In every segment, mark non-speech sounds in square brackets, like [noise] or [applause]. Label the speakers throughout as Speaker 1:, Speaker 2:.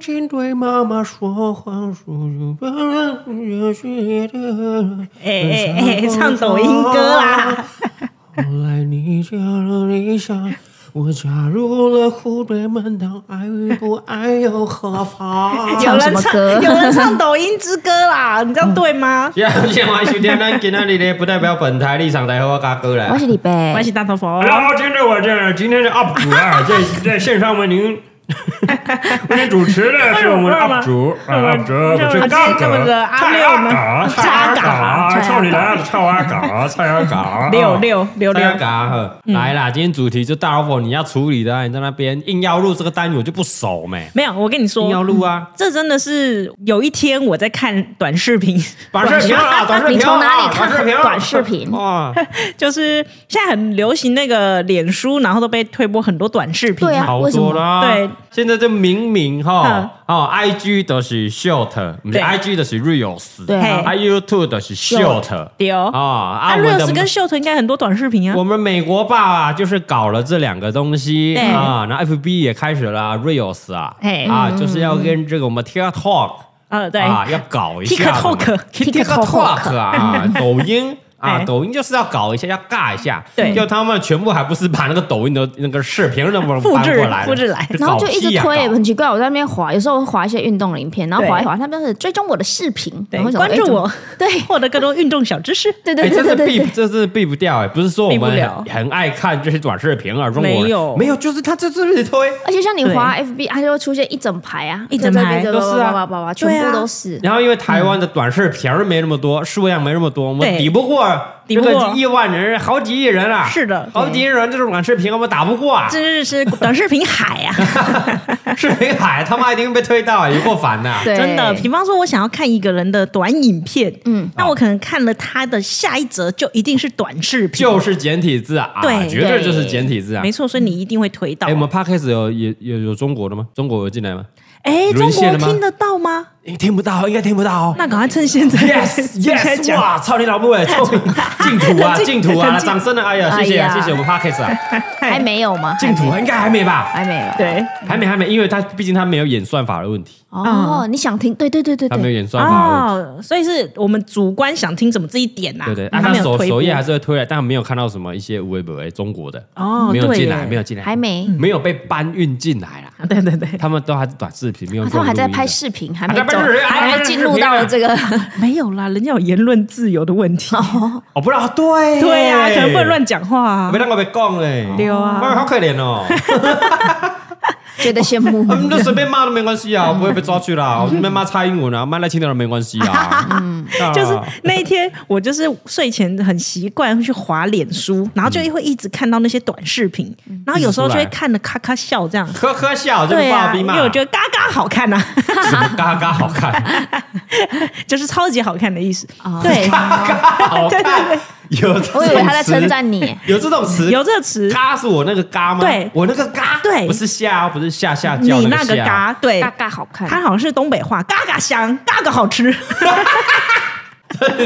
Speaker 1: 亲对妈妈说话，叔叔爸爸也是的。
Speaker 2: 哎哎哎，唱抖音歌啦！
Speaker 1: 后来你嫁了理想，我加入了虎对门当，爱与不爱又何妨？
Speaker 2: 有
Speaker 3: 唱什
Speaker 2: 人
Speaker 3: 么
Speaker 2: 唱，
Speaker 3: 歌
Speaker 2: 有人唱抖音之歌啦，你这样对
Speaker 4: [laughs]
Speaker 2: 吗？
Speaker 4: 以上线外收听咱今仔日的不代表本台立场，台和我嘎哥
Speaker 3: 我
Speaker 4: 来。
Speaker 3: 是李贝
Speaker 2: 关，系大头佛，
Speaker 4: 然后今天我这今天的 UP 主啊，在在线上为您为您主持的是我们的 UP 主啊，UP 主我是嘎
Speaker 2: 那我们的
Speaker 4: 哥，
Speaker 2: 阿六呢
Speaker 4: 嘎，蔡阿嘎，操你娘的臭阿嘎，蔡阿嘎，
Speaker 2: 六六六
Speaker 4: 大
Speaker 2: 六
Speaker 4: 家，哦嘎呵，来啦！今天主题就大老婆你要处理的、啊，你在那边硬要录这个单元，我就不熟没。
Speaker 2: 没有，我跟你
Speaker 4: 硬
Speaker 2: 说。
Speaker 4: 要录啊！
Speaker 2: 这真的是有一天我在看短视频，
Speaker 4: 短视频啊，短视频
Speaker 3: 你
Speaker 4: 啊！
Speaker 3: 从哪里看
Speaker 4: 短视频啊？哦
Speaker 3: 短视频
Speaker 4: 哇，
Speaker 2: 就是现在很流行那个脸书，然后都被推播很多短视频嘛。
Speaker 3: 对啊
Speaker 4: [laughs] 好
Speaker 3: 为什
Speaker 4: 多
Speaker 3: 么
Speaker 4: 啦！
Speaker 2: 对，
Speaker 4: 现在这明明
Speaker 2: 嗯
Speaker 4: 哈哦，IG 的是 short，不是
Speaker 2: 对
Speaker 4: IG 的是 reels，
Speaker 3: 对啊
Speaker 4: 啊 YouTube 的是 short，
Speaker 2: 对哦
Speaker 4: 啊啊，
Speaker 2: 啊，
Speaker 4: 我
Speaker 2: 瑞
Speaker 4: 们
Speaker 2: 斯跟
Speaker 4: 的。
Speaker 2: 秀特应该很多短视频啊
Speaker 4: 我。们美国爸啊，就是搞了这两个东西
Speaker 2: 对
Speaker 4: 啊，然后 FB 也开始了啊 Reels 啊
Speaker 2: 嘿，
Speaker 4: 啊，就是要跟这个我们 TikTok
Speaker 2: 呃，对，
Speaker 4: 啊，要搞一下
Speaker 2: TikTok [laughs]
Speaker 4: TikTok 啊，
Speaker 2: 嗯
Speaker 4: 抖音啊，
Speaker 2: 哎
Speaker 4: 抖音就是要搞一下，要尬一下。
Speaker 2: 对
Speaker 4: 就他们全部还不是把那个抖音的那个视频
Speaker 2: [laughs]
Speaker 4: 那么
Speaker 2: 复制
Speaker 4: 搬过来了，
Speaker 2: 复制来
Speaker 3: 然后就一直
Speaker 4: 搞屁
Speaker 3: 推，
Speaker 4: 啊搞
Speaker 3: 很奇怪。我在那边滑，有时候滑一些运动的影片，然后滑一滑，他们是追踪我的视频，
Speaker 2: 对
Speaker 3: 然后想说
Speaker 2: 关注
Speaker 3: 哎怎么
Speaker 2: 我
Speaker 3: 对
Speaker 2: 获得更多运动小知识。
Speaker 3: 对对
Speaker 4: 哎，这
Speaker 3: 对
Speaker 4: 是
Speaker 3: 对
Speaker 4: 避
Speaker 3: 对，，
Speaker 4: 这是避不掉哎，不是说我
Speaker 2: 避不
Speaker 4: 们
Speaker 2: 了
Speaker 4: 很爱看这些短视频啊，中国人
Speaker 2: 没有
Speaker 4: 没有，就是他这就是推。
Speaker 3: 而且像你滑 FB，它就会出现一整排啊，
Speaker 2: 一整排
Speaker 3: 在这边就
Speaker 4: 都是啊
Speaker 3: 哇哇哇哇，
Speaker 2: 对啊
Speaker 3: 全部都是。
Speaker 4: 然后因为台湾的短视频儿没那么多，数量没那么多，我们
Speaker 2: 对
Speaker 4: 抵不过
Speaker 2: 抵不
Speaker 4: 这
Speaker 2: 过
Speaker 4: 个亿万人，好几亿人啊！
Speaker 2: 是的
Speaker 4: 好几亿人这种短视频我们打不过啊！
Speaker 2: 这就是短视频海啊！
Speaker 4: 是北海，他妈一定被推到，有够烦的。
Speaker 3: 对，
Speaker 2: 真的，比方说，我想要看一个人的短影片，嗯
Speaker 3: 嗯，
Speaker 2: 那我可能看了他的下一则，就一定是短视频，
Speaker 4: 就是简体字啊，
Speaker 2: 对
Speaker 4: 绝对就是简体字啊
Speaker 2: 没。错，所以你一定会推到
Speaker 4: 哎，我。们 podcast 有有有有中国的吗？中国有进来吗？
Speaker 2: 哎，中
Speaker 4: 沦陷
Speaker 2: 国
Speaker 4: 了吗
Speaker 2: 听得到吗？
Speaker 4: 应该听不到，应该听不到。哦
Speaker 2: 那赶快趁现在 [laughs]
Speaker 4: [laughs] Yes
Speaker 2: 现在
Speaker 4: Yes！
Speaker 2: 讲
Speaker 4: 哇，操你老母哎！臭
Speaker 2: [laughs]
Speaker 4: 净土
Speaker 2: 冷
Speaker 4: 啊，
Speaker 2: 静
Speaker 4: 净土
Speaker 2: [laughs]
Speaker 4: 啊！
Speaker 2: 冷静
Speaker 4: 掌声啊！哎呀，谢
Speaker 3: 哎
Speaker 4: 谢
Speaker 3: 呀
Speaker 4: 谢谢我们
Speaker 2: [laughs]
Speaker 4: podcast 啊，
Speaker 2: 哎
Speaker 3: 还没有吗？
Speaker 4: 净土啊应该还没吧？
Speaker 3: 还没有。
Speaker 2: 对
Speaker 4: 还没还没，因为它毕竟它没有演算法的问题，
Speaker 3: 哦，你想听？对对对对
Speaker 4: 它没有
Speaker 3: 对，
Speaker 4: 演算法的问题。
Speaker 2: 哦，所以是我们主观想听什么自己点呐，
Speaker 4: 对对，啊，
Speaker 2: 他
Speaker 4: 它
Speaker 2: 没有
Speaker 4: 首
Speaker 2: 推
Speaker 4: 首
Speaker 2: 播
Speaker 4: 页还是会推来，但没有看到什么一些微博哎，中国的
Speaker 2: 哦，
Speaker 4: 没有
Speaker 2: 对
Speaker 4: 进
Speaker 2: 耶
Speaker 4: 来，没有进来，
Speaker 3: 还没。
Speaker 4: 没有被搬运进来啦。
Speaker 2: 啊对对对，
Speaker 4: [laughs] 他们都还是短视频，没有、
Speaker 3: 啊他们还在拍视频，还没
Speaker 4: 还在
Speaker 3: 走还
Speaker 4: 拍视频，还在拍
Speaker 3: 没
Speaker 4: 视频
Speaker 3: 进入到了这个。
Speaker 2: 没有啦，人家有言论自由的问题。
Speaker 4: 我、哦、不知道，对
Speaker 2: 对呀、啊，可能不能乱讲话啊
Speaker 4: 没。让我被讲嘞，
Speaker 2: 对
Speaker 4: 妈
Speaker 2: 啊，
Speaker 4: 妈好可怜 [laughs] 哦，
Speaker 3: 觉得羡慕
Speaker 4: 他。们就随便骂都没关 [laughs] 系啊，我不会被抓去啦，我随便骂蔡英文啊，骂赖清德都没关系啊，嗯，
Speaker 2: 就是那一天，我就是睡前很习惯会去滑脸书，然后就
Speaker 4: 嗯
Speaker 2: 会一直看到那些短视频，然后有时候就会看的咔咔笑这样。
Speaker 4: 呵呵笑，就
Speaker 2: 对
Speaker 4: 不好
Speaker 2: 啊，
Speaker 4: 逼
Speaker 2: 因
Speaker 4: 嘛，
Speaker 2: 为我觉得嘎嘎好看呐、啊， [laughs]
Speaker 4: [laughs] 什么嘎嘎好看，
Speaker 2: 就是超级好看的意思。[laughs]
Speaker 3: 哦
Speaker 2: 对，
Speaker 4: 好
Speaker 2: 对对
Speaker 4: 看，有这种词
Speaker 3: 我以为他在称，赞你，
Speaker 4: 有这种词，
Speaker 2: 有这个词，
Speaker 4: 嘎是我那个嘎吗？
Speaker 2: 对
Speaker 4: 我那个嘎，
Speaker 2: 对
Speaker 4: 不是下，不是下下叫
Speaker 2: 你
Speaker 4: 那
Speaker 2: 那个
Speaker 4: 下，
Speaker 2: 嘎，对
Speaker 3: 嘎，嘎好看。
Speaker 2: 它好像是东北话，嘎嘎香，嘎嘎好
Speaker 4: [laughs]
Speaker 2: 吃，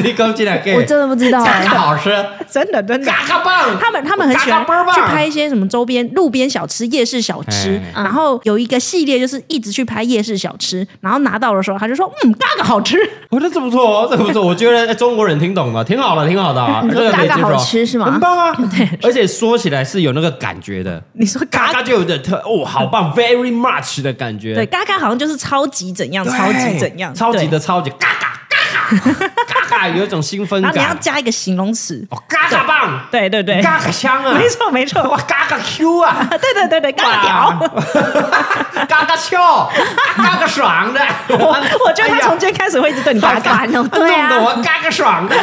Speaker 4: 你刚进来给
Speaker 3: 我真的不知道
Speaker 4: 嘎
Speaker 3: 哎
Speaker 4: 嘎好吃，
Speaker 2: 真的真的。
Speaker 4: 嘎嘎棒，
Speaker 2: 他们他们很喜欢
Speaker 4: 嘎嘎嘣儿棒
Speaker 2: 去拍一些什么周边路边小吃、夜市小吃，
Speaker 4: 哎
Speaker 2: 然后有一个系列就是一直去拍夜市小吃，然后拿到的时候他就说嗯，嘎嘎好吃， [laughs]
Speaker 4: 我觉得这不错哦，这不错，我觉得、哎中国人听懂了，挺好的，挺好
Speaker 2: [laughs]
Speaker 4: 的啊，这个可以接
Speaker 3: 嘎嘎
Speaker 4: 受，
Speaker 3: 好吃是吗
Speaker 4: 很棒啊！而且说起来是有那个感觉的，
Speaker 2: 你说嘎
Speaker 4: 嘎嘎就有点特哦，好棒，very much 的感觉，
Speaker 2: 对，嘎嘎好像就是超级怎样，
Speaker 4: 对，
Speaker 2: 超级怎样，
Speaker 4: 超级
Speaker 2: 对
Speaker 4: 的。超级嘎嘎
Speaker 2: [laughs]
Speaker 4: 嘎嘎嘎嘎，有一种兴奋
Speaker 2: 然后你要
Speaker 4: 感，
Speaker 2: 加一个形容词，
Speaker 4: 哦，嘎嘎棒，
Speaker 2: 对对对，
Speaker 4: 嘎嘎香啊，
Speaker 2: [laughs] 没，错没错，
Speaker 4: 哇，嘎嘎 Q 啊，
Speaker 2: [laughs] 对对对对，嘎嘎
Speaker 4: 哇
Speaker 2: 屌。，
Speaker 4: [laughs] 嘎
Speaker 2: [laughs]
Speaker 4: 嘎翘，嘎嘎爽的，
Speaker 2: 我觉得他从今天开始会一直对你嘎
Speaker 3: 好
Speaker 2: 嘎。
Speaker 3: 烦
Speaker 2: [laughs]
Speaker 3: 哦，
Speaker 4: 弄
Speaker 3: 对
Speaker 4: 得
Speaker 3: 啊，
Speaker 4: 我嘎嘎爽的。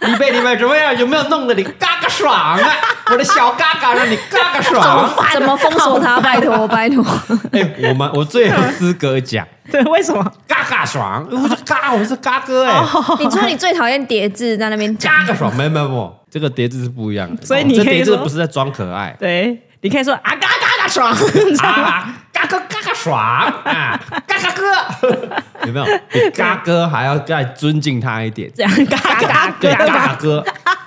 Speaker 4: 李贝，李贝，怎么样？有没有弄得你嘎嘎爽啊？我的小嘎嘎让你嘎
Speaker 2: [laughs]
Speaker 4: 嘎爽。
Speaker 3: 怎么封锁他？拜 [laughs] 托拜托，
Speaker 4: 哎、我们我最有资格讲
Speaker 2: 对，为什么？
Speaker 4: 嘎嘎爽，我是嘎，我是嘎哥哎、
Speaker 2: 哦
Speaker 3: 你说你最讨厌叠字在那边
Speaker 4: [laughs]
Speaker 3: 讲，
Speaker 4: 嘎嘎爽，没有没有没有，这个叠字是不一样的。哦
Speaker 2: 所以你
Speaker 4: 这
Speaker 2: 可以
Speaker 4: 叠字
Speaker 2: 说
Speaker 4: 不是在装
Speaker 2: [laughs]
Speaker 4: 可爱，
Speaker 2: 对，你可以说啊，嘎嘎嘎爽，你知道吗？
Speaker 4: 啊，嘎哥嘎嘎爽啊，嘎嘎哥，有没有比嘎哥还要再尊敬他一点？
Speaker 2: [laughs] 这样嘎嘎
Speaker 4: 对，
Speaker 2: 嘎
Speaker 4: 嘎哥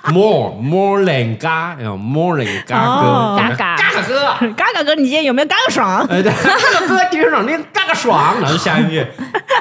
Speaker 4: ，more more 哎 than 嘎，you know，more than 嘎哥，
Speaker 3: 哦嘎嘎
Speaker 4: 嘎嘎嘎哥，
Speaker 2: [laughs] 嘎嘎哥，你今天有没有嘎嘎爽？
Speaker 4: 哎，对，嘎嘎哥，听着爽，那个嘎嘎爽，然后
Speaker 2: [laughs]
Speaker 4: 下一句，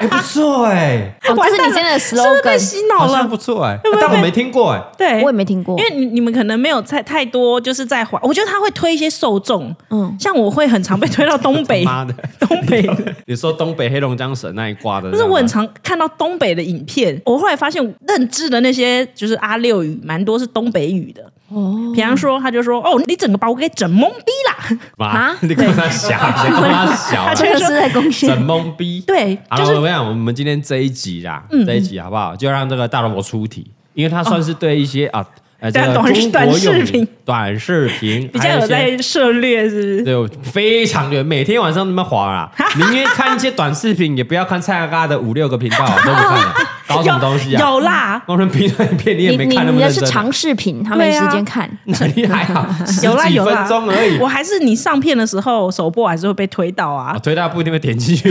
Speaker 4: 哎，不错哎，
Speaker 3: 哦这
Speaker 2: 完
Speaker 3: 是
Speaker 2: 蛋
Speaker 3: 你真的
Speaker 2: 了是不是被
Speaker 3: slogan，
Speaker 2: 洗脑
Speaker 4: 好像
Speaker 2: 了？
Speaker 4: 不错哎
Speaker 2: 不，会
Speaker 4: 但我
Speaker 2: 被
Speaker 4: 没听过哎，
Speaker 2: 对，
Speaker 3: 我也没听过
Speaker 2: 因。为你你们可能没有太太多，就是在华，我觉得他会推一些受众，
Speaker 3: 嗯
Speaker 2: 嗯，像我会很常被推到东
Speaker 4: [laughs]
Speaker 2: 北，
Speaker 4: 妈
Speaker 2: [laughs]
Speaker 4: 的，
Speaker 2: 东北的，
Speaker 4: 你说东北黑龙江省那一挂的，
Speaker 2: 不是我很常看到东北的影片，我后来发现认知的那些就是阿六语，蛮多是东北语的。
Speaker 3: 哦，
Speaker 2: 比方说，他就说：“哦，你整个把我给整懵逼
Speaker 4: [laughs]
Speaker 2: 啦
Speaker 4: 妈
Speaker 3: 啊，
Speaker 4: 你跟他小，谁跟他小啊
Speaker 2: 他，
Speaker 3: 这个是在公司
Speaker 4: 整懵
Speaker 2: [laughs]
Speaker 4: 逼！”，
Speaker 2: 对，
Speaker 4: 好
Speaker 2: 就
Speaker 4: 了，
Speaker 2: 是嗯
Speaker 4: 我跟你讲，我们今天这一集啦，这一集好不好？就让这个大萝卜出题，因为他算是对一些啊，呃，这
Speaker 2: 对啊
Speaker 4: 个
Speaker 2: 短
Speaker 4: 中国
Speaker 2: 短视
Speaker 4: 用语
Speaker 2: 频、
Speaker 4: 短视频
Speaker 2: [laughs] 比较有
Speaker 4: 还一些
Speaker 2: 在涉猎，是不是？
Speaker 4: 对，我非常的每天晚上那么滑
Speaker 2: [laughs]
Speaker 4: 啊，宁愿看一些短视频，也不要看蔡阿嘎的五六个频道，都不
Speaker 2: [laughs]
Speaker 4: 看了，搞什么东西啊？
Speaker 2: 有啦，
Speaker 4: 我们评论片你也
Speaker 3: 你
Speaker 4: 没
Speaker 3: 你
Speaker 4: 看那
Speaker 3: 你
Speaker 4: 么
Speaker 3: 的
Speaker 4: 认
Speaker 3: 是
Speaker 4: 真啊，
Speaker 3: 长视频，他没
Speaker 2: 对啊
Speaker 3: 时间看。
Speaker 4: [laughs] 那你还好，
Speaker 2: [laughs]
Speaker 4: 十
Speaker 2: 有啦
Speaker 4: 几
Speaker 2: 有
Speaker 4: 分
Speaker 2: 啦
Speaker 4: 钟而已
Speaker 2: 我。还是你上片的时候首播还是会被推到啊
Speaker 4: 啊，。推到不一定会点进去，。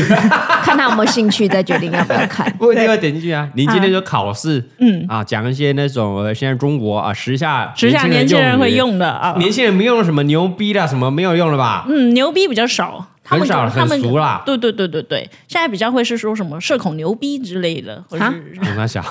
Speaker 3: 看他有没有兴趣，再决定要不要看
Speaker 4: 不一定会点进去啊。你今天就考试，嗯啊，讲一些那种呃现在中国啊时下
Speaker 2: 时下年轻人会
Speaker 4: 用语，
Speaker 2: 用的啊，
Speaker 4: 年轻人没用什么牛逼啦，什么没有用了吧？
Speaker 2: 嗯，牛逼比较少，他们
Speaker 4: 很少
Speaker 2: 就他们
Speaker 4: 很俗啦
Speaker 2: 对对对对对，现在比较会是说什么社恐牛逼之类的，或者
Speaker 3: 啊
Speaker 2: 是 [laughs]
Speaker 4: 我在想，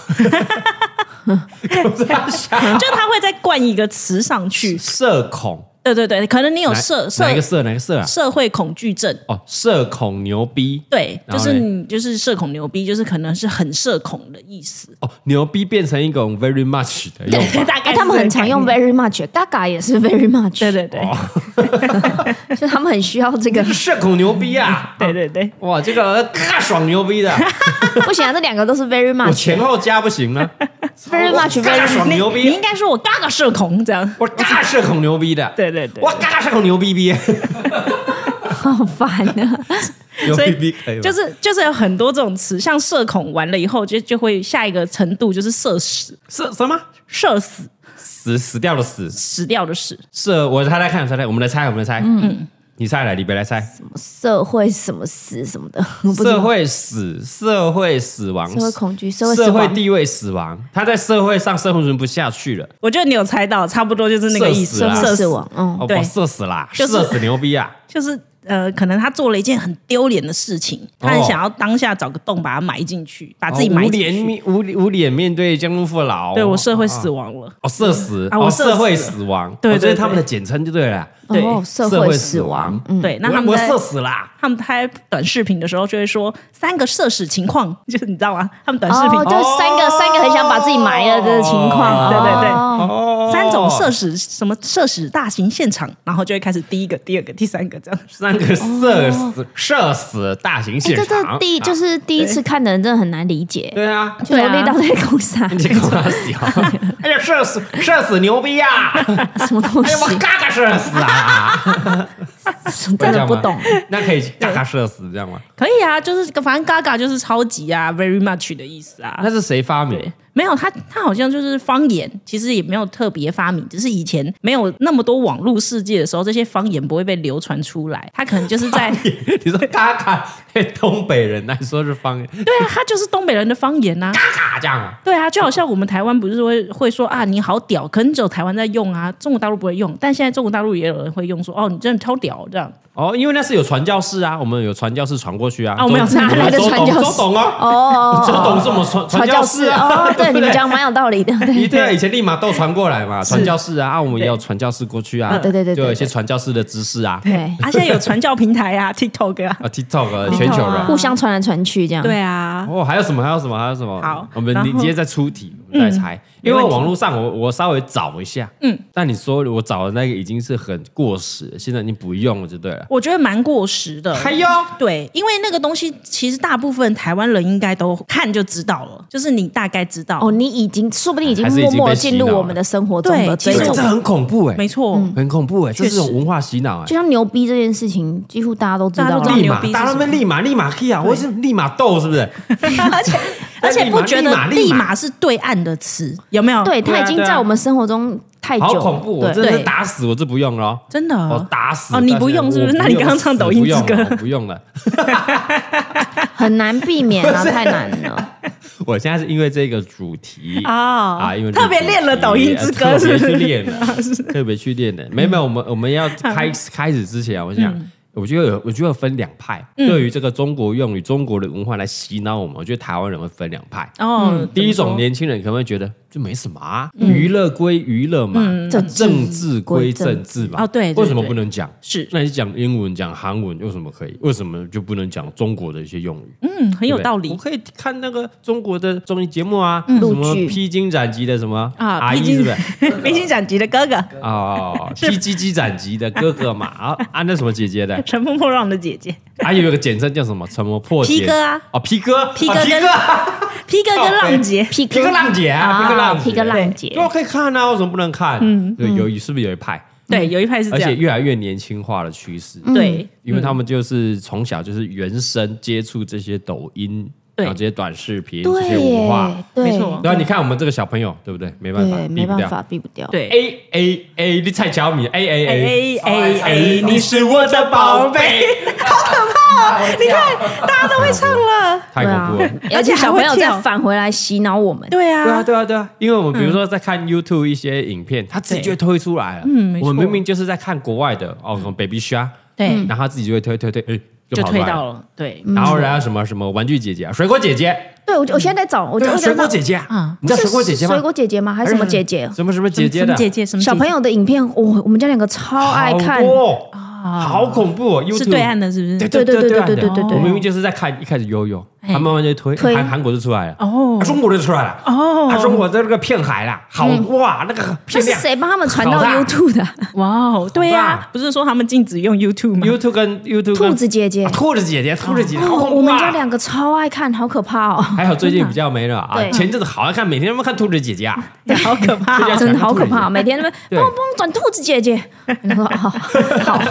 Speaker 4: 我在想，
Speaker 2: 就他会再冠一个词上去。
Speaker 4: 社恐，
Speaker 2: 对对对，可能你有
Speaker 4: 哪
Speaker 2: 哦社社
Speaker 4: 哪一个社哪个社啊？
Speaker 2: 社会恐惧症。
Speaker 4: 哦，社恐牛逼
Speaker 2: 对，
Speaker 4: 然
Speaker 2: 就
Speaker 4: 后
Speaker 2: 是
Speaker 4: 嘞
Speaker 2: 你就是社恐牛逼，就是可能是很社恐的意
Speaker 4: [laughs]
Speaker 2: 思。
Speaker 4: 哦，牛逼变成一种 very much 的用法。。
Speaker 2: [laughs] 大概
Speaker 3: 哎，
Speaker 2: 是
Speaker 3: 他们很常用
Speaker 2: 这个概念
Speaker 3: very much，嘎嘎也是 very much，
Speaker 2: 对，对对
Speaker 3: 所以他们很需要这个
Speaker 4: [laughs] 社恐牛逼啊！
Speaker 2: 对对对，
Speaker 4: 哇，这个嘎爽牛
Speaker 2: [laughs]
Speaker 4: 逼的，
Speaker 3: 不行啊，这两个都是 very
Speaker 4: 我
Speaker 3: much，very
Speaker 4: 前后加不行
Speaker 2: [laughs]
Speaker 4: 呢。
Speaker 3: much
Speaker 4: 嘎
Speaker 3: very。
Speaker 4: 爽
Speaker 2: 你
Speaker 4: 牛
Speaker 2: 你应
Speaker 4: 逼，啊
Speaker 2: 该说我嘎嘎社恐这样。
Speaker 4: 我嘎社恐牛逼的，
Speaker 2: 对对对，
Speaker 4: 哇，嘎社恐牛逼逼，
Speaker 3: 好烦啊！
Speaker 4: 牛
Speaker 2: 所
Speaker 4: 逼
Speaker 2: 以
Speaker 4: 逼可以吗？
Speaker 2: 就是就是有很多这种词，像社恐完了以后，就就会下一个程度就是社死，
Speaker 4: 是什么
Speaker 2: 社死
Speaker 4: 死死掉的死
Speaker 2: 死掉的死。
Speaker 4: 社？我猜猜看，猜猜，我们来猜，我们来猜，嗯，你猜来，你别来猜。
Speaker 3: 社会什么死什么的，我不知道
Speaker 4: 社会死，社会死亡，
Speaker 3: 社会恐惧，社会死
Speaker 4: 社会
Speaker 3: 亡，
Speaker 4: 地位死亡，他在社会上生存不下去了。
Speaker 2: 我觉得你有猜到，差不多就是那个意思，
Speaker 4: 社
Speaker 3: 社
Speaker 4: 死啊
Speaker 3: 会
Speaker 2: 社
Speaker 3: 死
Speaker 2: 死
Speaker 3: 亡。嗯，
Speaker 4: 哦，
Speaker 2: 对
Speaker 4: 我社死啦，
Speaker 2: 就是
Speaker 4: 社死牛逼啊！
Speaker 2: 就是呃，可能他做了一件很丢脸的事情，他很
Speaker 4: 哦
Speaker 2: 想要当下找个洞把它埋进去， [laughs] 把自己
Speaker 4: 哦
Speaker 2: 埋
Speaker 4: 无
Speaker 2: 进
Speaker 4: 脸
Speaker 2: 去。
Speaker 4: 面无无脸面对江东父老，
Speaker 2: 对我社会死亡了，
Speaker 4: 哦社死
Speaker 2: 啊我
Speaker 4: 哦
Speaker 2: 社死
Speaker 4: 社会死亡，
Speaker 2: 对
Speaker 4: 哦这
Speaker 2: 对
Speaker 4: 是他们的
Speaker 2: 对
Speaker 4: 简称就对了。
Speaker 2: 对
Speaker 3: 哦，社
Speaker 4: 社
Speaker 3: 会
Speaker 4: 会
Speaker 3: 死
Speaker 4: 死
Speaker 3: 亡 [laughs]
Speaker 4: 亡，
Speaker 3: 嗯，
Speaker 2: 对，那
Speaker 4: 我
Speaker 2: 他们
Speaker 4: 我
Speaker 2: 在
Speaker 4: 社死啦，
Speaker 2: 他们拍短视频的时候就会说三个社死情况，就是你知道吗？他们短视频、
Speaker 3: 哦，就是三个三个很想把自己埋了的情况，
Speaker 2: 对对对
Speaker 3: 哦
Speaker 4: 哦
Speaker 2: 三种社死什么社死大型现场，然后就会开始第一个、第二个、第三个这样。
Speaker 4: 三个社
Speaker 2: 哦
Speaker 4: 死社死大型
Speaker 3: 哎
Speaker 4: 现
Speaker 3: 这
Speaker 4: 场
Speaker 3: 这，第
Speaker 4: 啊
Speaker 3: 就是第一次看的人真的很难理解，
Speaker 4: 对啊，
Speaker 3: 就
Speaker 2: 对啊
Speaker 3: 累到在公司啊
Speaker 4: [laughs] 你跟我小， [laughs] 哎呀社死社死牛逼呀！
Speaker 3: [laughs] 什么东
Speaker 4: 哎
Speaker 3: 西
Speaker 4: 呀，，我嘎嘎社死啊！
Speaker 3: [laughs] 真的不懂。 [laughs]
Speaker 4: 那可以嘎嘎社死这样吗？
Speaker 2: 可以啊，就是反正 Gaga 就是超级啊，very much 的意思啊
Speaker 4: 那。是谁发明
Speaker 2: 对？，没有他，他好像就是方言，其实也没有特别发明，只是以前没有那么多网络世界的时候，这些方言不会被流传出来。他可能就是 [laughs] 在对
Speaker 4: [laughs] 你说嘎嘎，对东北人来说是方言，
Speaker 2: 啊，他就是东北人的方言呐、啊。
Speaker 4: 嘎嘎这样啊。
Speaker 2: 对啊，就好像我们台湾不是会会说啊，你好屌，可能只有台湾在用啊，中国大陆不会用。但现在中国大陆也有人会用说，哦，你真的超屌这样。 [laughs]
Speaker 4: 哦，因为那是有传教士啊，我们有传教士传过去啊。
Speaker 2: 啊我们有
Speaker 4: 周
Speaker 2: 哪
Speaker 3: 来的
Speaker 4: 周董
Speaker 3: 传教士
Speaker 4: 周董啊，
Speaker 3: 哦，
Speaker 4: 周董是我们
Speaker 3: [laughs]
Speaker 4: 传
Speaker 3: 传
Speaker 4: 教
Speaker 3: 教
Speaker 4: 士
Speaker 3: 士
Speaker 4: 啊。 [laughs]
Speaker 3: 哦，对，你们
Speaker 4: 对
Speaker 3: 讲蛮有道理的，
Speaker 4: [laughs] 一
Speaker 3: 对
Speaker 4: 定要以前立马都传过来嘛，传教士啊，啊，我们也有传教士过去啊，
Speaker 3: 啊对对对对
Speaker 4: 就有一些传教士的知识啊，
Speaker 3: 对，
Speaker 2: 啊，现在有传教平台啊，TikTok 啊，
Speaker 4: 啊，TikTok 啊全球人
Speaker 3: 互，相传来传去这样。
Speaker 2: 对啊，
Speaker 4: 哦，还有什么？还有什么？还有什么？
Speaker 2: 好
Speaker 4: 我们
Speaker 2: 然后嗯
Speaker 4: 你直接再出题，我们再猜。因为网络上我我稍微找一下，嗯，但你说我找的那个已经是很过时了，现在已经不用了，就对了。哎
Speaker 2: 我觉得蛮过时的。
Speaker 4: 还有
Speaker 2: 对，因为那个东西其实大部分台湾人应该都看就知道了，就是你大概知道。
Speaker 3: 哦，你已经说不定已经
Speaker 4: 还是已
Speaker 3: 默
Speaker 4: 经
Speaker 3: 默
Speaker 4: 被洗
Speaker 3: 进入
Speaker 4: 脑了
Speaker 3: 我们的生活中
Speaker 2: 对
Speaker 3: 了。这
Speaker 2: 其
Speaker 4: 对，
Speaker 2: 实
Speaker 3: 种
Speaker 2: 我
Speaker 4: 这很恐怖哎、
Speaker 2: 没错，
Speaker 3: 嗯
Speaker 4: 很恐怖哎、这是
Speaker 2: 确实
Speaker 4: 种文化洗脑哎、
Speaker 3: 就像牛逼这件事情，几乎大家都知道
Speaker 2: 大家都知道。
Speaker 3: 了
Speaker 4: 立马
Speaker 2: 牛逼是，
Speaker 4: 大家
Speaker 2: 什么
Speaker 4: 们立马立马 key 啊！我是立马斗是不是？
Speaker 2: [laughs] 而且而
Speaker 4: [laughs]
Speaker 2: 且不觉
Speaker 4: 立
Speaker 2: 得
Speaker 4: 马立马
Speaker 2: 立马是对岸的词，有没有？
Speaker 3: 对，
Speaker 4: 对
Speaker 3: 它
Speaker 4: 啊
Speaker 3: 已经
Speaker 4: 对啊
Speaker 3: 在我们生活中太久
Speaker 4: 好
Speaker 3: 了。
Speaker 4: 恐怖！我真
Speaker 3: 对，
Speaker 4: 的是
Speaker 2: 对
Speaker 4: 打死我就不用了哦，
Speaker 2: 真的
Speaker 4: 我打死
Speaker 2: 哦你不用是不是
Speaker 4: 我
Speaker 2: 那你刚刚唱抖音之歌
Speaker 4: 死不用了我不用了，
Speaker 3: 很难避免啊，
Speaker 4: [laughs] 不是
Speaker 3: 太难了。
Speaker 4: [laughs] 我现在是因为这个主题
Speaker 2: 哦
Speaker 4: 啊，因为这个
Speaker 2: 特别
Speaker 4: 主题
Speaker 2: 练了抖音之歌
Speaker 4: 呃特
Speaker 2: 是不
Speaker 4: 别
Speaker 2: 是
Speaker 4: 去
Speaker 2: [laughs]
Speaker 4: 练的，特别去练的。没有没有，我们我们要开开始之前啊，我想。
Speaker 2: 嗯
Speaker 4: 我觉得有，我觉得分两派。对于这个中国用语、中国的文化来洗脑我们，我觉得台湾人会分两派。
Speaker 2: 哦，
Speaker 4: 第一
Speaker 2: 怎么
Speaker 4: 种
Speaker 2: 说嗯
Speaker 4: 年轻人可能会觉得就没什么啊，娱乐归娱乐嘛，
Speaker 3: 政
Speaker 4: 政治归政治嘛。
Speaker 2: 哦对对对
Speaker 4: 为什么不能讲？
Speaker 2: 是
Speaker 4: 那你讲英文、讲韩文，为什么可以？为什么就不能讲中国的一些用语？
Speaker 2: 嗯，很
Speaker 4: 对不
Speaker 2: 有
Speaker 4: 对
Speaker 2: 道理嗯
Speaker 4: 我。可以看那个中国的综艺节目啊，什
Speaker 3: 陆
Speaker 4: 么
Speaker 3: 剧
Speaker 4: 披荆斩棘的什么
Speaker 2: 啊
Speaker 4: 阿
Speaker 2: 披
Speaker 4: 姨
Speaker 2: 荆 [laughs]
Speaker 4: 是不是？
Speaker 2: 明星斩棘的哥哥，
Speaker 4: 哦，披荆棘斩棘的哥
Speaker 2: [laughs]
Speaker 4: 哥嘛，啊啊那什么姐姐的，
Speaker 2: 乘风破浪的姐姐，
Speaker 4: 还有一个简称叫什么？什么破
Speaker 2: 披
Speaker 4: 姐
Speaker 2: 哥啊？
Speaker 4: 哦，披哥，
Speaker 2: 披
Speaker 4: 啊
Speaker 2: 哥
Speaker 4: 披
Speaker 2: 跟
Speaker 4: 哥啊，
Speaker 2: 皮哥跟浪姐，
Speaker 3: 皮
Speaker 4: [laughs] 皮克浪姐啊，皮克浪姐，
Speaker 3: 皮克浪姐
Speaker 4: 对，我可以看啊，为什么不能看？嗯，对，有是不是有一派？
Speaker 2: 对，有一派是这
Speaker 4: 嗯而且
Speaker 2: 样，嗯
Speaker 4: 越来越年轻化的趋势，
Speaker 3: 嗯
Speaker 2: 对，
Speaker 4: 因为他们就是从小就是原生接触这些抖音，
Speaker 2: 对
Speaker 4: 然后这些短视频这些
Speaker 3: 对
Speaker 4: 文化。
Speaker 3: 耶，对，
Speaker 2: 没错
Speaker 4: 对啊，你看我们这个小朋友，对不对？没办法，
Speaker 3: 对，
Speaker 4: 避
Speaker 3: 没
Speaker 4: 不
Speaker 3: 办
Speaker 4: 掉。
Speaker 3: 法，避不掉。啊
Speaker 2: 对
Speaker 4: A A A，你踩小米，A A
Speaker 2: A
Speaker 4: 哎
Speaker 2: A A，
Speaker 4: A，你是我的宝贝，
Speaker 2: 你看大家都会唱了，
Speaker 4: 太恐怖了。
Speaker 3: 而且小朋友
Speaker 2: 而且还会
Speaker 3: 再
Speaker 2: 跳
Speaker 3: 返回来洗脑我们，
Speaker 2: 对
Speaker 4: 对啊，
Speaker 2: 啊，
Speaker 4: 对啊，对啊，因为我们比如说在看 YouTube 一些影片，它自己就会推出来了。
Speaker 2: 嗯没错
Speaker 4: 我们明明就是在看国外的哦，什么 Baby Shark，
Speaker 3: 嗯
Speaker 2: 对，
Speaker 4: 然后它自己就会推推推，哎，
Speaker 2: 就
Speaker 4: 跑出
Speaker 2: 推
Speaker 4: 来
Speaker 2: 到
Speaker 4: 了。
Speaker 2: 了，嗯对，
Speaker 4: 然后然后什么什么玩具姐姐啊、水果姐姐，
Speaker 3: 对我我现在在找，我
Speaker 4: 对
Speaker 3: 就
Speaker 4: 啊，
Speaker 3: 我
Speaker 4: 水
Speaker 3: 想
Speaker 4: 果
Speaker 3: 到
Speaker 4: 姐姐啊
Speaker 2: 嗯，
Speaker 4: 你知道
Speaker 3: 是
Speaker 4: 水果姐姐吗？嗯
Speaker 3: 水果姐姐吗？还是什么姐姐？
Speaker 4: 什么什么姐姐
Speaker 2: 什
Speaker 4: 的
Speaker 2: 么姐姐什么姐姐
Speaker 3: 小朋友的影片，我我们家两个超爱看
Speaker 4: 好，多哦好恐怖
Speaker 2: 啊
Speaker 4: 哦！
Speaker 2: 是
Speaker 4: YouTube
Speaker 2: 对岸的，是不
Speaker 4: 对
Speaker 2: 是？
Speaker 4: 对对
Speaker 3: 嗯对
Speaker 4: 对
Speaker 3: 对对
Speaker 4: 对对
Speaker 3: 对
Speaker 4: 对
Speaker 3: 对对
Speaker 4: 我明明就是在看一开始悠悠，
Speaker 2: 哎
Speaker 4: 他慢慢就推，
Speaker 3: 推
Speaker 4: 韩韩国就出来了，
Speaker 2: 哦
Speaker 4: 啊中国就出来了，
Speaker 2: 哦
Speaker 4: 啊中国在那个片海啦，好哇，那个
Speaker 3: 嗯那
Speaker 4: 片
Speaker 3: 是
Speaker 4: 量。
Speaker 3: 谁帮他们传到
Speaker 4: 好大
Speaker 3: YouTube 的啊？
Speaker 2: 哇哦，对
Speaker 4: 好
Speaker 2: 呀
Speaker 4: 吧，
Speaker 2: 不是说他们禁止用 YouTube 吗？
Speaker 4: YouTube 跟 YouTube 跟
Speaker 3: 兔子姐姐
Speaker 4: 啊，兔子姐姐，兔子姐姐，好
Speaker 3: 哦，
Speaker 4: 恐
Speaker 3: 我
Speaker 4: 怖
Speaker 3: 们家
Speaker 4: 啊！
Speaker 3: 两个超爱看，好可怕哦！
Speaker 4: 还好最近比较没了啊，
Speaker 3: 对
Speaker 4: 前阵子好爱看，每天他们看兔子姐姐
Speaker 3: [laughs]
Speaker 4: 啊，
Speaker 2: 好可
Speaker 4: [laughs]
Speaker 2: 怕
Speaker 4: 对
Speaker 2: 哦，
Speaker 4: 啊
Speaker 3: 真的好可怕，每天那边
Speaker 4: 对
Speaker 3: 帮我帮我转兔子姐姐， [laughs] 然后哦好，好，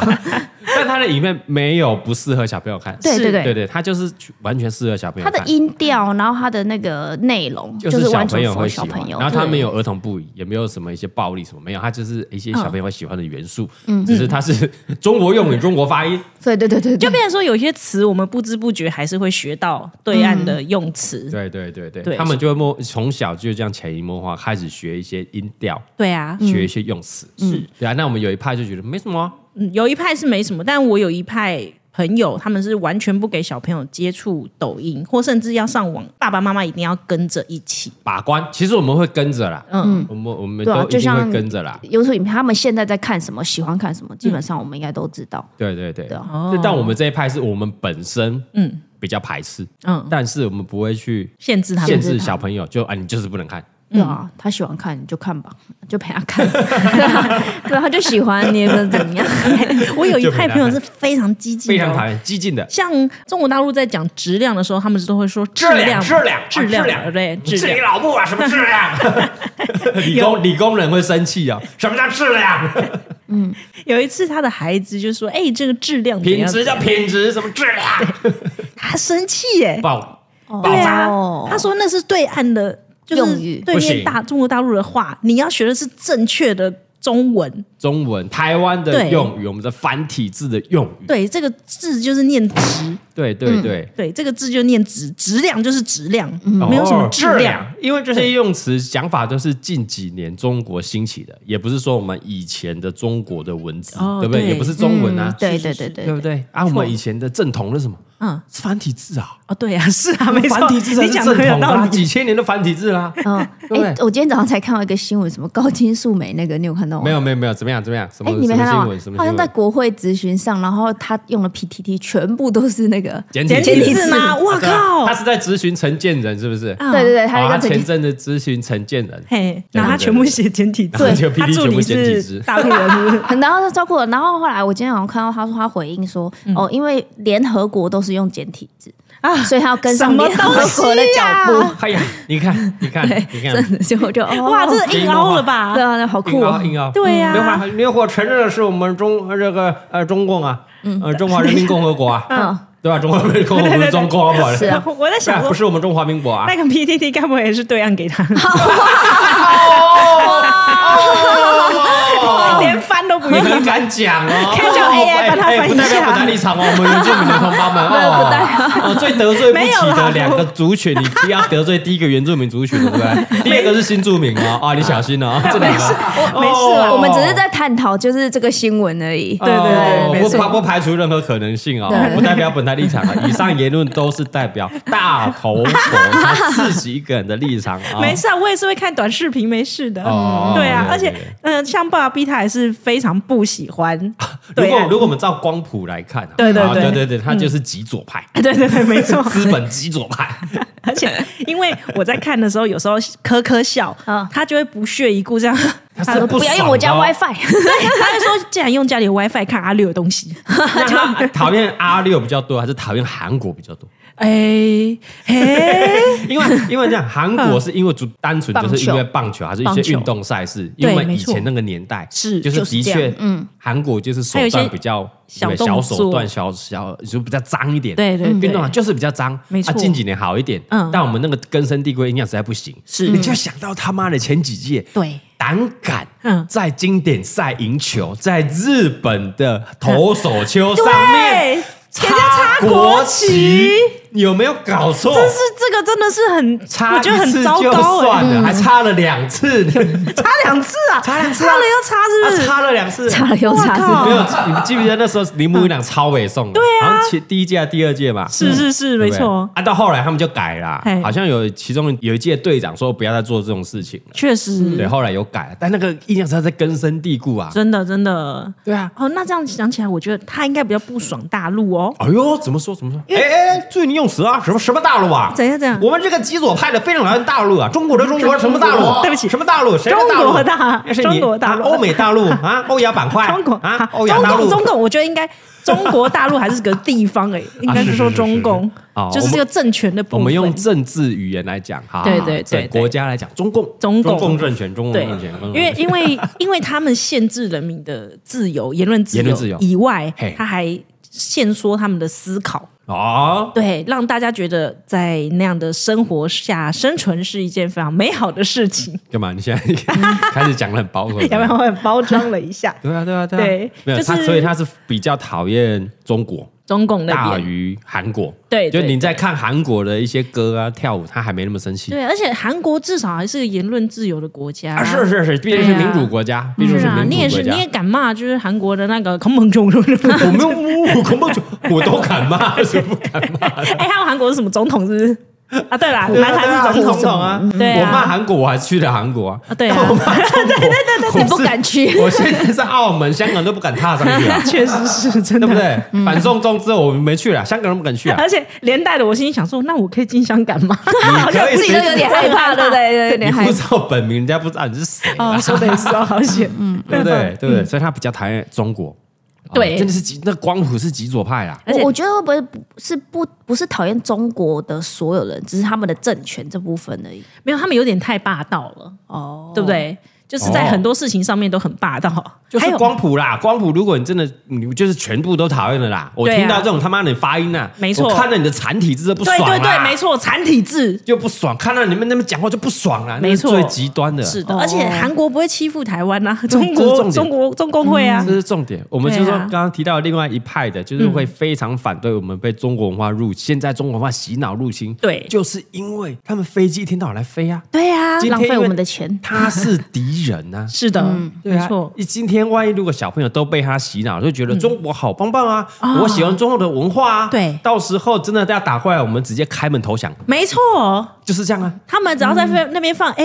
Speaker 4: 但他的影片没有不适合小朋友看，
Speaker 3: 对
Speaker 2: 是
Speaker 3: 对
Speaker 4: 对
Speaker 3: 对，
Speaker 4: 对，他就是完全适合小朋友
Speaker 3: 它
Speaker 4: 看，
Speaker 3: 的音调，然后它的那个内容，
Speaker 4: 就
Speaker 3: 就是
Speaker 4: 小
Speaker 3: 完
Speaker 4: 朋
Speaker 3: 全
Speaker 4: 友
Speaker 3: for
Speaker 4: 会喜
Speaker 3: 小
Speaker 4: 欢
Speaker 3: 朋，友，
Speaker 4: 然后他
Speaker 3: 对
Speaker 4: 没有儿童不宜，也没有什么一些暴力什么没有，他就是一些小朋友会喜欢的元素，只是他是中国用语、中国发音，
Speaker 3: 对对对对，
Speaker 2: 就
Speaker 3: 就
Speaker 2: 变成说有些词我们不知不觉还是会学到对岸的
Speaker 4: 嗯
Speaker 2: 用词，
Speaker 4: 对对对对，
Speaker 2: 对
Speaker 4: 他们就会默从小就这样潜移默化开始学一些音调，
Speaker 2: 对啊，
Speaker 4: 学一些用词，是对啊，那我们有一派就觉得没什么啊，
Speaker 2: 嗯，有一派是没什么，但我有一派朋友，他们是完全不给小朋友接触抖音，或甚至要上网，爸爸妈妈一定要跟着一起。
Speaker 4: 把关，其实我们会跟着啦，
Speaker 2: 嗯，
Speaker 4: 我们我们
Speaker 3: 对啊
Speaker 4: 都一
Speaker 3: 就
Speaker 4: 定
Speaker 3: 像
Speaker 4: 会跟着啦。
Speaker 3: YouTube 影片，他们现在在看什么，喜欢看什么，基本上我们应该都知道。
Speaker 4: 对对对，
Speaker 3: 对啊
Speaker 4: 就但我们这一派是我们本身嗯
Speaker 2: 嗯
Speaker 4: 比较排斥，
Speaker 2: 嗯，
Speaker 4: 但是我们不会去
Speaker 2: 限制他
Speaker 4: 限
Speaker 2: 们
Speaker 4: 制小朋友，就啊你就是不能看。
Speaker 3: 对啊，他喜欢看你就看吧，就陪他看， [laughs] 对啊，对啊，他就喜欢你能怎么
Speaker 4: [laughs]
Speaker 3: 样？
Speaker 2: 我有一派朋友是非常激进
Speaker 4: 非
Speaker 2: 的
Speaker 4: 常
Speaker 2: 哦。
Speaker 4: 讨厌激进的
Speaker 2: 像中国大陆在讲质量的时候，他们都会说质量、
Speaker 4: 质量
Speaker 2: 质
Speaker 4: 量
Speaker 2: 量、
Speaker 4: 啊质
Speaker 2: 对质
Speaker 4: 是你
Speaker 2: 量。
Speaker 4: 老母啊，什么质量？ [laughs] 理工理工人会生气哦，什么叫质量？
Speaker 2: 有一次，他的孩子就说：“哎、这个质量怎
Speaker 4: 品
Speaker 2: 样
Speaker 4: 质叫
Speaker 2: 怎样
Speaker 4: 品质，什么质量？
Speaker 2: 他生气耶、
Speaker 4: 爆！
Speaker 2: 对啊
Speaker 3: 哦，
Speaker 2: 他说那是对岸的，就
Speaker 3: 用
Speaker 2: 是
Speaker 3: 语
Speaker 2: 对
Speaker 4: 不行
Speaker 2: 面大中国大陆的话，你要学的是正确的中文。
Speaker 4: 中文台湾的
Speaker 2: 对
Speaker 4: 用语，我们的繁体字的用语，
Speaker 2: 对，这个字就是念质，
Speaker 4: 对对对。
Speaker 2: 对，这个字就念质，质量就是质量，
Speaker 4: 哦
Speaker 2: 嗯没有什么质量。，
Speaker 4: 因为这些用词讲法都是近几年中国兴起的，也不是说我们以前的中国的文字，
Speaker 2: 哦
Speaker 4: 对不对？
Speaker 2: 对
Speaker 4: 也不是中文啊
Speaker 3: 嗯，对对对
Speaker 4: 对
Speaker 3: 对
Speaker 4: 不对？啊，我们以前的正统是什么？
Speaker 2: 嗯，
Speaker 4: 是繁体字啊，
Speaker 2: 哦，对啊， [laughs] 是啊，没错，
Speaker 4: 繁体字才
Speaker 2: 你
Speaker 4: 是
Speaker 2: 讲
Speaker 4: 正
Speaker 2: 的很有
Speaker 4: 统的
Speaker 2: 道
Speaker 4: 啊，
Speaker 2: 理。哦
Speaker 4: 几千年的繁体字啦。
Speaker 3: 嗯，
Speaker 4: 对
Speaker 3: 哎，我今天早上才看到一个新闻，什么高金素梅那个，你有看到吗？
Speaker 4: 没有没有没有，怎么样怎么样？什么
Speaker 3: 哎，你
Speaker 4: 什
Speaker 3: 没
Speaker 4: 么
Speaker 3: 看到
Speaker 4: 新
Speaker 3: 吗
Speaker 4: 闻？什？么
Speaker 3: 好
Speaker 4: 新
Speaker 3: 像在
Speaker 4: 闻？
Speaker 3: 国会质询上，然后他用了 PTT，全部都是那个
Speaker 4: 简
Speaker 2: 简
Speaker 4: 体
Speaker 2: 体字吗？我
Speaker 4: [laughs] 对啊
Speaker 2: 靠
Speaker 4: 他！是在咨询陈建仁，是不是？
Speaker 2: 啊
Speaker 3: 对对对，他
Speaker 4: 哦
Speaker 3: 那
Speaker 4: 他
Speaker 3: 个
Speaker 4: 前阵子咨询陈建仁，
Speaker 2: 嘿，
Speaker 4: 对
Speaker 2: 然后他
Speaker 4: 对
Speaker 2: 全部
Speaker 4: 对
Speaker 2: 写简体字
Speaker 4: 然后就，
Speaker 2: 他
Speaker 4: PPT
Speaker 2: 助
Speaker 4: 全部
Speaker 2: 理
Speaker 4: 简体
Speaker 2: 是
Speaker 4: 字
Speaker 2: 大陆人，是不是？
Speaker 3: 很然后他照顾了，然后后来我今天好像看到他说他回应说，
Speaker 4: 嗯
Speaker 3: 哦，因为联合国都是用简体字
Speaker 2: 啊
Speaker 3: 所以他要跟上
Speaker 2: 什么
Speaker 3: 联合国的脚
Speaker 2: 东
Speaker 4: [laughs]
Speaker 3: 步。
Speaker 4: 哎呀，你看你看啊你看，
Speaker 3: 真的，所以我就哦
Speaker 2: 哇，这硬凹了吧
Speaker 3: 对？啊，那好酷
Speaker 4: 硬凹
Speaker 3: 哦！
Speaker 4: 硬凹，
Speaker 2: 对啊呀
Speaker 4: 刘华刘火承认的是我们中这个呃中共啊，呃中华人民共和国啊
Speaker 3: 嗯，
Speaker 4: 对吧？中华人民共和国不是中共啊，
Speaker 3: 是啊
Speaker 2: 我在
Speaker 4: 对啊
Speaker 2: 想
Speaker 4: 不
Speaker 2: 说，
Speaker 4: 是我们中华民国啊
Speaker 2: 那。个 PTT 该不会也是对岸给
Speaker 4: 哦
Speaker 2: 他的，连翻都不
Speaker 4: 你很敢讲哦，
Speaker 2: 可以叫 AI
Speaker 4: 哎
Speaker 2: 帮他
Speaker 4: 哎
Speaker 2: 翻译
Speaker 4: 不代表
Speaker 2: 一下
Speaker 4: 本台立场哦，我们原住民的同胞们哦，哦，最得罪不
Speaker 2: 没有
Speaker 4: 起
Speaker 2: 啦
Speaker 4: 的两个族群，你不要得罪第一个原住民族群，对不对？第二个是新住民哦，啊，你小心哦，这两个
Speaker 3: 我
Speaker 4: 没事啦
Speaker 3: 啊我们只是在探讨就是这个新闻而已。
Speaker 2: 对对对
Speaker 4: 哦
Speaker 2: 没
Speaker 4: 不
Speaker 2: 错
Speaker 4: 排不排除任何可能性哦，
Speaker 3: 对
Speaker 4: 不代表本台立场
Speaker 2: [laughs]
Speaker 4: 啊。以上言论都是代表大头佛他自己一个人的立场
Speaker 2: [laughs]
Speaker 4: 啊。
Speaker 2: 没事啊，我也是会看短视频，没事的。
Speaker 4: 哦
Speaker 2: 对啊，而且
Speaker 4: 对
Speaker 2: 嗯、
Speaker 4: 啊
Speaker 2: 呃像爸爸逼他还是非常不喜欢
Speaker 4: 如
Speaker 2: 对啊
Speaker 4: 果
Speaker 2: 岸
Speaker 4: 如果我们照光谱来看啊，
Speaker 2: 对对
Speaker 4: 啊
Speaker 2: 对
Speaker 4: 对对对，他就是极左
Speaker 2: [laughs]
Speaker 4: 派，
Speaker 2: 对对对，没
Speaker 4: [laughs]
Speaker 2: 错。
Speaker 4: 资本极左派。
Speaker 2: 而且因为我在看的时候，有时候咳咳笑
Speaker 3: 嗯，
Speaker 2: 他就会不屑一顾这样。
Speaker 4: [laughs] 他是
Speaker 3: 不要用我家
Speaker 2: [laughs]
Speaker 3: WiFi，[laughs]
Speaker 2: 他就说，竟然用家里的 WiFi 看阿六的东
Speaker 4: [laughs]
Speaker 2: 西， [laughs]
Speaker 4: 那他讨厌阿六比较多，还是讨厌韩国比较多？
Speaker 2: 哎 [laughs] 哎，
Speaker 4: 因为因为这样，韩国是因为主单纯就是因为棒球还是一
Speaker 3: 棒
Speaker 4: 些
Speaker 3: 球
Speaker 4: 运动赛事，
Speaker 2: 嗯对
Speaker 4: 因为我们
Speaker 2: 没
Speaker 4: 以
Speaker 2: 错
Speaker 4: 前那个年代
Speaker 2: 是
Speaker 4: 就
Speaker 3: 就是是
Speaker 4: 的
Speaker 3: 这
Speaker 4: 确
Speaker 3: 样，嗯，
Speaker 4: 韩国就是手
Speaker 2: 还有一些
Speaker 4: 段比较
Speaker 2: 小
Speaker 4: 对
Speaker 2: 动
Speaker 4: 小
Speaker 2: 作
Speaker 4: 手段小小就比较脏一点，
Speaker 2: 对对对
Speaker 4: 运动啊就是比较脏，
Speaker 2: 没错
Speaker 4: 啊近几年好一点，
Speaker 2: 嗯
Speaker 4: 但我们那个根深蒂固的印象实在不行，
Speaker 2: 是
Speaker 4: 你就想到他妈的前几届，
Speaker 3: 对，
Speaker 4: 胆敢
Speaker 2: 嗯
Speaker 4: 在经典赛赢球，在日本的投手丘上面
Speaker 2: 对人家插
Speaker 4: 国
Speaker 2: 国旗，
Speaker 4: 有没有搞错？
Speaker 2: 真是这个真的是很，
Speaker 4: 插
Speaker 2: 我
Speaker 4: 一
Speaker 2: 觉得很
Speaker 4: 次
Speaker 2: 糟
Speaker 4: 就
Speaker 2: 糕哎、
Speaker 4: 算了，还插了两次，
Speaker 2: [laughs] 插两次啊，
Speaker 4: 插两次
Speaker 2: [laughs]
Speaker 4: 啊
Speaker 2: 插了又插，是不
Speaker 4: 啊
Speaker 2: 是？
Speaker 4: 插了两次，
Speaker 3: 差了又差
Speaker 2: 我靠
Speaker 4: 没有，你们记不记得那时候铃木一朗超伟送的？对
Speaker 2: 啊
Speaker 4: 好像前第一届、还是第二届嘛，
Speaker 2: 是是是，
Speaker 4: 对
Speaker 2: 没
Speaker 4: 不对
Speaker 2: 错，
Speaker 4: 啊，到后来他们就改啦
Speaker 2: 嘿，
Speaker 4: 好像有其中有一届队长说不要再做这种事情了，
Speaker 2: 确实，
Speaker 4: 对，后来有改，但那个印象实在是根深蒂固啊。
Speaker 2: 真的真的。
Speaker 4: 对啊，
Speaker 2: 哦，那这样想起来，我觉得他应该比较不爽大陆哦。
Speaker 4: 哎呦，怎么说怎么说？哎哎，哎注意你用词啊！什么什么大陆啊？
Speaker 2: 怎样怎样
Speaker 4: 我们这个极左派的非常讨厌大陆啊！中国的中国什么大陆？
Speaker 2: 对不起
Speaker 4: 什么大陆？谁是大
Speaker 2: 中
Speaker 4: 陆
Speaker 2: 国大
Speaker 4: 那是
Speaker 2: 中
Speaker 4: 你
Speaker 2: 国大陆
Speaker 4: 啊欧美大陆
Speaker 2: [laughs]
Speaker 4: 啊，欧亚板块，
Speaker 2: 中国
Speaker 4: 啊，欧亚
Speaker 2: 中
Speaker 4: 大陆
Speaker 2: 共，中共，我觉得应该中国大陆还是个地方哎，应该是
Speaker 4: 是是
Speaker 2: 说
Speaker 4: 啊是
Speaker 2: 中共
Speaker 4: 是哦，
Speaker 2: 就是这个政权的部
Speaker 4: 我
Speaker 2: 分。
Speaker 4: 们用政治语言来讲哈，
Speaker 2: 对对对
Speaker 4: 整国家来讲，中共
Speaker 2: 中共
Speaker 4: 共政权，中共
Speaker 2: 对
Speaker 4: 政权，中，嗯
Speaker 2: 因
Speaker 4: 共
Speaker 2: 为
Speaker 4: 政权
Speaker 2: 因为因为他们限制人民的自由、言论自
Speaker 4: 言论自由
Speaker 2: 以外
Speaker 4: 嘿，
Speaker 2: 他还限缩他们的思考，
Speaker 4: 哦，
Speaker 2: 对，让大家觉得在那样的生活下生存是一件非常美好的事情，
Speaker 4: 干嘛？
Speaker 2: [laughs]
Speaker 4: 你现在开始讲的很保守，
Speaker 2: 要 [laughs] 不然我很包装了一下
Speaker 4: 对啊，对啊，对啊，
Speaker 2: 对
Speaker 4: 没有
Speaker 2: 就是
Speaker 4: 他，所以他是比较讨厌中国。
Speaker 2: 中共那
Speaker 4: 大
Speaker 2: 边。
Speaker 4: 于韩国。
Speaker 2: 对
Speaker 4: 就
Speaker 2: 对
Speaker 4: 你在看韩国的一些歌啊、跳舞，他还没那么生气。
Speaker 2: 对，而且韩国至少还是个言论自由的国家、
Speaker 4: 啊，是是是，毕竟是民主国家，毕竟
Speaker 2: 是
Speaker 4: 是
Speaker 2: 啊，
Speaker 4: 民
Speaker 2: 你也
Speaker 4: 主
Speaker 2: 是，
Speaker 4: 国
Speaker 2: 你
Speaker 4: 家。
Speaker 2: 也敢骂，就是韩国的那个恐猛冲 [laughs] 冲
Speaker 4: 我没有，我恐怖主，我都敢骂，是不敢骂。
Speaker 2: 哎，还有
Speaker 4: 啊
Speaker 2: 韩国是什么总统是不是？啊，对啦，南韩是总统，
Speaker 4: 统啊，
Speaker 2: 对啊
Speaker 4: 我骂韩国，我还去了韩国啊。
Speaker 2: 啊对啊，
Speaker 4: 但我骂中国，对对对
Speaker 3: 你不敢去。
Speaker 4: 我现在在澳门、香港都不敢踏上去啊
Speaker 2: 确实是真
Speaker 4: 对
Speaker 2: 的
Speaker 4: 不。对？反送中之后我们没去了，香港人不敢去啊。
Speaker 2: 而且连带的，我心里想说，那我可以进香港吗？
Speaker 4: 你可以
Speaker 3: 自己都有点害怕，对不对？有
Speaker 4: 你
Speaker 3: 点害
Speaker 4: 不
Speaker 3: 怕。
Speaker 4: 知道本名，人家不知道你是谁啊。
Speaker 2: 啊，说的也是 [laughs] 哦，好险。
Speaker 4: 对不 [laughs] 对？对不对？所以他比较讨厌中国，啊
Speaker 2: 对
Speaker 4: 嗯真的是极那光谱是极左派啊啦。
Speaker 2: 而且
Speaker 3: 我我觉得会不会不是不不是讨厌中国的所有人，只是他们的政权这部分而已。
Speaker 2: 没有，他们有点太霸道了，
Speaker 3: 哦，
Speaker 2: 对不对？就是在
Speaker 4: 哦
Speaker 2: 很多事情上面都很霸道，
Speaker 4: 就
Speaker 2: 还
Speaker 4: 是
Speaker 2: 有
Speaker 4: 光谱啦，光谱。如果你真的，你就是全部都讨厌了啦。我
Speaker 2: 对啊
Speaker 4: 听到这种他妈的发音啊，
Speaker 2: 没错
Speaker 4: 我看到你的残体字就不
Speaker 2: 对
Speaker 4: 爽啦，啊
Speaker 2: 对对，没，错，残体字
Speaker 4: 就不爽。看到你们那边讲话就不爽啦，
Speaker 2: 没错
Speaker 4: 那是最极端的，
Speaker 2: 是
Speaker 4: 这
Speaker 2: 的，
Speaker 3: 哦
Speaker 2: 而且韩国不会欺负台湾啊，中
Speaker 4: 这是
Speaker 2: 国
Speaker 4: 重点嗯
Speaker 2: 中国中共会啊，
Speaker 4: 是重点。我们就
Speaker 2: 对
Speaker 4: 说
Speaker 2: 啊
Speaker 4: 刚刚提到另外一派的，就是会非常反对我们被中国文化入，现在中国文化洗脑入侵，
Speaker 2: 嗯对
Speaker 4: 就是因为他们飞机一天到晚来飞啊，
Speaker 3: 对呀、
Speaker 4: 今天
Speaker 3: 浪费
Speaker 4: 因为
Speaker 3: 我们的钱。
Speaker 4: 他是敌人
Speaker 2: [laughs]
Speaker 4: 啊，
Speaker 2: 是的，
Speaker 4: 对
Speaker 2: 没
Speaker 4: 啊
Speaker 2: 错，，嗯
Speaker 4: 今天万一如果小朋友都被他洗脑，就觉得中国好棒棒啊，我喜欢中国的文化啊，
Speaker 2: 对
Speaker 4: 到时候真的要打坏我们，直接开门投降，
Speaker 2: 没错。
Speaker 4: 就是这样啊。
Speaker 2: 他们只要在那边放，哎、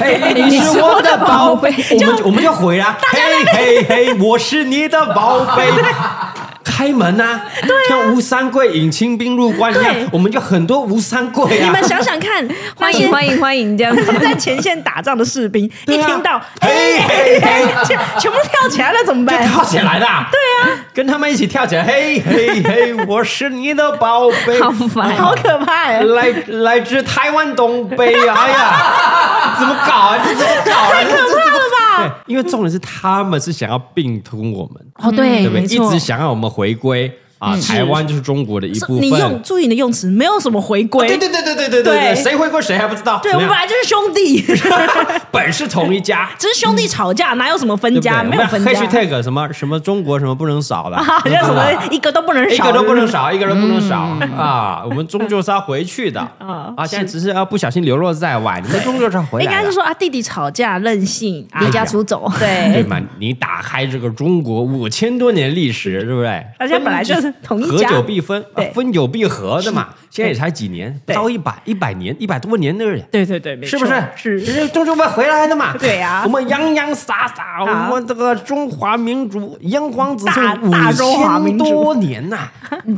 Speaker 2: 哎
Speaker 4: 嘿，你
Speaker 2: 是我的宝 [laughs] 贝
Speaker 4: 我们就我们就回啊，嘿嘿嘿，我是你的宝贝。
Speaker 2: [laughs]
Speaker 4: 开门啊！对像吴三桂引清兵入关一
Speaker 2: 对
Speaker 4: 样，我们就很多吴三桂啊。
Speaker 2: 你们想想看，
Speaker 3: 欢迎欢迎欢迎，这样子
Speaker 2: 那些 [laughs] 在前线打仗的士兵，一
Speaker 4: 对啊
Speaker 2: 听到哎
Speaker 4: 嘿嘿嘿，
Speaker 2: 全全部跳起来了，怎么
Speaker 4: 就
Speaker 2: 办？
Speaker 4: 跳起来啦！对啊，跟他们一起跳起来，嘿嘿嘿，我是你的宝
Speaker 3: [laughs]
Speaker 4: 贝。
Speaker 3: 好烦。
Speaker 2: 好可怕哎、
Speaker 4: 来来自台湾东北，哎
Speaker 2: [laughs]
Speaker 4: 呀，怎么搞啊？这怎么搞啊？太可怕了吧！嗯对，因为重点是他们是想要并吞我们，
Speaker 2: 哦，对
Speaker 4: 对不对？一直想要我们回归。啊，台湾就是中国的一
Speaker 2: 是
Speaker 4: 部
Speaker 2: 嗯你用
Speaker 4: 分。啊
Speaker 2: 注意你的用词，没有什么回归。
Speaker 4: 对对对对对对对，
Speaker 2: 对
Speaker 4: 谁回归谁还不知道？
Speaker 2: 对
Speaker 4: 怎
Speaker 2: 我
Speaker 4: 么
Speaker 2: 们本来
Speaker 4: 样
Speaker 2: 就是兄弟，
Speaker 4: 本是同一
Speaker 2: [laughs]
Speaker 4: 家，
Speaker 2: 只是兄弟吵架，哪有什么分家？
Speaker 4: 对不
Speaker 2: 没
Speaker 4: 对
Speaker 2: 有分家，
Speaker 4: hashtag 什么什么中国什么不能少的，
Speaker 2: [laughs] 好像什么嗯一个都不能
Speaker 4: 一
Speaker 2: 少，
Speaker 4: 个都不能少，一个都不能少啊！我们终究是要回去的
Speaker 2: 啊
Speaker 4: 啊！现在只是要不小心流落在外，你们终究是要回
Speaker 2: 应
Speaker 4: 来
Speaker 2: 该
Speaker 4: 的
Speaker 2: 是。说啊，弟弟吵架任性，啊
Speaker 3: 离家出走，
Speaker 4: [laughs] 对
Speaker 2: 对，
Speaker 4: 嘛？你打开这个中国五千多年历史，对不对？
Speaker 2: 大家本来就是同一
Speaker 4: 合
Speaker 2: 家，
Speaker 4: 久必分，啊
Speaker 2: 对
Speaker 4: 分久必合的嘛。现在也才几年，不
Speaker 2: 对
Speaker 4: 到一百一百年，一百多年而已。
Speaker 2: 对对对，没
Speaker 4: 是
Speaker 2: 错
Speaker 4: 不是？
Speaker 2: 是，
Speaker 4: 这终究会回来的嘛。
Speaker 2: 对呀
Speaker 4: 我们洋洋洒洒，
Speaker 2: 啊
Speaker 4: 我们这个中华民族炎黄子孙
Speaker 2: 大大中华
Speaker 4: 五千
Speaker 2: 民族
Speaker 4: 多年呐、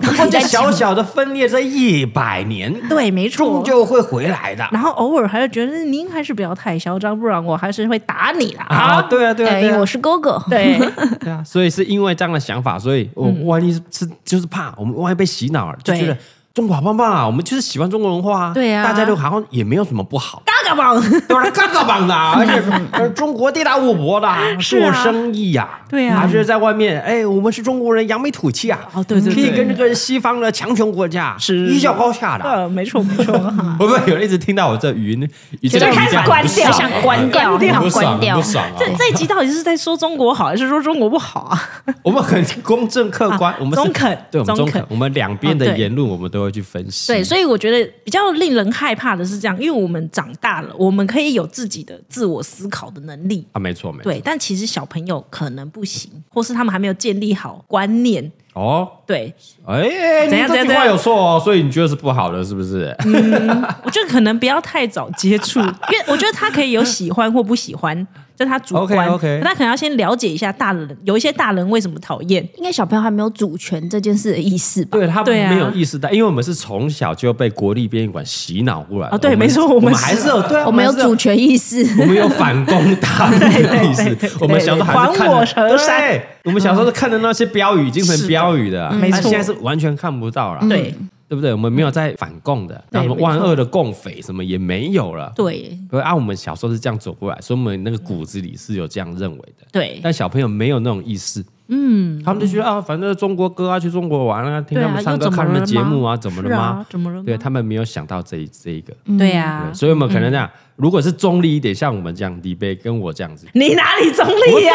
Speaker 4: [laughs] 或者小小的分裂这一百年，
Speaker 2: 对， [laughs] 没错
Speaker 4: 终。究会回来的。
Speaker 2: 然后偶尔还会觉得您还是不要太嚣张，不然我还是会打你啦。
Speaker 4: 啊，对啊，对啊，
Speaker 3: 哎
Speaker 4: 对
Speaker 3: [laughs]
Speaker 4: 啊
Speaker 3: 我，是哥哥，
Speaker 4: [laughs]
Speaker 2: 对，
Speaker 4: 对啊，所以是因为这样的想法，所以我万一是是就是怕我们万一被洗脑了，就觉得
Speaker 2: 嗯对
Speaker 4: 中华棒棒啊，我们就是喜欢中国文化啊，
Speaker 2: 对啊
Speaker 4: 大家都好像也没有什么不好，
Speaker 2: 嘎嘎棒，
Speaker 4: 都是各个帮
Speaker 2: [laughs]
Speaker 4: 的啊，而且呃中国地大物博的啊，
Speaker 2: 是
Speaker 4: 做
Speaker 2: 啊
Speaker 4: 生意呀，
Speaker 2: 对啊
Speaker 4: 还是在外面，哎，我们是中国人，扬眉吐气啊，
Speaker 2: 哦对对
Speaker 4: 可以
Speaker 2: 对
Speaker 4: 跟这个西方的强权国家
Speaker 2: 是
Speaker 4: 一较高下的。啊
Speaker 2: 呃，没错没
Speaker 4: [laughs]
Speaker 2: 错，哈
Speaker 4: 会不会有人一直听到我这语音，一直
Speaker 3: 觉得
Speaker 4: 在
Speaker 2: 开
Speaker 4: 这
Speaker 2: 始
Speaker 4: 样
Speaker 2: 关
Speaker 4: 不
Speaker 2: 掉
Speaker 4: 爽
Speaker 3: 想关掉，
Speaker 2: 不
Speaker 3: 想
Speaker 4: 不
Speaker 3: 关
Speaker 4: 爽，
Speaker 3: 掉
Speaker 4: 不。爽啊！
Speaker 2: 这这一集到底是在说中国好，还是说中国不好啊？
Speaker 4: 我们很公正客观，
Speaker 2: 啊
Speaker 4: 我们是
Speaker 2: 中肯
Speaker 4: 对，我们
Speaker 2: 中
Speaker 4: 中肯
Speaker 2: 肯，
Speaker 4: 我们两边
Speaker 2: 哦
Speaker 4: 的
Speaker 2: 对
Speaker 4: 言论我们都会去分析。
Speaker 2: 对，所以我觉得比较令人害怕的是这样，因为我们长大了，我们可以有自己的自我思考的能力，
Speaker 4: 啊，没错，没错。
Speaker 2: 对，但其实小朋友可能不行，或是他们还没有建立好观念，
Speaker 4: 哦， [laughs]
Speaker 2: 对，
Speaker 4: 哎，你
Speaker 2: 怎样
Speaker 4: 这
Speaker 2: 怎样
Speaker 4: 句
Speaker 2: 怎
Speaker 4: 话
Speaker 2: 样嗯
Speaker 4: 有错哦，所以你觉得是不好的，是不是？
Speaker 2: 我觉得可能不要太早接触，因为我觉得他可以有喜欢或不喜欢，这是他主观。
Speaker 4: OK，OK
Speaker 2: 他可能要先了解一下大人，有一些大人为什么讨厌。
Speaker 3: 应该小朋友还没有主权这件事的意识吧？
Speaker 4: 对他
Speaker 2: 对啊
Speaker 4: 没有意识到，因为我们是从小就被国立编译馆洗脑过来的。
Speaker 2: 哦对
Speaker 4: 我们
Speaker 2: 没错
Speaker 4: 我
Speaker 2: 我们是
Speaker 4: 还是有对啊，
Speaker 3: 我们有
Speaker 4: 还是
Speaker 3: 主权意 [laughs] 识，
Speaker 4: 我们有反
Speaker 2: [laughs]
Speaker 4: 攻大陆的意
Speaker 2: 对对
Speaker 4: 识
Speaker 2: 对对。
Speaker 4: 我们小时候还是看
Speaker 2: 还我
Speaker 4: 的，
Speaker 2: 河山嗯
Speaker 4: 对，我们小时候看的那些标语，精神标语的，
Speaker 2: 没
Speaker 4: 啊
Speaker 2: 错嗯
Speaker 4: 现在是完全看不到了。
Speaker 2: 对
Speaker 4: 对不对？我们没有在反共的，
Speaker 2: 对
Speaker 4: 然后
Speaker 2: 没错
Speaker 4: 万恶的共匪什么也没有了。
Speaker 2: 对
Speaker 4: 对，啊，我们小时候是这样走过来，所以我们那个骨子里是有这样认为的。
Speaker 2: 对，
Speaker 4: 但小朋友没有那种意识，嗯，他们就觉得啊，反正中国歌啊，去中国玩啊，听
Speaker 2: 对
Speaker 4: 他
Speaker 2: 啊
Speaker 4: 们唱歌，
Speaker 2: 又怎么
Speaker 4: 看他们
Speaker 2: 了
Speaker 4: 节
Speaker 2: 吗
Speaker 4: 目啊，怎么了
Speaker 2: 是
Speaker 4: 吗
Speaker 2: 啊？怎么了吗
Speaker 4: 对他们没有想到这一这一个，
Speaker 2: 对啊
Speaker 3: 啊
Speaker 4: 对
Speaker 2: 呀、
Speaker 4: 所以我们可能这样，如果是中立一点，像我们这样，李贝跟嗯我这样子，
Speaker 2: 你哪里中立啊呀、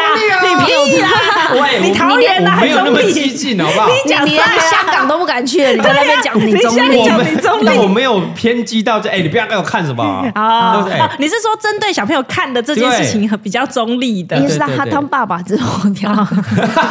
Speaker 2: 你
Speaker 4: 啊
Speaker 2: 屁啦！
Speaker 4: 喂
Speaker 2: 你
Speaker 4: 我
Speaker 2: 桃园哪
Speaker 4: 我没
Speaker 2: 里
Speaker 4: 有那
Speaker 2: 中
Speaker 4: 么
Speaker 2: 立？
Speaker 4: 激进，好不好？
Speaker 2: 你讲
Speaker 3: 嗯你
Speaker 2: 啥
Speaker 3: 连
Speaker 2: 呀？
Speaker 3: 香港都不敢去了，你在那边讲啊你
Speaker 2: 对啊
Speaker 3: 中立
Speaker 2: 你，
Speaker 4: 我
Speaker 2: 讲
Speaker 4: 们
Speaker 2: 你中立
Speaker 4: 但我没有偏激到这，哎，你不要给我看什么啊，对
Speaker 2: 啊、
Speaker 4: 不对？
Speaker 2: 你是说针对小朋友看的这件事情比较中立
Speaker 3: 你
Speaker 2: 的？
Speaker 3: 是他当爸爸之后这样， [laughs]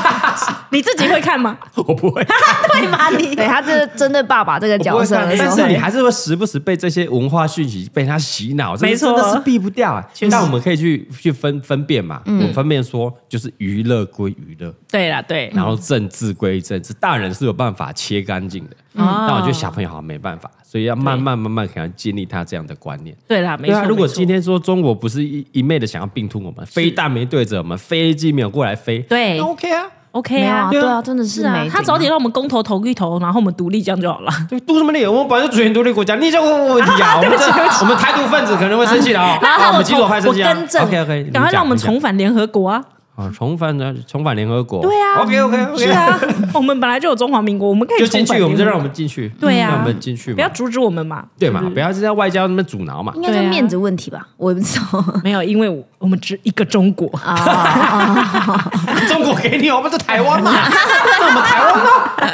Speaker 2: 你自己会看吗？
Speaker 4: 我不会，
Speaker 2: 对吗？你
Speaker 3: 对他这针对爸爸这个
Speaker 4: 我不
Speaker 3: 角
Speaker 4: 会
Speaker 3: 色
Speaker 4: 看
Speaker 3: 的时
Speaker 4: 但
Speaker 3: 候，
Speaker 4: 是你还是会时不时被这些文化讯息被他洗脑，这个
Speaker 2: 没错
Speaker 4: 真的是避不掉啊。但我们可以去去分分辨嘛，
Speaker 2: 嗯
Speaker 4: 我们分辨说就是娱乐归娱乐，
Speaker 2: 对啦，对，
Speaker 4: 然后政治归政治，大人是有办法切干净的，
Speaker 2: 嗯哦
Speaker 4: 但
Speaker 2: 啊
Speaker 4: 我觉得小朋友好像没办法，所以要慢慢慢慢可能建立他这样的观念。
Speaker 2: 对啦，没
Speaker 4: 对
Speaker 2: 错。
Speaker 4: 啊，如果
Speaker 2: 没错
Speaker 4: 今天说中国不是一一昧的想要并吞我们，飞弹没对着我们，飞机没有过来飞，
Speaker 2: 对
Speaker 4: 那 OK 啊，
Speaker 2: OK
Speaker 3: 没有
Speaker 2: 啊
Speaker 3: 啊，，对啊，真的是
Speaker 2: 是啊
Speaker 3: 没，
Speaker 2: 他早点让我们公投投一投，然后我们独立，这样就好了。
Speaker 4: 对，读什么理？我们本来就主权独立国家，你这问我问题啊？我们这我们台独分子可能会生气的哦。
Speaker 2: [laughs] 然后
Speaker 4: 啊
Speaker 2: 他
Speaker 4: 我们
Speaker 2: 有
Speaker 4: 极
Speaker 2: 重，
Speaker 4: 左派生
Speaker 2: 我
Speaker 4: 气啊。
Speaker 2: 更正
Speaker 4: OK OK，
Speaker 2: 赶快让我们重返联合国
Speaker 4: [laughs]
Speaker 2: 啊！
Speaker 4: 啊重返呢重返联合国。
Speaker 2: 对啊
Speaker 4: OK OK
Speaker 2: 是
Speaker 4: OK，
Speaker 2: 啊，我们本来就有中华民国，我们可以
Speaker 4: [laughs] 就
Speaker 2: 重
Speaker 4: 进
Speaker 2: 返
Speaker 4: 去，
Speaker 2: 联
Speaker 4: 我
Speaker 2: 合
Speaker 4: 们
Speaker 2: 国
Speaker 4: 就让我们进去，
Speaker 2: 对啊
Speaker 4: 让我们进去
Speaker 2: 不要
Speaker 4: 嘛，
Speaker 2: 阻止我们嘛。
Speaker 4: 对嘛，不要在外交那边阻
Speaker 2: [laughs]
Speaker 4: 挠嘛
Speaker 3: 应。该是面子问题吧？我也不知道
Speaker 2: 没有，因为我我们只一个中国，
Speaker 3: [laughs] 啊，
Speaker 4: 中国给你，我们是台
Speaker 2: [laughs]
Speaker 4: 湾嘛，那我们台湾呢？
Speaker 2: [laughs]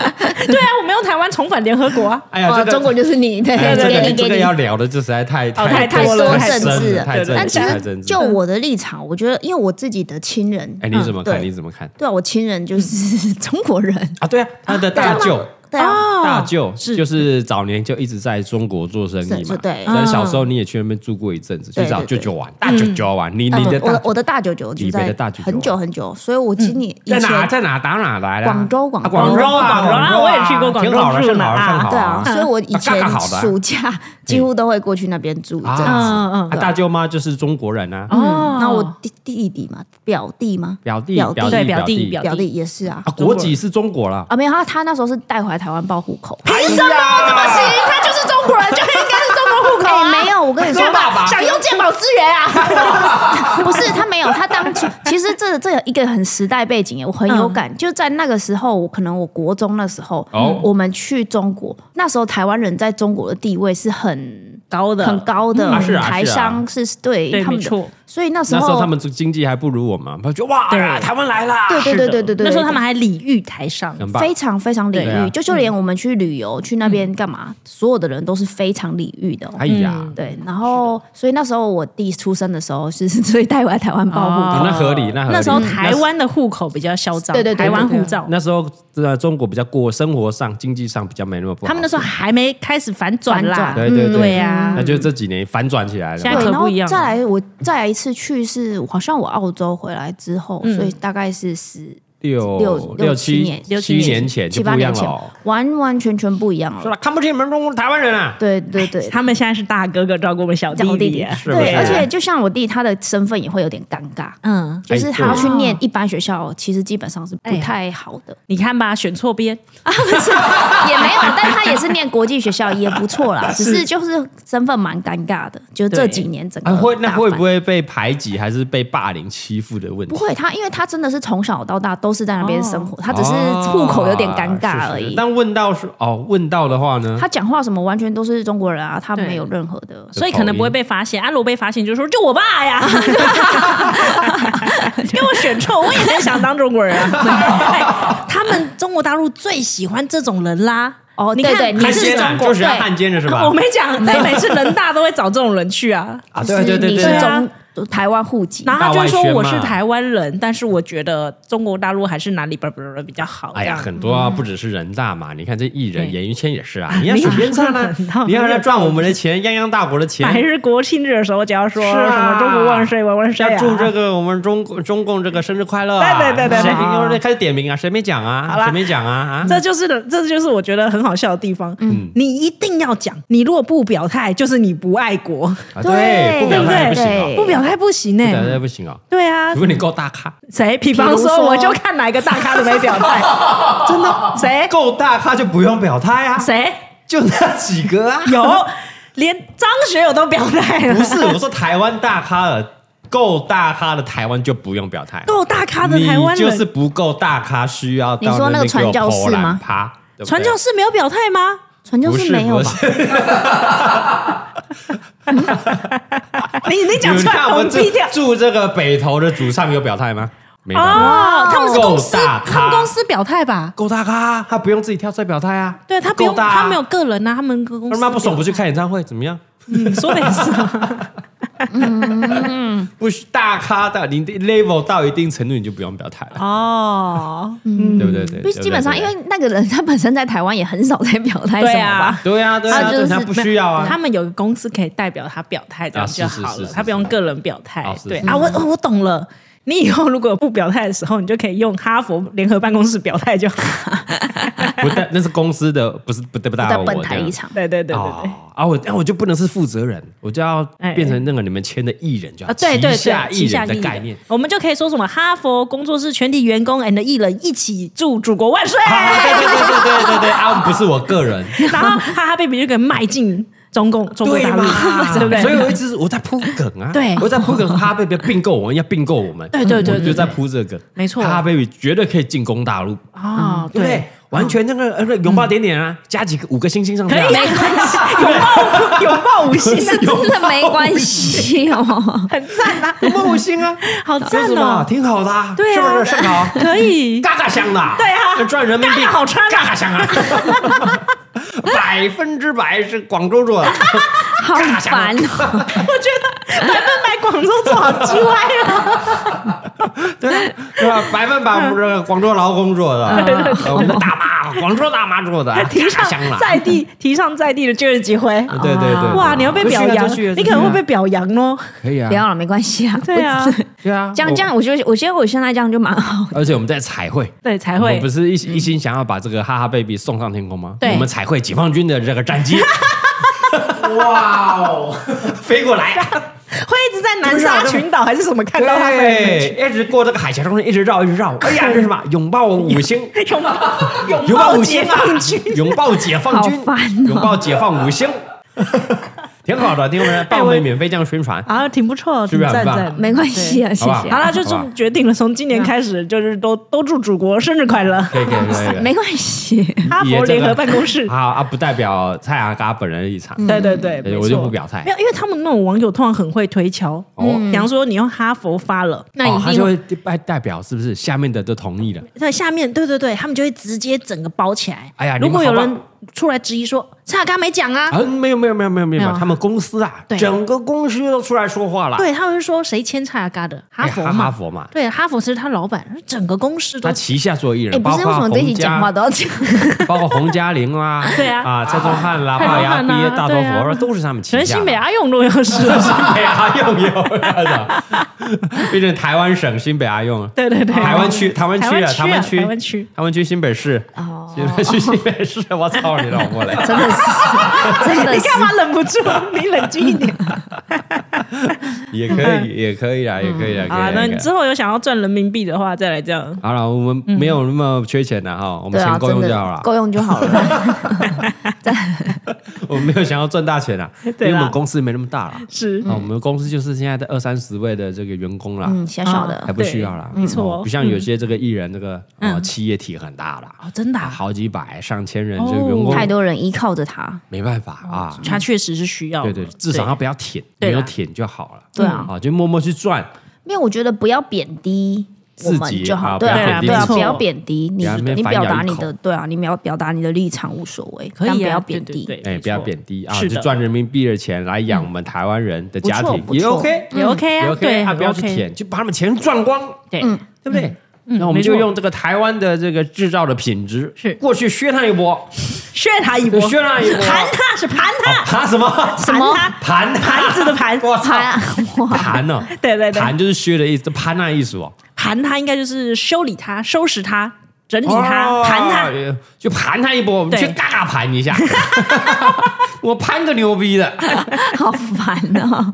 Speaker 2: 对啊，我们用台湾重返联合国 [laughs] 啊。
Speaker 4: 哎呀，
Speaker 3: 哦
Speaker 4: 这个
Speaker 3: 中国就是你，对
Speaker 4: 哎呀
Speaker 3: 对
Speaker 4: 这
Speaker 3: 对， [laughs] 给
Speaker 4: 个
Speaker 3: 你
Speaker 4: 这
Speaker 3: 给
Speaker 4: 个
Speaker 3: 你
Speaker 4: 要聊的，这实在太
Speaker 2: 哦太
Speaker 4: 多
Speaker 2: 太多
Speaker 4: 了，
Speaker 2: 了
Speaker 4: 太
Speaker 2: 太
Speaker 4: 深
Speaker 3: 政治
Speaker 4: 了，
Speaker 3: 了
Speaker 4: 太
Speaker 2: 对对
Speaker 4: 政
Speaker 3: 但
Speaker 4: 治，
Speaker 3: 其
Speaker 4: 太
Speaker 3: 实
Speaker 4: 政治
Speaker 3: 就。我的立场，我觉得，因为我自己的亲人，
Speaker 4: 哎，你怎么
Speaker 3: 嗯
Speaker 4: 看？
Speaker 3: 对
Speaker 4: 你怎么看
Speaker 3: 对啊，我亲人就是
Speaker 4: [laughs]
Speaker 3: 中国人，
Speaker 4: 啊？对啊，他的大舅。
Speaker 3: 对啊，
Speaker 2: 哦
Speaker 4: 大舅就是早年就一直在中国做生意嘛
Speaker 3: 是，对嗯
Speaker 4: 但小时候你也去那边住过一阵子，去
Speaker 3: 对
Speaker 4: 找
Speaker 3: 对
Speaker 4: 舅
Speaker 3: 对
Speaker 4: 舅玩，大舅舅玩，你
Speaker 3: 啊
Speaker 4: 你的
Speaker 3: 我
Speaker 4: 大
Speaker 3: 的我的大舅舅就
Speaker 4: 你
Speaker 3: 在
Speaker 4: 的大舅舅
Speaker 3: 很久很久，所以我今年以
Speaker 4: 在
Speaker 3: 前
Speaker 4: 哪在哪打哪来的啊？
Speaker 3: 广州
Speaker 4: 啊
Speaker 3: 广
Speaker 4: 广
Speaker 3: 州
Speaker 4: 州
Speaker 2: 广
Speaker 4: 啊，
Speaker 2: 州啊
Speaker 4: 广州啊
Speaker 2: 我也去过广州
Speaker 4: 挺好的，
Speaker 2: 住
Speaker 4: 正
Speaker 2: 呢
Speaker 4: 好
Speaker 2: 啊
Speaker 4: 正好
Speaker 3: 对啊， [laughs] 所以我以
Speaker 4: 啊刚
Speaker 3: 前
Speaker 4: 好的啊
Speaker 3: 暑假几乎都会过去那边住一阵子。嗯
Speaker 4: 啊
Speaker 2: 嗯嗯
Speaker 4: 啊大舅妈就是中国人啊，
Speaker 2: 哦
Speaker 3: 那我弟弟弟嘛，表弟吗？
Speaker 4: 表弟
Speaker 3: 表
Speaker 4: 表
Speaker 3: 弟
Speaker 2: 对
Speaker 4: 表
Speaker 2: 表弟
Speaker 4: 弟
Speaker 2: 表
Speaker 3: 表弟也是啊
Speaker 4: 啊，国籍是中国了。
Speaker 3: 啊，没有他，他那时候是带回来台湾报户口， [laughs]
Speaker 4: 凭什么？怎么
Speaker 3: 他就是中国人，就应该是中国户北哎没有，我跟你说，想用鉴宝资源啊？不是，他没有，他当初其实这这有一个很时代背景耶，我很有感，就在那个时候，我可能我国中那时候，
Speaker 4: 哦
Speaker 3: 我们去中国，那时候台湾人在中国的地位是很
Speaker 2: 高的
Speaker 3: 很高的，
Speaker 4: 啊是啊
Speaker 3: 台商是对
Speaker 2: 嗯对，
Speaker 3: 他
Speaker 2: 没
Speaker 3: 们的，
Speaker 2: 错，
Speaker 3: 所以那时
Speaker 4: 那时候
Speaker 3: 候
Speaker 4: 他们经济还不如我们，他们觉得哇，
Speaker 2: 对
Speaker 4: 台湾来啦，
Speaker 3: 对对对对对对对，
Speaker 2: 那时候他们还礼遇台上，
Speaker 4: 很棒，
Speaker 3: 非常非常领
Speaker 4: 对啊
Speaker 3: 域，就就连我们去旅游去那边干嘛，所有的人都是非常领域的哦。
Speaker 4: 哎呀，
Speaker 3: 对，
Speaker 2: 嗯
Speaker 3: 然后所以那时候我弟出生的时候，是 [laughs] 所以带回来台湾报户
Speaker 2: 哦
Speaker 3: 口。
Speaker 4: 那合理，啊嗯那合理。
Speaker 2: 那时候台湾的户口比较嚣张，
Speaker 3: 对对对
Speaker 2: 台湾
Speaker 3: 对对
Speaker 2: 护
Speaker 3: 对
Speaker 2: 照，
Speaker 4: 那时候呃中国比较过生活上、经济上比较没那么不好，
Speaker 2: 他们那时候还没开始反转啦，
Speaker 3: 反
Speaker 4: 转对对对
Speaker 2: 对呀
Speaker 4: 那，就这几年反转起来了
Speaker 2: 现
Speaker 4: 嘛。
Speaker 2: 在
Speaker 3: 对，
Speaker 2: 可
Speaker 3: 然
Speaker 2: 不
Speaker 3: 后
Speaker 2: 一样了啊
Speaker 3: 再来我再来一次去是好像我澳洲回来之后，
Speaker 2: 嗯
Speaker 3: 所以大概是十
Speaker 4: 六
Speaker 3: 六
Speaker 4: 六
Speaker 3: 六
Speaker 4: 七
Speaker 3: 七年
Speaker 2: 六七
Speaker 4: 七
Speaker 2: 年
Speaker 4: 年前就
Speaker 3: 七八
Speaker 4: 不一样
Speaker 3: 年
Speaker 4: 了
Speaker 3: 前
Speaker 4: 哦，，
Speaker 3: 完完全全不一样
Speaker 4: 是
Speaker 3: 了。
Speaker 4: 吧？看不起你们中国台湾人啊！
Speaker 3: 对对对，
Speaker 2: 他们现 [laughs] 在是大哥哥照顾我们小弟
Speaker 3: 小弟
Speaker 2: 弟
Speaker 3: 弟，
Speaker 4: 是不
Speaker 3: 对，
Speaker 4: 是
Speaker 3: 而且就像我弟，他的身份也会有点尴尬，
Speaker 2: 嗯，
Speaker 3: 就是他要
Speaker 4: 对
Speaker 3: 去念一般学校，其实基本上是不太好的。
Speaker 2: 你看吧，选错边，哎
Speaker 3: [laughs] 也没有，但他也是念国际学校，也不错啦。只是就是身份蛮尴尬的，就这几年整个
Speaker 4: 啊，会那
Speaker 3: 大
Speaker 4: 会
Speaker 3: 翻
Speaker 4: 不会被排挤，还是被霸凌欺负的问题？
Speaker 3: 不会，他因为他真的是从小到大都是在那边生活，他只是
Speaker 4: 哦
Speaker 3: 户口有点尴尬而
Speaker 4: 是是是
Speaker 3: 已。
Speaker 4: 但嗯问到是哦，问到的话呢，
Speaker 3: 他讲话什么完全都是中国人啊，他
Speaker 2: 对
Speaker 3: 没有任何的。
Speaker 2: 所以可能不会被发现。啊，如果被发现，你就说就我爸
Speaker 3: [laughs]
Speaker 2: 呀，给我选错，我以前想当中国人啊。
Speaker 3: [laughs]
Speaker 2: 哎他们中国大陆最喜欢这种人啦。
Speaker 3: 哦，
Speaker 2: 你
Speaker 3: 对
Speaker 2: 看
Speaker 3: 对，你
Speaker 4: 汉
Speaker 3: 是
Speaker 4: 奸啊
Speaker 3: 中国
Speaker 4: 就是要
Speaker 3: 对
Speaker 4: 汉奸的是吧
Speaker 2: 我？没讲，但每次人大都会找这种人去啊。
Speaker 4: 啊，对对对
Speaker 3: 你
Speaker 4: 对
Speaker 3: 是
Speaker 4: 对，
Speaker 3: 中台湾户籍
Speaker 2: 然，后他就说
Speaker 4: 大外宣嘛
Speaker 2: 我是台湾人，但是我觉得中国大陆还是哪里不不不比较好。
Speaker 4: 哎呀，
Speaker 2: 这样
Speaker 4: 很多啊，不只是人大嘛，你看这艺
Speaker 2: 嗯
Speaker 4: 人
Speaker 2: 对
Speaker 4: 演艺圈也是啊，你要是偏差呢
Speaker 2: 你看，
Speaker 4: 你要来赚我们的钱，泱泱大国的钱
Speaker 2: 百，日国庆日的时候，只要说
Speaker 4: 是啊
Speaker 2: 什么“中国万岁，万万岁”
Speaker 4: 要
Speaker 2: 啊，
Speaker 4: 祝这个我们中共中共这个生日快乐啊，
Speaker 2: 对对对对对
Speaker 4: 谁又开始点名啊？谁没讲啊
Speaker 2: 好？啦
Speaker 4: 谁没讲啊？啊，
Speaker 2: 这就是这就是我觉得很好笑的地方。嗯，你一定要讲，你如果不表态，就是你不爱国，
Speaker 4: 啊对，不表态不行
Speaker 3: 对
Speaker 4: 哦，
Speaker 2: 不表态不行
Speaker 4: 不
Speaker 2: 哎、
Speaker 4: 表态不行哦，
Speaker 2: 对啊
Speaker 4: 除，非你够大咖，
Speaker 2: 谁？比方
Speaker 3: 比如
Speaker 2: 说，
Speaker 3: 说
Speaker 2: 我就看哪一个大咖都没表
Speaker 4: [laughs]
Speaker 2: 态，真的？谁？
Speaker 4: 够大咖就不用表态啊，
Speaker 2: 谁
Speaker 4: 就那几个啊。
Speaker 2: 哎 [laughs] 有？连张学友都表态了，
Speaker 4: 不是，
Speaker 2: [laughs]
Speaker 4: 我说台湾大咖了，够大咖的台湾就不用表态，
Speaker 2: 够大咖的台湾人，
Speaker 4: 你就是不够大咖，需要到
Speaker 3: 你说那个
Speaker 4: 边给我
Speaker 3: 传教士吗
Speaker 4: 泼冷趴对不对
Speaker 2: 传教士没有表态吗？
Speaker 3: 传教
Speaker 4: 不
Speaker 3: 士
Speaker 4: 是
Speaker 3: 没有
Speaker 4: 不
Speaker 3: 吧？ [laughs]
Speaker 4: 是，
Speaker 2: 你你讲
Speaker 4: [laughs] 你
Speaker 2: 出来，
Speaker 4: 看我
Speaker 2: 我
Speaker 4: 们
Speaker 2: 们
Speaker 4: 住
Speaker 2: 逼掉。
Speaker 4: 住这个北投的主唱有表态吗？没表态，
Speaker 2: 哦，他们是公司，
Speaker 4: 够大咖
Speaker 2: 他们公司表态吧？
Speaker 4: 够大咖，他不用自己跳出来表态啊。
Speaker 2: 对他不用，
Speaker 4: 够大啊
Speaker 2: 他没有个人呐，他们公司
Speaker 4: 他妈不爽不去看演唱会怎么样？
Speaker 2: 嗯，说的也是 [laughs] 啊，
Speaker 4: 不需大咖到你的 level 到一定程度，你就不用表态了，
Speaker 2: 哦，
Speaker 4: 对不对？对，
Speaker 3: 因为嗯基本上，
Speaker 4: 对
Speaker 3: 因
Speaker 4: 不对
Speaker 3: 为那个人他本身在台湾也很少在表态
Speaker 2: 对
Speaker 3: 什
Speaker 2: 啊
Speaker 3: 么吧。
Speaker 4: 对啊，对啊，
Speaker 3: 他就
Speaker 4: 对
Speaker 3: 是
Speaker 4: 他不需要啊，
Speaker 2: 他们有个公司可以代表他表态，这样
Speaker 4: 啊
Speaker 2: 就是好
Speaker 4: 是
Speaker 2: 了，
Speaker 4: 是是
Speaker 2: 他不用
Speaker 4: 是
Speaker 2: 个人表态
Speaker 4: 啊。是
Speaker 2: 对
Speaker 4: 是
Speaker 2: 啊，我哦我懂了。你以后如果不表态的时候，你就可以用哈佛联合办公室表态就好。
Speaker 4: 不但那是公司的，不是不对不大
Speaker 3: 在
Speaker 4: 我
Speaker 3: 本
Speaker 4: 这
Speaker 3: 台
Speaker 4: 样
Speaker 3: 一场，
Speaker 2: [laughs] 对对对对对，
Speaker 4: 哦啊，我那我就不能是负责人，我就要变成那个你们签的艺人，就要
Speaker 2: 哎啊对对
Speaker 4: 旗下
Speaker 2: 对，
Speaker 4: 艺
Speaker 2: 旗下
Speaker 4: 人的
Speaker 2: 艺
Speaker 4: 概
Speaker 2: 人
Speaker 4: 念。
Speaker 2: 我们就可以说什么哈佛工作室全体员工 and 艺人一起祝祖国
Speaker 4: [laughs]
Speaker 2: 万岁，
Speaker 4: 啊对对对对对对对啊，不是我
Speaker 2: [laughs]
Speaker 4: 个人，
Speaker 2: 然后哈哈 baby 就可以迈进中共中国
Speaker 4: 对
Speaker 2: 大
Speaker 4: 嘛
Speaker 2: 陆， [laughs] 对不？
Speaker 4: 所以
Speaker 2: 对？
Speaker 4: 我一直我在铺梗啊，
Speaker 2: 对
Speaker 4: 我在铺梗，哈哈 baby 并购我们，要并购我们，
Speaker 2: 对对对
Speaker 4: 我
Speaker 2: 对
Speaker 4: 就在铺这个，
Speaker 2: 没错
Speaker 4: 哈哈 baby 绝对可以进攻大陆，
Speaker 2: 哦，
Speaker 4: 对不对，？完全那个呃那个拥抱点点啊，加几个五个星星上去
Speaker 2: 嗯可
Speaker 4: 啊，
Speaker 2: 以啊， [laughs] 拥抱拥抱五星，
Speaker 3: 是真的没关系哦。
Speaker 2: 很赞啊，
Speaker 4: 拥抱五星啊，
Speaker 2: 好
Speaker 4: 这
Speaker 2: 赞
Speaker 4: 是吧
Speaker 2: 哦，
Speaker 4: 挺好的啊，
Speaker 2: 对啊
Speaker 4: 是不是？盛豪，
Speaker 2: 可以，
Speaker 4: [laughs] 嘎嘎香的啊，
Speaker 2: 对啊
Speaker 4: 那赚人民币
Speaker 2: 嘎嘎好穿啊
Speaker 4: 嘎嘎
Speaker 2: [laughs]
Speaker 4: 香啊，百分之百是广州做的，
Speaker 3: 好烦哦！
Speaker 2: 我觉得百分百广州做好鸡歪了，
Speaker 4: 对啊对吧？百分百不是广州劳工做的，呃我们的大妈，广州大妈做的，
Speaker 2: 嗯提
Speaker 4: 嘎嘎
Speaker 2: 倡
Speaker 4: 香了，
Speaker 2: 在地提倡在地的就业机会。
Speaker 4: 对对对对，
Speaker 2: 哇，你要被表扬，
Speaker 4: 就嗯去啊就去啊
Speaker 2: 你可能会被表扬哦。
Speaker 4: 可以啊
Speaker 3: 不，要了，没关系啊。
Speaker 2: 对啊，
Speaker 4: 对啊，
Speaker 3: 这样这样，我觉得我觉得我现在这样就蛮好。
Speaker 4: 我，而且我们在彩绘。
Speaker 2: 对，才
Speaker 4: 我
Speaker 2: 会
Speaker 4: 们不是一一心想要把这个哈哈 baby 送上天空吗？
Speaker 2: 嗯对
Speaker 4: 我们彩绘解放军的这个战
Speaker 2: [laughs]
Speaker 4: 机，哇哦，飞过来，
Speaker 2: 会一直在南沙群岛还是什么看到他们
Speaker 4: 对，一直过这个海峡中间，一直绕，一直绕。哎呀，这是什么？拥抱五星，
Speaker 2: 拥抱
Speaker 4: 拥
Speaker 2: 拥
Speaker 4: 抱
Speaker 2: 抱
Speaker 4: 五
Speaker 2: 解
Speaker 4: 星啊
Speaker 2: 放军，！
Speaker 4: 拥抱解放军
Speaker 3: 好烦，哦
Speaker 4: 拥抱解放五星。挺好的，听众们帮我们免费这样宣
Speaker 2: [laughs]
Speaker 4: 传，
Speaker 2: 啊，挺不错，
Speaker 4: 是
Speaker 2: 挺
Speaker 4: 不是
Speaker 2: 赞
Speaker 4: 很棒
Speaker 2: 赞。
Speaker 3: 没关系啊，谢
Speaker 4: 好吧
Speaker 3: 谢
Speaker 2: 好
Speaker 3: 啊，
Speaker 2: 了，就这么决定了，从今年开始就是都都祝祖国生日快乐。
Speaker 4: 可以可以可以可以。
Speaker 3: 没关系。
Speaker 2: 哈
Speaker 4: 也
Speaker 2: 佛
Speaker 4: 这个
Speaker 2: 联合办公室，
Speaker 4: 好啊，不代表蔡阿嘎本人的立场，
Speaker 2: [laughs] 对对对，没
Speaker 4: 对嗯哎我就
Speaker 2: 错
Speaker 4: 不表态
Speaker 2: 没。有，因为他们那种网友通常很会推敲，嗯
Speaker 4: 哦
Speaker 2: 比方说你用哈佛发了，
Speaker 1: 那
Speaker 4: 哦，他
Speaker 1: 一定
Speaker 4: 就
Speaker 1: 会
Speaker 4: 会代代表是不是下面的都同意了？
Speaker 2: 在下面，对对对，他们就会直接整个包起来。
Speaker 4: 哎呀
Speaker 2: 如果
Speaker 4: 你
Speaker 2: 有
Speaker 4: 们好
Speaker 2: 人出来质疑说，
Speaker 1: 差刚没讲啊，
Speaker 4: 啊，没有没有没有没有没
Speaker 1: 没
Speaker 4: 有
Speaker 1: 有，啊
Speaker 4: 他们公司啊，
Speaker 1: 对
Speaker 4: 整个公司都出来说话了。
Speaker 1: 对，他们说谁签差嘎的哈
Speaker 4: 哎，
Speaker 1: 佛
Speaker 4: 哈
Speaker 1: 嘛，
Speaker 4: 佛嘛，
Speaker 1: 对，哈佛是他老板，整个公司都
Speaker 4: 他旗下所有艺
Speaker 3: 哎，
Speaker 4: 人，
Speaker 3: 不
Speaker 4: 包
Speaker 3: 是为
Speaker 4: 括
Speaker 3: 什么这一
Speaker 4: 洪
Speaker 3: 集讲话
Speaker 4: 家，
Speaker 3: 都要
Speaker 4: [laughs]
Speaker 3: 讲？
Speaker 4: 包括洪嘉玲啦，
Speaker 1: 对啊
Speaker 4: 啊，蔡宗翰啦，
Speaker 1: 蔡宗
Speaker 4: 龅牙
Speaker 1: 翰啊
Speaker 4: 逼、大头
Speaker 1: 对啊
Speaker 4: 佛都是他们旗
Speaker 2: 全
Speaker 4: 下
Speaker 2: 新
Speaker 4: 的。 [laughs]
Speaker 2: 北阿啊用都要是，
Speaker 4: 新北阿用有的， [laughs] 毕竟台湾省新北阿用，
Speaker 2: 对对对，
Speaker 4: 台湾区台湾区啊，
Speaker 2: 台
Speaker 4: 台
Speaker 2: 湾区啊
Speaker 4: 湾区
Speaker 2: 台湾区，
Speaker 4: 台湾区新北市，
Speaker 3: 哦，
Speaker 4: 新北区新北市，我操你老婆嘞！
Speaker 3: 真的是，真的
Speaker 2: 你
Speaker 3: 是
Speaker 2: 干嘛忍不住？你冷静
Speaker 4: [laughs]
Speaker 2: 一点
Speaker 4: 也可以，也可以啦，也可以啦，可
Speaker 2: 啊
Speaker 4: 以啦。！
Speaker 2: 那
Speaker 4: 可以
Speaker 2: 你
Speaker 4: 啦
Speaker 2: 之后有想要赚人民币的话，再来这样。
Speaker 4: 好了，我们没有那么缺钱的哈，我们
Speaker 3: 对啊，
Speaker 4: 钱够用
Speaker 3: 真
Speaker 4: 就
Speaker 3: 的
Speaker 4: 好了。
Speaker 3: 够用就好
Speaker 4: [laughs]
Speaker 3: 了。
Speaker 4: 我们没有想要赚大钱啊，因
Speaker 2: 对啦
Speaker 4: 为我们公司没那么大啦。
Speaker 2: 是，
Speaker 4: 啊，我们公司就是现在的二三十位的这个员工啦，
Speaker 3: 嗯，小小的
Speaker 4: 还，不需要啦，
Speaker 2: 对没错嗯
Speaker 4: 哦不像有些这个艺人这个呃企业体很大啦，
Speaker 1: 哦，真的
Speaker 4: 啊
Speaker 1: 啊，
Speaker 4: 好几百上千人，
Speaker 2: 哦
Speaker 4: 这个员工
Speaker 3: 太多人依靠着他。
Speaker 4: 没办法啊。
Speaker 1: 他确实是需要
Speaker 4: 对
Speaker 1: 的，
Speaker 4: 对，至少他不要舔，
Speaker 1: 对
Speaker 2: 啊
Speaker 4: 没
Speaker 1: 啦
Speaker 4: 有舔就好了。
Speaker 3: 对啊
Speaker 4: 啊，就默默去赚，
Speaker 3: 没有，我觉得不要贬低我们就好，
Speaker 4: 自
Speaker 3: 对
Speaker 4: 己啊
Speaker 3: 啊，
Speaker 2: 不要贬低没错
Speaker 3: 对啊，不要贬低你
Speaker 4: 不要在那，边
Speaker 3: 你
Speaker 4: 反咬
Speaker 3: 表
Speaker 4: 一
Speaker 3: 达
Speaker 4: 口
Speaker 3: 你的，对啊，你表表达你的立场无所谓，
Speaker 1: 可以啊
Speaker 3: 但不要贬低，
Speaker 2: 对对
Speaker 4: 哎，
Speaker 2: 没
Speaker 4: 不要
Speaker 2: 错
Speaker 4: 贬低啊，
Speaker 2: 是的
Speaker 4: 就赚人民币的钱来养我们台湾人的
Speaker 3: 不
Speaker 4: 家
Speaker 3: 错嗯
Speaker 4: 庭
Speaker 3: 不
Speaker 4: 也
Speaker 3: 错
Speaker 4: OK，
Speaker 2: 也 OK
Speaker 4: 也
Speaker 2: 啊，
Speaker 4: OK
Speaker 2: 对，
Speaker 4: 啊，不要去
Speaker 2: 很 OK，嗯
Speaker 4: 舔，就把他们钱赚光，
Speaker 2: 对，
Speaker 4: 对不对？那我
Speaker 2: 没
Speaker 4: 们
Speaker 2: 错
Speaker 4: 就用这个台湾的这个制造的品质，
Speaker 2: 是
Speaker 4: 过去削他一波，
Speaker 2: 炫他一波，
Speaker 4: 炫他一波
Speaker 2: 盘他是盘他，
Speaker 4: 盘啊什
Speaker 2: [laughs]
Speaker 4: 么？
Speaker 2: 盘他
Speaker 4: 盘
Speaker 2: 盘子的盘，
Speaker 4: 我操，
Speaker 3: 啊，哇，
Speaker 4: [laughs] 盘呢？
Speaker 2: 对对对，
Speaker 4: 盘就是削的意思，盘那意思哦，
Speaker 2: 盘他应该就是修理他、收拾他、整理他、
Speaker 4: 哦
Speaker 2: 盘他。，
Speaker 4: 就盘他一波，我们
Speaker 2: 对
Speaker 4: 去大盘一下。我盘个牛逼的，
Speaker 3: 好烦哦，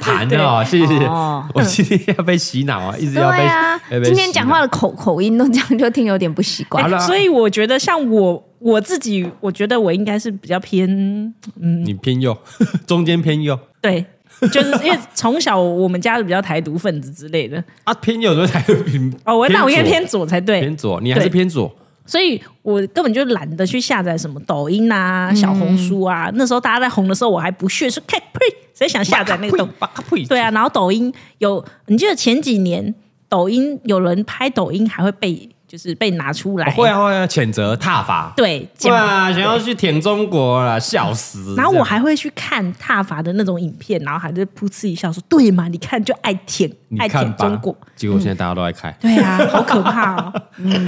Speaker 4: 盘的哦，谢谢。
Speaker 3: 哦
Speaker 4: 我今天要被洗脑啊，一直
Speaker 3: 对
Speaker 4: 要被
Speaker 3: 啊
Speaker 4: 要，被
Speaker 3: 今天
Speaker 4: 洗
Speaker 3: 讲
Speaker 4: 脑
Speaker 3: 话的口口音都这样，就听有点不习
Speaker 2: 哎
Speaker 4: 好
Speaker 3: 惯。
Speaker 4: 了
Speaker 2: 所以我觉得像我我自己，我觉得我应该是比较偏
Speaker 4: 你偏右，中间偏右
Speaker 2: 对，就是因为从小我们家是比较台独分子之类的。
Speaker 4: 啊，偏右的才有偏
Speaker 2: 哦，我那我应该
Speaker 4: 左
Speaker 2: 偏左才对，
Speaker 4: 偏左，你还是
Speaker 2: 对
Speaker 4: 偏左，
Speaker 2: 所以我根本就懒得去下载什么抖音啊、小红书
Speaker 4: 嗯
Speaker 2: 啊。那时候大家在红的时候，我还不屑说看呸，谁想下载那个东？
Speaker 4: 巴呸
Speaker 2: 对啊，然后抖音有，你记得前几年抖音有人拍抖音还会被就是被拿出来，
Speaker 4: 会啊啊会啊，谴责踏伐，
Speaker 2: 对，讲
Speaker 4: 哇，想要去舔中国了，笑死！
Speaker 2: 然后我还会去看踏伐的那种影片，然后还在噗嗤一笑说：“对嘛，你看就爱舔，
Speaker 4: 你
Speaker 2: 爱
Speaker 4: 看
Speaker 2: 舔中
Speaker 4: 吧
Speaker 2: 国。，
Speaker 4: 结果现在大家都在开”，
Speaker 2: 对
Speaker 4: [laughs]
Speaker 2: 啊，好可怕哦！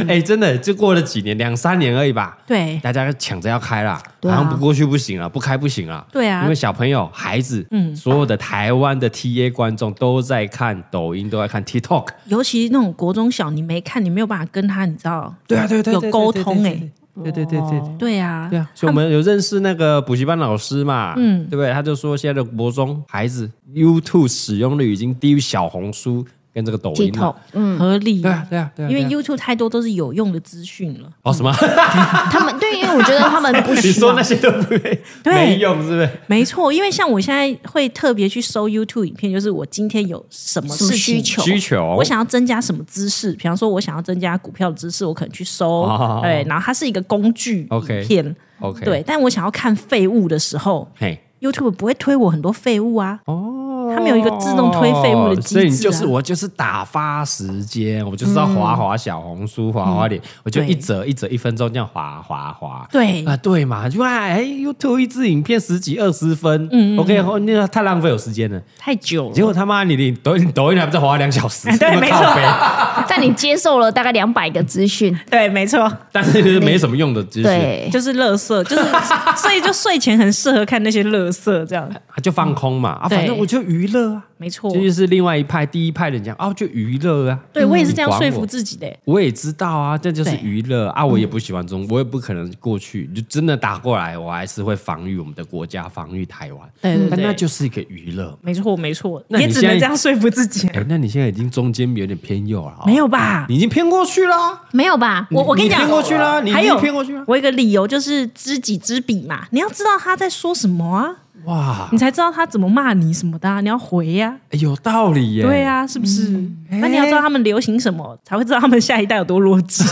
Speaker 4: 哎，真的，就过了几年，两三年而已吧。 [laughs]
Speaker 2: 对
Speaker 4: 大家抢着要开啦，
Speaker 3: 对啊
Speaker 4: 好像不过去不行了，不开不行了。
Speaker 2: 对啊
Speaker 4: 因为小朋友、孩子，嗯，所有的台湾的 TA 观众都在看抖音，都在看 TikTok。
Speaker 2: 尤其那种国中小，你没看，你没有办法跟他，你知道？
Speaker 4: 对啊，对对，
Speaker 2: 有沟通哎、
Speaker 4: 对对对对对。
Speaker 2: 对啊，
Speaker 4: 对啊，所以我们有认识那个补习班老师嘛，嗯，对不对？他就说现在的国中孩子 YouTube 使用率已经低于小红书跟这个抖音了
Speaker 3: TikTok，。嗯，
Speaker 2: 合理
Speaker 4: 对啊，对啊，对啊，
Speaker 2: 因为
Speaker 4: 对啊
Speaker 2: YouTube 太多都是有用的资讯了。
Speaker 4: 哦什么？
Speaker 3: 他们对，因为我觉得他们不
Speaker 4: [laughs] 你
Speaker 3: 需
Speaker 4: 说
Speaker 3: 要 [laughs]
Speaker 4: 那，些都不会
Speaker 2: 对
Speaker 4: 没用，是不是？
Speaker 2: 没错，因为像我现在会特别去搜 YouTube 影片，就是我今天有什么
Speaker 3: 什么
Speaker 2: 事情
Speaker 3: 需求
Speaker 4: 需求，
Speaker 2: 我想要增加什么知识，比方说，我想要增加股票的知识，我可能去搜，
Speaker 4: 哦
Speaker 2: 对，然后它是一个工具
Speaker 4: OK
Speaker 2: 影片
Speaker 4: OK，
Speaker 2: 对，，但我想要看废物的时候
Speaker 4: 嘿，
Speaker 2: ，YouTube 不会推我很多废物啊，
Speaker 4: 哦
Speaker 2: 它没有一个自动推废物的机制啊
Speaker 4: 所以你就是我就是打发时间，我就是要滑滑小红书，滑滑脸，我就
Speaker 2: 对
Speaker 4: 一折一折一分钟这样滑滑滑，
Speaker 2: 对
Speaker 4: 啊，对嘛，就哎哎，YouTube 一支影片十几二十分，嗯，OK，哦那个太浪费我时间了。
Speaker 2: 太久
Speaker 4: 结
Speaker 2: 了，
Speaker 4: 果他妈你你抖音抖音还不再滑两小
Speaker 2: [laughs]
Speaker 4: 时，
Speaker 2: 哎对
Speaker 4: 那么
Speaker 2: 没错
Speaker 4: 靠北
Speaker 3: 但你接受了大概两百个资讯，
Speaker 2: 对，没错，
Speaker 4: [laughs] 但是没什么用的知识，
Speaker 3: 对，
Speaker 2: 就是垃圾，就是所以就睡前很适合看那些垃圾，这样
Speaker 4: 啊就放空嘛，
Speaker 2: 嗯
Speaker 4: 啊，
Speaker 2: 对
Speaker 4: 反正我就娱乐啊，
Speaker 2: 没错
Speaker 4: 这。就是另外一派，第一派的人讲哦，就娱乐啊，
Speaker 2: 对我也是这样
Speaker 4: 你管
Speaker 2: 说
Speaker 4: 我
Speaker 2: 服自己的、欸
Speaker 4: 我也知道啊，这就是
Speaker 2: 对
Speaker 4: 娱乐
Speaker 3: 嗯
Speaker 4: 啊，我也不喜欢中，我也不可能过去，就真的打过来，我还是会防御我们的国家，防御台湾，
Speaker 2: 对对
Speaker 4: 但
Speaker 2: 对，
Speaker 4: 那就是一个娱乐。
Speaker 2: 没错没错，
Speaker 4: 那你
Speaker 2: 也只
Speaker 4: 现
Speaker 2: 能
Speaker 4: 在
Speaker 2: 这样说服自己，
Speaker 4: 哎，那你现在已经中间有点偏右了，哦
Speaker 2: 没有吧？
Speaker 4: 你已经偏过去了，
Speaker 3: 没有吧？
Speaker 2: 我我跟讲，
Speaker 4: 你偏过去啦你已
Speaker 2: 还
Speaker 4: 经
Speaker 2: 有
Speaker 4: 偏过去啦
Speaker 2: 我有一个理由就是知己知彼嘛，你要知道他在说什么啊。
Speaker 3: 嗯
Speaker 4: 哇
Speaker 2: 你，才知道他怎么骂你什么的、啊，你要回呀、
Speaker 4: 欸有道理耶。
Speaker 3: 啊
Speaker 2: 对，啊呀、是不是？那你要知道他们流行什么，才会知道他们下一代有多弱智。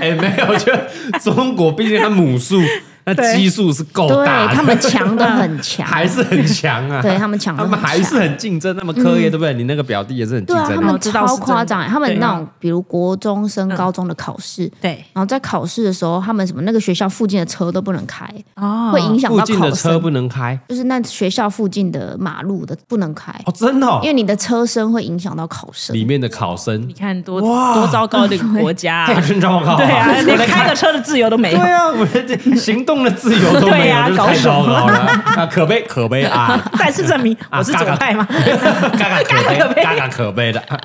Speaker 4: 哎，没有，我觉得中国毕竟它
Speaker 3: [laughs]
Speaker 4: 母数，那
Speaker 2: 对
Speaker 4: 基数是够
Speaker 3: 对
Speaker 4: 大的，
Speaker 3: 他们强的很强，
Speaker 4: [laughs] 还是很强啊。
Speaker 3: 对他们强得
Speaker 4: 他
Speaker 3: 很
Speaker 4: 们还是很竞争。那么科业对不对？你那个表弟也是很竞
Speaker 3: 对啊，他
Speaker 4: 争的。
Speaker 3: 们
Speaker 2: 我知道
Speaker 3: 超
Speaker 2: 是真的
Speaker 3: 夸张欸，他们
Speaker 2: 对啊
Speaker 3: 那种比如国中升高中的考试，
Speaker 4: 嗯
Speaker 2: 对，
Speaker 3: 然后在考试的时候，他们什么那个学校附近的车都不能开，
Speaker 2: 哦
Speaker 3: 会影响
Speaker 4: 啊附
Speaker 3: 到
Speaker 4: 近的
Speaker 3: 考
Speaker 4: 车
Speaker 3: 生，
Speaker 4: 不能开
Speaker 3: 就是那学校附近的马路的不能开，
Speaker 4: 哦，真的哦
Speaker 3: 因，为你的车身会影响到考生
Speaker 4: 里。面的考生
Speaker 2: 你看多
Speaker 4: 哇
Speaker 2: 多糟糕的一个国家、
Speaker 4: 太 [laughs] 真糟糕了。
Speaker 2: 对啊，
Speaker 4: 我
Speaker 2: 连
Speaker 4: 在
Speaker 2: 开
Speaker 4: 看
Speaker 2: 个车的自由都没有
Speaker 4: 对。啊，我们这行动的自由都没
Speaker 2: 对
Speaker 4: 有，
Speaker 2: 啊
Speaker 4: 这
Speaker 2: 搞
Speaker 4: 太
Speaker 2: 什
Speaker 4: 糟
Speaker 2: 么
Speaker 4: 糕了啊！可悲可悲啊！
Speaker 2: [laughs] 再次证明我是左派吗？ [laughs]
Speaker 4: 嘎嘎可
Speaker 2: 可
Speaker 4: 悲，
Speaker 2: 悲
Speaker 4: 嘎嘎可悲的。啊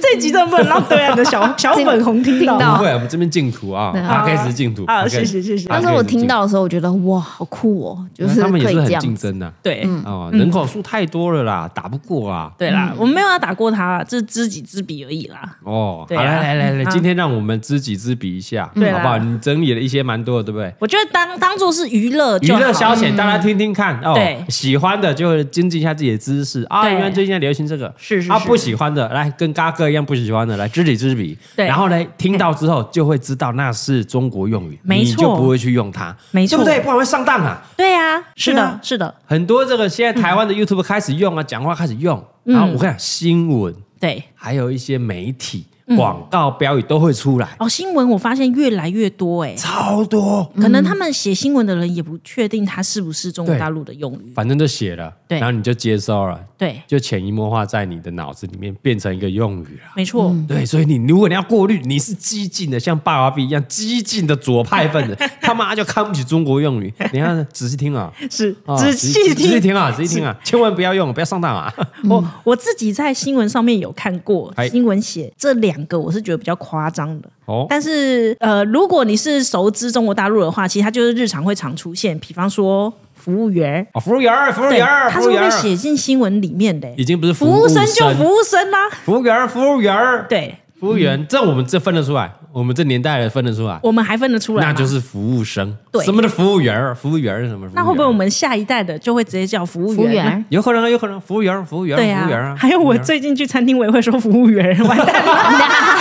Speaker 2: 这一集真的不能让对岸的小小粉红听到
Speaker 3: 听到
Speaker 2: 啊！
Speaker 4: 不会，我们这边净土啊，
Speaker 3: 对啊
Speaker 4: 他开始净土
Speaker 2: 啊
Speaker 4: Podcast
Speaker 2: 谢谢谢谢
Speaker 4: Podcast
Speaker 3: 那时候我听
Speaker 4: 净
Speaker 3: 到的时候，我觉得哇，好酷哦，就
Speaker 4: 土，
Speaker 3: 是
Speaker 4: 他们也
Speaker 3: 可以
Speaker 4: 是
Speaker 3: 这
Speaker 4: 很
Speaker 3: 样
Speaker 4: 竞
Speaker 3: 子。嗯
Speaker 4: 争的
Speaker 2: 对
Speaker 4: 啊，人口数太多了啦，打不过啊。
Speaker 2: 对啦，我们没有要打过他啦，这是知己知彼而已啦。
Speaker 4: 哦，好，
Speaker 2: 对啊
Speaker 4: 来来来来，
Speaker 2: 嗯
Speaker 4: 今天让我们知己知彼一下，
Speaker 2: 对啊
Speaker 4: 好
Speaker 2: 啦
Speaker 4: 不好？你整理了一些蛮多的，对不对？
Speaker 2: 我觉得当当做是娱乐
Speaker 4: 娱
Speaker 2: 就好
Speaker 4: 乐消遣，大家
Speaker 2: 嗯
Speaker 4: 听听看哦
Speaker 2: 对。
Speaker 4: 喜欢的就精进一下自己的知识啊，
Speaker 2: 对
Speaker 4: 原来最近在流行这个。
Speaker 2: 是是
Speaker 4: 啊，
Speaker 2: 是
Speaker 4: 不喜欢的来跟嘎哥一样不喜欢的来知己知彼，
Speaker 2: 对
Speaker 4: 然后呢，听到之后就会知道那是中国用语，
Speaker 2: 没
Speaker 4: 你
Speaker 2: 错
Speaker 4: 就不会去用它，
Speaker 2: 没错
Speaker 4: 对不对？不然会上当啊。
Speaker 2: 对啊，是
Speaker 4: 对
Speaker 2: 的
Speaker 4: 啊，
Speaker 2: 是的，
Speaker 4: 很多这个现在台湾的 YouTube 开始用啊，讲话开始用，
Speaker 2: 嗯
Speaker 4: 然后我跟你讲，新闻
Speaker 2: 对。
Speaker 4: 还有一些媒体
Speaker 2: 嗯
Speaker 4: 广告标语都会出来，
Speaker 2: 哦，新闻我发现越来越多哎，
Speaker 4: 超多。
Speaker 2: 可能他们写新闻的人也不确定它是不是中国
Speaker 4: 对
Speaker 2: 大陆的用语。
Speaker 4: 反正就写了，
Speaker 2: 对
Speaker 4: 然后你就接收了，
Speaker 2: 对，
Speaker 4: 就潜移默化在你的脑子里面变成一个用语了。
Speaker 2: 没错，
Speaker 4: 对，所以你如果你要过滤，你是激进的，像爸爸 B 一样激进的左派
Speaker 2: [laughs]
Speaker 4: 分子，他妈就看不起中国用语。你看，仔细听啊，
Speaker 2: 是
Speaker 4: 啊
Speaker 2: 仔细
Speaker 4: 仔细
Speaker 2: 听。
Speaker 4: 听啊，仔细听啊，千万不要用，不要上当啊！
Speaker 2: 我我自己在新闻上面有看过
Speaker 4: 哎
Speaker 2: 新闻写这两个，我是觉得比较夸张的。
Speaker 4: 哦，
Speaker 2: 但是呃，如果你是熟知中国大陆的话，其实它就是日常会常出现，比方说服务员，
Speaker 4: 啊服务员儿，服务
Speaker 2: 对，
Speaker 4: 员儿，
Speaker 2: 它
Speaker 4: 服
Speaker 2: 是
Speaker 4: 务员
Speaker 2: 会
Speaker 4: 儿，
Speaker 2: 写进新闻里面的、欸
Speaker 4: 已经不是
Speaker 2: 服务生
Speaker 4: 生
Speaker 2: 就服嗯务生啦、
Speaker 4: 服务员儿，服务员儿，
Speaker 2: 对
Speaker 4: 服务员，这我们这分得出来，我们这年代的分得出来，
Speaker 2: 我们还分得出来
Speaker 4: 那
Speaker 2: 吗，
Speaker 4: 就是服务生，
Speaker 2: 啊对
Speaker 4: 什么的服务员儿，服务员儿是什么？
Speaker 2: 那会不会我们下一代的就会直接叫服务员？
Speaker 3: 服务员，
Speaker 4: 有可能啊，有可能，服务员儿，服务员儿，
Speaker 2: 对
Speaker 4: 服务员儿
Speaker 2: 啊
Speaker 4: 啊，，
Speaker 2: 还有我
Speaker 4: 服务员儿
Speaker 2: 最近去餐厅，我也会说服务员，完
Speaker 4: [laughs]
Speaker 2: 蛋了。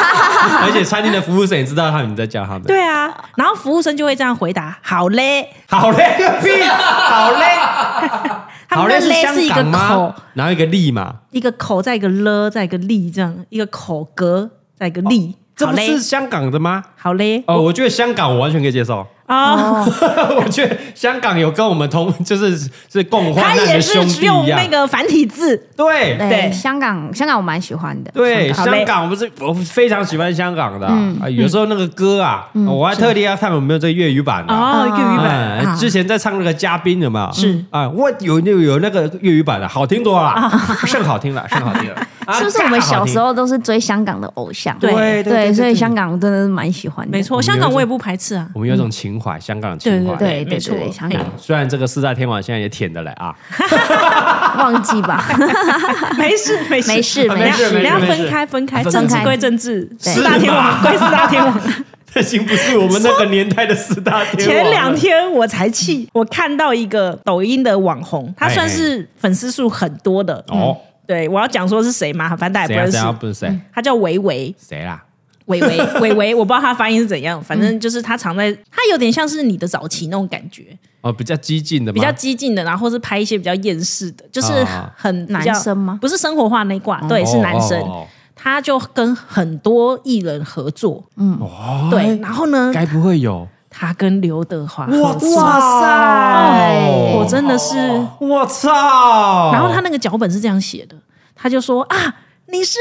Speaker 4: 而且餐厅的服务生也知道他们在叫他们。
Speaker 2: 对啊，然后服务生就会这样回答：“好嘞。
Speaker 4: 好嘞，个屁！好嘞，”
Speaker 2: 他
Speaker 4: 好
Speaker 2: 们
Speaker 4: 嘞
Speaker 2: 的嘞
Speaker 4: 香
Speaker 2: 是一个
Speaker 4: 港吗
Speaker 2: 口，？
Speaker 4: 然后一个力嘛，
Speaker 2: 一个口再一个了，再一个力，这样一个口格再一个力。
Speaker 4: 这
Speaker 2: 好
Speaker 4: 不
Speaker 2: 嘞
Speaker 4: 是，香港的吗？
Speaker 2: 好嘞，
Speaker 4: 哦，我觉得香港我完全可以接受。
Speaker 2: 啊，
Speaker 4: [laughs] 我觉得香港有跟我们同，就是是共患
Speaker 2: 他
Speaker 4: 难
Speaker 2: 也
Speaker 4: 的
Speaker 2: 是
Speaker 4: 兄
Speaker 2: 只
Speaker 4: 弟
Speaker 2: 用
Speaker 4: 一样
Speaker 2: 那。个繁体字，
Speaker 4: 对
Speaker 2: 对
Speaker 3: 香港，香港我蛮喜欢的。
Speaker 4: 对，
Speaker 2: 香
Speaker 4: 香
Speaker 2: 港
Speaker 4: 港我不是我非常喜欢香港的啊，啊有时候那个歌啊，我还特地要看有没有这个粤语版的啊。
Speaker 2: 哦，粤语版
Speaker 4: 哎
Speaker 2: 啊
Speaker 4: 之前在唱那个嘉宾有没有？
Speaker 2: 是
Speaker 4: 啊，我有有有那个粤语版的，好听多了， [laughs] 甚好听了，甚好听了。啊
Speaker 3: 是不是我们
Speaker 4: 尬好
Speaker 3: 小
Speaker 4: 听
Speaker 3: 时候都是追香港的偶像？
Speaker 2: 对
Speaker 4: 对对对
Speaker 3: 所以
Speaker 4: 对
Speaker 3: 香港真的是蛮喜欢的。
Speaker 2: 没，错，香港我也不排斥
Speaker 4: [laughs]
Speaker 2: 啊。
Speaker 4: 我们有一种情怀，香港的情怀。
Speaker 3: 对
Speaker 2: 哎没
Speaker 3: 对
Speaker 2: 错
Speaker 3: 对，香港
Speaker 4: 虽然这个四大天王现在也舔得来 [laughs] 啊，
Speaker 3: 忘记吧，
Speaker 2: 没事，没事，
Speaker 3: 没事
Speaker 2: 等
Speaker 3: 没
Speaker 2: 下
Speaker 3: 事
Speaker 2: 等下
Speaker 4: 没事
Speaker 2: 分开，分开，
Speaker 4: 分开
Speaker 2: 政治归政治，
Speaker 3: 对
Speaker 2: 四大天王归四大天王。
Speaker 4: 已经不是我们那个年代的四大天王了。
Speaker 2: 前两天我才气，我看到一个抖音的网红，他算是粉丝数很多的。
Speaker 4: 哦，
Speaker 2: 对，我要讲说是谁嘛，反正大家
Speaker 4: 谁
Speaker 2: 也嗯哎不认
Speaker 4: 啊谁啊
Speaker 2: 识。
Speaker 4: 不是谁
Speaker 2: 他叫维维，
Speaker 4: 谁啊啦？
Speaker 2: 维维，
Speaker 4: [laughs]
Speaker 2: 维维，我不知道他发音是怎样，反
Speaker 4: 嗯
Speaker 2: 正就是他常在，他有点像是你的早期那种感觉，
Speaker 4: 哦，比较激进的吗，
Speaker 2: 比较激进的，然后是拍一些比较厌世的，就是
Speaker 4: 啊
Speaker 2: 很比较
Speaker 3: 男生吗
Speaker 2: 不是生活化那一挂，对，
Speaker 4: 哦
Speaker 2: 是男生。
Speaker 4: 哦
Speaker 2: 他就跟很多艺人合作，
Speaker 3: 嗯
Speaker 4: 哦，
Speaker 2: 对，然后呢
Speaker 4: 哦，该不会有？
Speaker 2: 他跟刘德华合作，
Speaker 4: 塞
Speaker 2: 我真的是，
Speaker 4: 我操！
Speaker 2: 然后他那个脚本是这样写的，他就说啊，你是，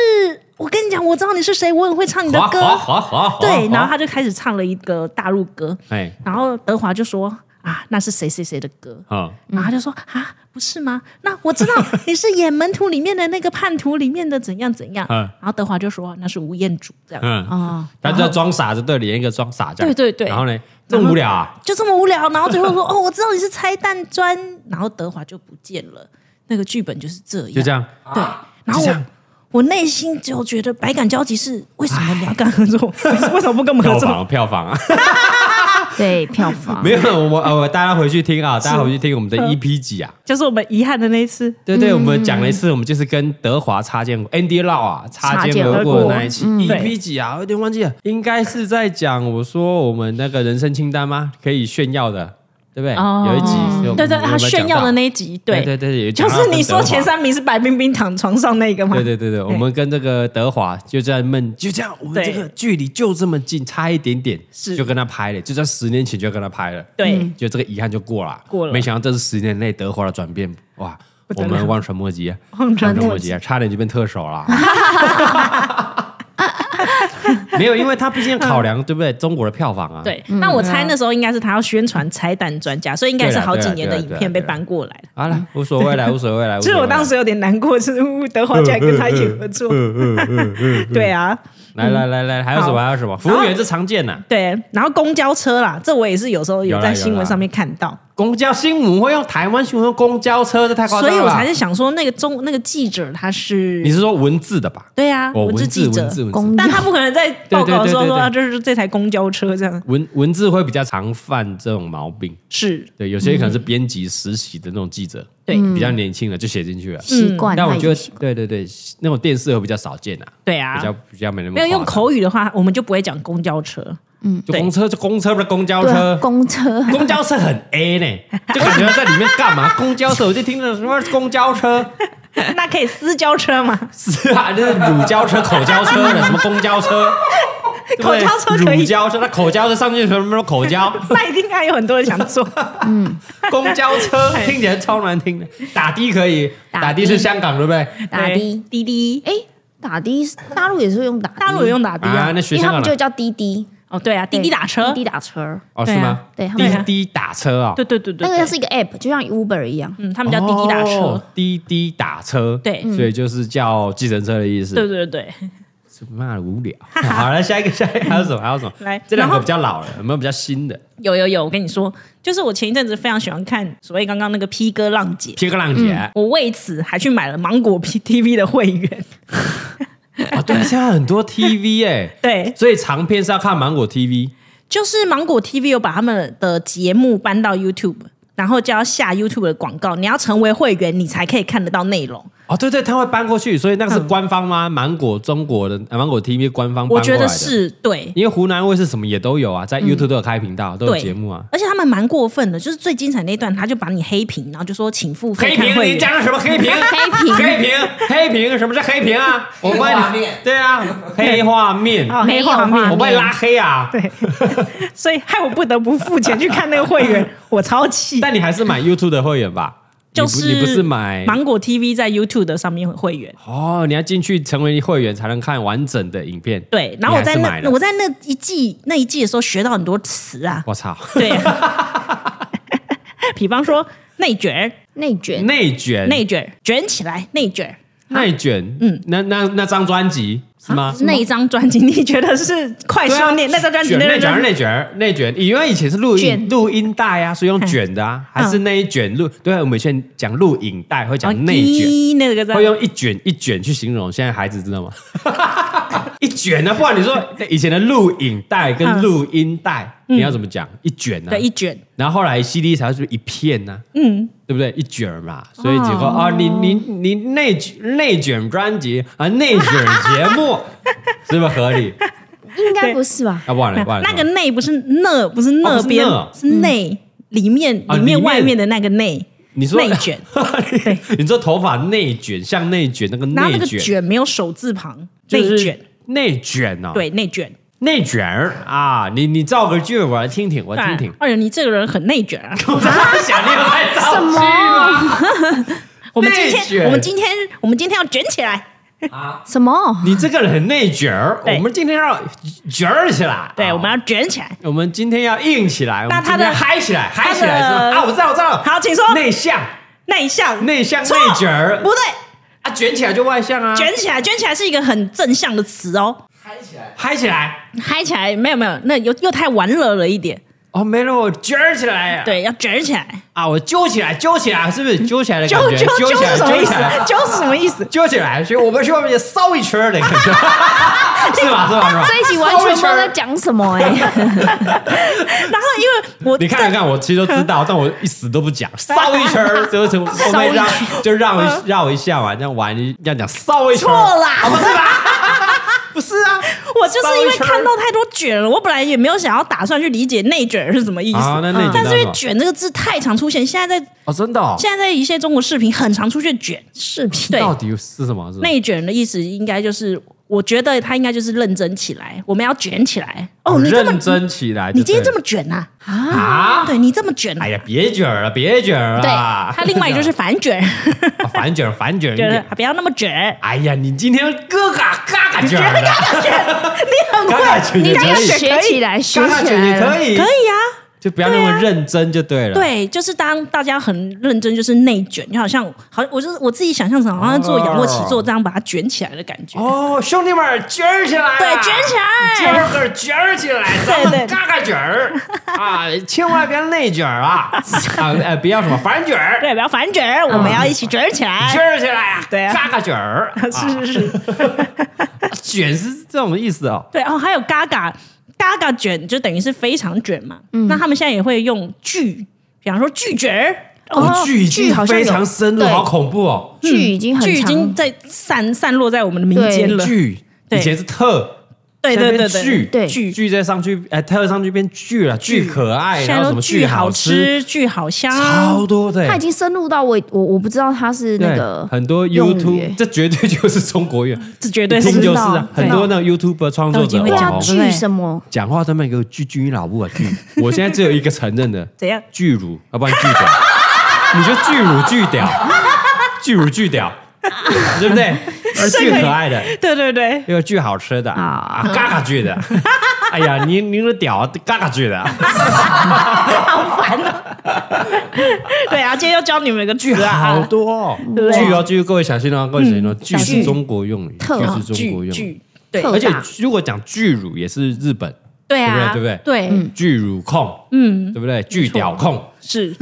Speaker 2: 我跟你讲，我知道你是谁，我很会唱你的歌，
Speaker 4: 好好好好，
Speaker 2: 对，然后
Speaker 4: 他
Speaker 2: 他就开始唱了一个大陆歌，
Speaker 4: 哎，
Speaker 2: 然后德华就说啊，那是谁谁谁的歌，
Speaker 4: 嗯，
Speaker 2: 然后他就说啊，不是吗？那我知道你是《演门图》里面的那个叛徒里面的怎样怎样，
Speaker 4: 嗯
Speaker 2: 然后德华就说那是吴彦祖这样，
Speaker 4: 嗯他就要装傻，就对，连一个装傻这样。
Speaker 2: 哦对对对
Speaker 4: 然后呢，这么无聊啊！
Speaker 2: 就这么无聊，然后最后说哦，我知道你是拆弹砖，然后德华就不见了，那个剧本就是这样，
Speaker 4: 就这样，
Speaker 2: 对，然后
Speaker 4: 就这
Speaker 2: 我
Speaker 4: 样。
Speaker 2: 我内心就觉得
Speaker 4: [laughs]
Speaker 2: 百感交集是为什么你要跟他合作，为什么不跟我们合
Speaker 4: 票
Speaker 2: 作？
Speaker 4: 房票房啊！
Speaker 3: [laughs] 对票房
Speaker 4: [laughs] 没有，我呃我大家回去听啊，大家回去听我们的
Speaker 2: 嗯
Speaker 4: EP 几啊。
Speaker 2: 就是我们遗憾的那一次，
Speaker 4: 对对，我们讲了一
Speaker 2: 嗯
Speaker 4: 次，我们就是跟德华擦肩，Andy Lau 啊擦肩而过的那一期
Speaker 2: 嗯对
Speaker 4: EP 几啊，有点忘记了，应该是在讲我说我们那个人生清单吗？可以炫耀的，对不对？
Speaker 2: 哦
Speaker 4: 有一集是我们，
Speaker 2: 对对，
Speaker 4: 我们
Speaker 2: 他
Speaker 4: 讲
Speaker 2: 炫耀
Speaker 4: 到
Speaker 2: 的那一集，
Speaker 4: 对对对，有讲
Speaker 2: [laughs] 就
Speaker 4: 到
Speaker 2: 是
Speaker 4: 跟
Speaker 2: 你
Speaker 4: 德
Speaker 2: 说
Speaker 4: 华
Speaker 2: 前三名是白冰冰躺床上那个吗？
Speaker 4: 对对对对，我们跟这个德华就这样闷，就这样，我们
Speaker 2: 对
Speaker 4: 这个距离就这么近，差一点点，
Speaker 2: 是
Speaker 4: 就跟他拍了，就在十年前就跟他拍了，
Speaker 2: 对
Speaker 4: 嗯就这个遗憾就过了，
Speaker 2: 过了
Speaker 4: 没想到这是十年内德华的转变，哇！
Speaker 2: 得
Speaker 4: 我
Speaker 2: 了
Speaker 4: 们望尘莫及啊，
Speaker 2: 望尘莫及
Speaker 4: 望啊，差点就变特
Speaker 2: [laughs]
Speaker 4: 首了。没有，因为他毕竟考量对不对中国的票房啊。
Speaker 2: 对，那我猜那时候应该是他要宣传拆弹专家，所以应该是好几年的影片被搬过来了。
Speaker 4: 好了，无所谓了，无所谓了。
Speaker 2: 所以我当时有点难过，就是呜德华竟然跟他一起合作。
Speaker 4: 嗯
Speaker 2: [laughs] 对啊，
Speaker 4: 来来来
Speaker 2: 嗯
Speaker 4: 来，还有什么？还有什么？服务员是常见啊呐，
Speaker 2: 对，然后公交车啦，这我也是有时候
Speaker 4: 有
Speaker 2: 有
Speaker 4: 啦
Speaker 2: 在
Speaker 4: 有
Speaker 2: 新
Speaker 4: 啦
Speaker 2: 闻上面看到，
Speaker 4: 公交新闻会用台湾新闻用公交车，这太夸张
Speaker 2: 所
Speaker 4: 了。
Speaker 2: 以我才是想说那个中那个记者他是
Speaker 4: 你是说文字的吧？
Speaker 2: 对啊，
Speaker 4: 哦，文
Speaker 2: 字
Speaker 4: 字
Speaker 2: 记者
Speaker 4: 文，字文字
Speaker 3: 公
Speaker 2: 但他不可能在报告
Speaker 4: 对对对
Speaker 2: 说
Speaker 4: 对
Speaker 2: 说
Speaker 4: 对
Speaker 2: 啊这是这台公交车这样
Speaker 4: 文文字会比较常犯这种毛病。
Speaker 2: 是
Speaker 4: 对，有些可
Speaker 2: 嗯
Speaker 4: 能是编辑实习的那种记者，
Speaker 2: 对
Speaker 4: 比较年轻的就写进去了。
Speaker 3: 习
Speaker 2: 嗯
Speaker 3: 惯，
Speaker 4: 但我
Speaker 3: 他已
Speaker 4: 觉
Speaker 3: 经
Speaker 4: 得
Speaker 3: 习，
Speaker 4: 对对对，那种电视会比较少见啊，
Speaker 2: 对啊
Speaker 4: 比，较比较没那么
Speaker 2: 没有用
Speaker 4: 夸张，
Speaker 2: 口语的话，我们就不会讲公交车。
Speaker 4: 就公车就公车不是公交
Speaker 3: 对啊
Speaker 4: 车。
Speaker 2: [laughs]
Speaker 3: 公车，
Speaker 4: [laughs] 公交车很 A 呢，就感觉在里面干嘛？公交车我就听着什么公交车，
Speaker 2: [laughs] 那可以私交车嘛？
Speaker 4: 是啊，就是乳胶车、口交车
Speaker 2: [laughs]
Speaker 4: 的，什么公交车，对不对
Speaker 2: 口交车可以
Speaker 4: 乳胶车，那口交车上去什么什么口
Speaker 2: [laughs]
Speaker 4: 交，
Speaker 2: 那一定还有很多人想做。
Speaker 4: 公
Speaker 2: [laughs]
Speaker 4: 交车听起来超难听的，打的可以，
Speaker 3: 打的
Speaker 4: 打的是香港对不对？
Speaker 3: 打的
Speaker 2: 滴滴，
Speaker 3: 哎，打的大陆也是会用打的，
Speaker 2: 大陆有用打的
Speaker 4: 啊，
Speaker 2: 啊？
Speaker 4: 那学
Speaker 3: 因为
Speaker 4: 香
Speaker 3: 他
Speaker 4: 港
Speaker 3: 们就
Speaker 4: 的
Speaker 3: 叫滴滴，
Speaker 2: 哦，对啊，滴滴打车
Speaker 3: 滴，滴打车，
Speaker 4: 哦是吗？
Speaker 3: 对啊对他
Speaker 4: 滴
Speaker 3: 们
Speaker 4: 滴打车啊，
Speaker 2: 对对对对，
Speaker 3: 那
Speaker 2: 对
Speaker 3: 个是一个 app，就像 Uber 一样。
Speaker 2: 嗯，他们叫滴滴打车
Speaker 4: 哦，，滴滴打车，
Speaker 2: 对
Speaker 4: 所以就是叫计程车的意思。
Speaker 2: 对对对，对
Speaker 4: 这妈的无聊。好来下一个，下一个还有什么？还有什么？
Speaker 2: 来
Speaker 4: 这
Speaker 2: 然
Speaker 4: 两个
Speaker 2: 后嗯
Speaker 4: 比较老了，有没有比较新的？
Speaker 2: 有有有，我跟你说，就是我前一阵子非常喜欢看所谓刚刚那个 P 哥浪姐，
Speaker 4: 贴个浪姐啊，
Speaker 2: 我为此还去买了芒果 P T V 的会员，嗯
Speaker 4: 哦对，啊现在很
Speaker 2: [laughs]
Speaker 4: 多 TV 哎，
Speaker 2: 对，
Speaker 4: 所以长片是要看芒果 TV。
Speaker 2: 就是芒果 TV 有把他们的节目搬到 YouTube，然后就要下 YouTube 的广告，你要成为会员，你才可以看得到内容。
Speaker 4: 哦，对对，他会搬过去，所以那个是官方吗？芒果中国的呃芒果 TV 官方搬
Speaker 2: 嗯
Speaker 4: 过
Speaker 2: 我
Speaker 4: 来的，
Speaker 2: 觉得是对。
Speaker 4: 因为湖南卫视什么也都有啊，在 YouTube 都有开频道，都有
Speaker 2: 对
Speaker 4: 节目啊。
Speaker 2: 而且他们蛮过分的，就是最精彩那一段，他就把你黑屏，然后就说请付费看会员。
Speaker 4: 的什么
Speaker 2: [laughs]
Speaker 4: 黑屏？
Speaker 3: 黑屏
Speaker 4: 黑屏，黑屏，什么是黑屏啊？我帮你，对啊，黑画面，
Speaker 2: 哦 [laughs] 黑画
Speaker 3: 没有
Speaker 2: 面
Speaker 3: 画
Speaker 4: 我
Speaker 3: 面
Speaker 4: 帮你拉黑啊。
Speaker 2: 所以害我不得不付钱去看那个会 [laughs] 员，我超气。
Speaker 4: [laughs] 但你还是买 YouTube 的会员吧？
Speaker 2: 就
Speaker 4: 你不
Speaker 2: 是
Speaker 4: 你不是买
Speaker 2: 芒果 TV 在 YouTube 的上面会员，
Speaker 4: 哦？你要进去成为会员才能看完整的影片。
Speaker 2: 对。然后我在
Speaker 4: 你还是买
Speaker 2: 那
Speaker 4: 了
Speaker 2: 我在那一季那一季的时候学到很多词啊，
Speaker 4: 我操，
Speaker 2: 对， [laughs] 比方说内卷儿、
Speaker 3: 内
Speaker 2: 嗯
Speaker 3: 卷，
Speaker 4: 内卷，
Speaker 2: 内卷儿、卷起来、内卷儿。
Speaker 4: 内卷，嗯，那那那张专辑是吗？
Speaker 2: 那一张专辑你觉得是快
Speaker 4: 对
Speaker 2: 速
Speaker 4: 啊，
Speaker 2: 念？啊那张专辑
Speaker 4: 卷
Speaker 2: 那
Speaker 4: 内卷
Speaker 2: 张
Speaker 4: 儿内卷儿内卷儿，因为以前是录音
Speaker 3: 卷
Speaker 4: 录音带啊，所以
Speaker 2: 哎
Speaker 4: 用卷的啊，还是
Speaker 2: 嗯
Speaker 4: 那一卷录？对啊，我们以前讲录影带会
Speaker 2: 哦
Speaker 4: 讲内卷，哦
Speaker 2: 一那个
Speaker 4: 会用一卷一卷去形容。现在孩子知道吗？ [laughs] 一卷呢、啊，不然你说以前的录影带跟
Speaker 2: 嗯
Speaker 4: 录音带，你要怎么讲？一卷呢、啊
Speaker 2: 对？一卷，
Speaker 4: 然后后来 CD 才是一片呢、啊，嗯，对不对？一卷儿嘛，所以结果
Speaker 2: 哦
Speaker 4: 啊，你你你内卷内卷专辑啊，内卷节目 [laughs] 是不是合理？
Speaker 3: 应该不是吧？
Speaker 4: 啊，
Speaker 2: [laughs]
Speaker 4: 忘了忘了，
Speaker 2: 那个内不是那不是
Speaker 4: 哦
Speaker 2: 那
Speaker 4: 不是
Speaker 2: 边
Speaker 4: 那
Speaker 2: 是内里面
Speaker 4: 啊
Speaker 2: 里
Speaker 4: 里面
Speaker 2: 面外面的那个内，
Speaker 4: 你说 [laughs]
Speaker 2: 内卷，对，
Speaker 4: 你说头发内卷，像内卷那个
Speaker 2: 然后
Speaker 4: 内
Speaker 2: 那个
Speaker 4: 卷，
Speaker 2: 卷没有手字旁，
Speaker 4: 就
Speaker 2: 内
Speaker 4: 是
Speaker 2: 卷，
Speaker 4: 内卷哦，，
Speaker 2: 对内卷。
Speaker 4: 内卷儿啊，你你造个句我来听听，我听听。
Speaker 2: 哎呀，你这个人很内卷
Speaker 4: [laughs]
Speaker 2: 啊！
Speaker 4: 我想你有在造句 [laughs] 吗？
Speaker 2: 我们今
Speaker 4: 内卷
Speaker 2: 天，我们今天，我们今天要卷起来。
Speaker 3: 什
Speaker 2: 啊
Speaker 3: 么？
Speaker 4: 你这个人很内卷儿，
Speaker 2: 对
Speaker 4: 我们今天要卷儿起来，
Speaker 2: 对，
Speaker 4: 啊
Speaker 2: 我们要卷起来。
Speaker 4: 我们今天要硬起来，
Speaker 2: 那
Speaker 4: 我们今
Speaker 2: 他
Speaker 4: 天
Speaker 2: 的
Speaker 4: 要嗨起来，
Speaker 2: 他的
Speaker 4: 嗨起来是吧？啊，我知道，我知道。
Speaker 2: 好请说
Speaker 4: 内向，
Speaker 2: 内向，
Speaker 4: 内向，内
Speaker 2: 错
Speaker 4: 卷儿
Speaker 2: 不对，
Speaker 4: 啊，卷起来就外向啊，
Speaker 2: 卷起来，卷起来是一个很正向的词哦。
Speaker 4: 嗨起来，
Speaker 2: 嗨起来，没有没有，那又又太玩乐了一点。
Speaker 4: 哦，没了，我卷起来啊！
Speaker 2: 对，要卷起来，
Speaker 4: 啊，我揪起来，揪起来，是不是揪起来的感
Speaker 2: 揪
Speaker 4: 觉？
Speaker 2: 揪
Speaker 4: 揪
Speaker 2: 揪
Speaker 4: 起来，
Speaker 2: 是什么
Speaker 4: 揪
Speaker 2: 意
Speaker 4: 起来，
Speaker 2: 思？揪是什么意思？
Speaker 4: 揪起来，所以我们去外面骚一圈儿的
Speaker 2: [laughs]
Speaker 4: 感觉，是吧？是吧？是吧？
Speaker 3: [laughs] 这一集完全不知道在讲什么哎、
Speaker 2: 然后因 [laughs] 为我
Speaker 4: 你看一看，我其实都知道，但我一死都
Speaker 2: [laughs]
Speaker 4: 不讲，骚一圈儿就是我们让就绕一绕一下嘛，这样玩一这样讲骚一圈儿，啊
Speaker 2: 错啦， [laughs]
Speaker 4: 不是啊？
Speaker 2: 我就是因为
Speaker 4: 烧一圈
Speaker 2: 看到太多卷了，我本来也没有想要打算去理解内卷是什么意思。嗯
Speaker 4: 啊，那那你知
Speaker 2: 但是因为
Speaker 4: 道什么
Speaker 2: 卷这个字太常出现，现在在
Speaker 4: 哦，真的哦，
Speaker 2: 现在在一些中国视频很常出现卷视频。对，
Speaker 4: 到底是什么？是吧
Speaker 2: 内卷的意思应该就是，我觉得他应该就是认真起来，我们要卷起来。哦，你这么
Speaker 4: 认，真起来，
Speaker 2: 你今天
Speaker 4: 对
Speaker 2: 这么卷呐、啊？
Speaker 4: 啊？
Speaker 2: 对你这么卷、啊，
Speaker 4: 哎呀，别卷儿了，别卷儿了。
Speaker 2: 对，他另外一个就是反卷， [laughs]
Speaker 4: 啊反卷儿，反卷儿一
Speaker 2: 觉得
Speaker 4: 点。
Speaker 2: 不要那么卷。
Speaker 4: 哎呀，你今天嘎嘎嘎嘎卷儿了，嘎嘎卷，你
Speaker 3: [laughs] 你
Speaker 4: 很
Speaker 3: 这
Speaker 4: 会，
Speaker 3: 个
Speaker 4: 嘎嘎卷也可以，
Speaker 3: 学起来，学
Speaker 4: 嘎嘎
Speaker 3: 起
Speaker 4: 卷
Speaker 3: 来
Speaker 4: 也
Speaker 3: 了
Speaker 4: [laughs] 可以，
Speaker 2: 可以啊，
Speaker 4: 就不要那么认真就对了。，
Speaker 2: 对，就是当大家很认真，就是内卷，就好像好，我就是我自己想象成好像在做仰卧起坐这样把它卷起来的感觉。
Speaker 4: 哦，兄弟们，卷儿起来，
Speaker 2: 对，卷起
Speaker 4: 今
Speaker 2: 来，
Speaker 4: 儿个卷儿起来，咱们嘎嘎
Speaker 2: [laughs]
Speaker 4: 卷儿啊，千万别内卷儿啊啊！哎，不要什么反卷儿，
Speaker 2: 对，不要反卷，我们要一起卷起来。
Speaker 4: 卷儿起来啊，
Speaker 2: 对啊
Speaker 4: 嘎嘎
Speaker 2: [laughs]
Speaker 4: 卷儿，
Speaker 2: 是是是，
Speaker 4: [laughs] 卷是这种意思哦。
Speaker 2: 对哦，还有嘎嘎嘎嘎卷，就等于是非常卷嘛。那他们现在也会用巨，比方说巨卷儿，
Speaker 4: 哦，剧已
Speaker 3: 剧
Speaker 4: 经
Speaker 3: 好像
Speaker 4: 非
Speaker 3: 有
Speaker 4: 常深入，
Speaker 3: 对
Speaker 4: 好恐怖哦。
Speaker 3: 剧已经很
Speaker 2: 巨嗯已
Speaker 3: 长
Speaker 2: 经在散散落在我们的民间了。
Speaker 4: 剧
Speaker 2: 对
Speaker 4: 以前是特，
Speaker 2: 对
Speaker 4: 现在
Speaker 2: 对对
Speaker 4: 变
Speaker 2: 对，
Speaker 4: 剧
Speaker 3: 对
Speaker 2: 巨
Speaker 4: 剧再上去，哎，特上去变剧了，剧可爱，
Speaker 2: 现
Speaker 4: 哎然
Speaker 2: 在
Speaker 4: 后
Speaker 2: 都
Speaker 4: 什么
Speaker 2: 巨
Speaker 4: 剧
Speaker 2: 好
Speaker 4: 吃，
Speaker 2: 吃，巨好香，
Speaker 4: 超多的。
Speaker 3: 他已经深入到我我我不知道他是那
Speaker 4: 对
Speaker 3: 个
Speaker 4: 很多
Speaker 3: 用语欸
Speaker 4: YouTube，这绝对就是中国语，
Speaker 2: 这绝对
Speaker 4: 一
Speaker 2: 是
Speaker 4: 听就是
Speaker 3: 知
Speaker 4: 啊
Speaker 3: 道，
Speaker 4: 很多那种 YouTube 创作
Speaker 2: 都已经
Speaker 4: 者
Speaker 2: 会
Speaker 3: 对
Speaker 2: 讲
Speaker 4: 网
Speaker 3: 啊
Speaker 4: 红
Speaker 2: 了对
Speaker 3: 剧什么
Speaker 4: 讲话他们给我巨巨你老母啊巨，我现在只有一个承认的，
Speaker 2: 怎样？
Speaker 4: 巨乳，要不然巨屌， [laughs] 你就巨乳巨屌，巨乳巨屌， [laughs] 对不对？巨可爱的，
Speaker 2: 对对对，
Speaker 4: 又有巨好吃的
Speaker 3: 啊
Speaker 4: 啊，嘎嘎巨的。 [laughs] 哎呀，您您的屌嘎嘎巨的，
Speaker 2: [laughs] 对啊，今天又教你们一个句
Speaker 4: 巨 [laughs] 好
Speaker 2: 啊，
Speaker 4: 多哦
Speaker 2: 对
Speaker 4: 巨哦，巨各位小心哦，各位小心哦，巨
Speaker 3: 小
Speaker 4: 是
Speaker 3: 心
Speaker 4: 中国用语，巨
Speaker 3: 特啊
Speaker 4: 是中国
Speaker 2: 句
Speaker 4: 用语，
Speaker 2: 句，对
Speaker 3: 特
Speaker 4: 而且
Speaker 3: 大
Speaker 4: 如果讲巨乳也是日本，
Speaker 2: 对啊，
Speaker 4: 对不对
Speaker 2: 对？
Speaker 4: 巨乳控，
Speaker 2: 嗯，
Speaker 4: 对不对？巨屌控，
Speaker 2: 是，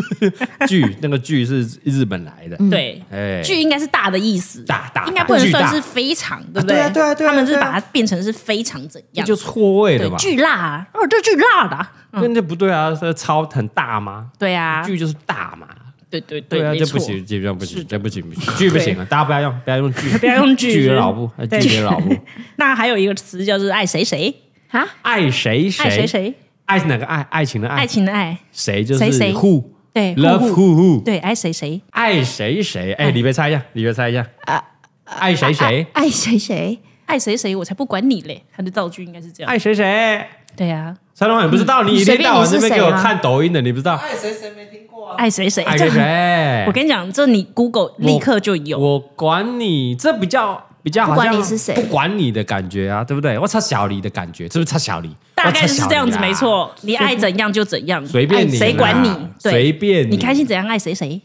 Speaker 4: 巨那个巨是日本来的，
Speaker 2: 对，
Speaker 4: 哎，
Speaker 2: 句应该是大的意思，
Speaker 4: 大大
Speaker 2: 应该不能
Speaker 4: 巨
Speaker 2: 算
Speaker 4: 大
Speaker 2: 是非常，对不
Speaker 4: 啊对啊对啊对啊
Speaker 2: 他们是
Speaker 4: 对啊
Speaker 2: 把它变成是非常怎
Speaker 4: 那
Speaker 2: 样？
Speaker 4: 就错位了
Speaker 2: 对
Speaker 4: 嘛，
Speaker 2: 巨辣啊，哦，这巨辣的啊，
Speaker 4: 那那不对啊，这超很大吗？
Speaker 2: 对啊，
Speaker 4: 巨就是大嘛，
Speaker 2: 对对对，
Speaker 4: 对啊，
Speaker 2: 没
Speaker 4: 这不
Speaker 2: 错，
Speaker 4: 行，这样不行，这不行，不行巨不行了，啊大家不要用，不要用
Speaker 2: [laughs]
Speaker 4: 巨，
Speaker 2: 不要用巨
Speaker 4: 巨
Speaker 2: 是
Speaker 4: 的老婆，哎
Speaker 2: 对
Speaker 4: 巨的老
Speaker 2: [laughs]
Speaker 4: 婆，
Speaker 2: 那还有一个词叫做爱谁谁，
Speaker 3: 啊？
Speaker 4: 爱谁谁
Speaker 2: 爱谁谁，
Speaker 4: 爱是哪个爱？爱情的
Speaker 2: 爱
Speaker 4: 爱，
Speaker 2: 情的爱，
Speaker 4: 谁就是
Speaker 2: 谁谁
Speaker 4: who
Speaker 2: 对
Speaker 4: love
Speaker 2: 互
Speaker 4: who who
Speaker 2: 对，爱谁谁，
Speaker 4: 爱谁谁？
Speaker 2: 啊
Speaker 4: 哎，你别猜一下，你别猜一下，爱谁谁？
Speaker 3: 啊爱谁谁？
Speaker 2: 爱谁谁，我才不管你嘞，他的造句应该是这样，
Speaker 4: 爱谁谁？
Speaker 2: 对啊，
Speaker 4: 山东话你不知道，你一
Speaker 3: 随
Speaker 4: 天
Speaker 3: 便
Speaker 4: 到晚这
Speaker 3: 你是谁
Speaker 4: 边给我
Speaker 3: 啊
Speaker 4: 看抖音的，你不知道哎
Speaker 5: 爱谁谁没听过啊？
Speaker 2: 爱谁谁，
Speaker 4: 爱
Speaker 2: 这
Speaker 4: 谁谁？
Speaker 2: 我跟你讲，这你 Google 立刻就有。
Speaker 4: 我管你，这比较比较好
Speaker 3: 不
Speaker 4: 像
Speaker 3: 管你是谁
Speaker 4: 不管你的感觉啊，对不对？我操小李的感觉，是不是操小李？
Speaker 2: 大概
Speaker 4: 我操
Speaker 2: 是
Speaker 4: 小李啊
Speaker 2: 这样子，没，错。你爱怎样就怎样，
Speaker 4: 随便你啦，
Speaker 2: 谁管你？对，
Speaker 4: 随便
Speaker 2: 你开，心怎样爱谁谁。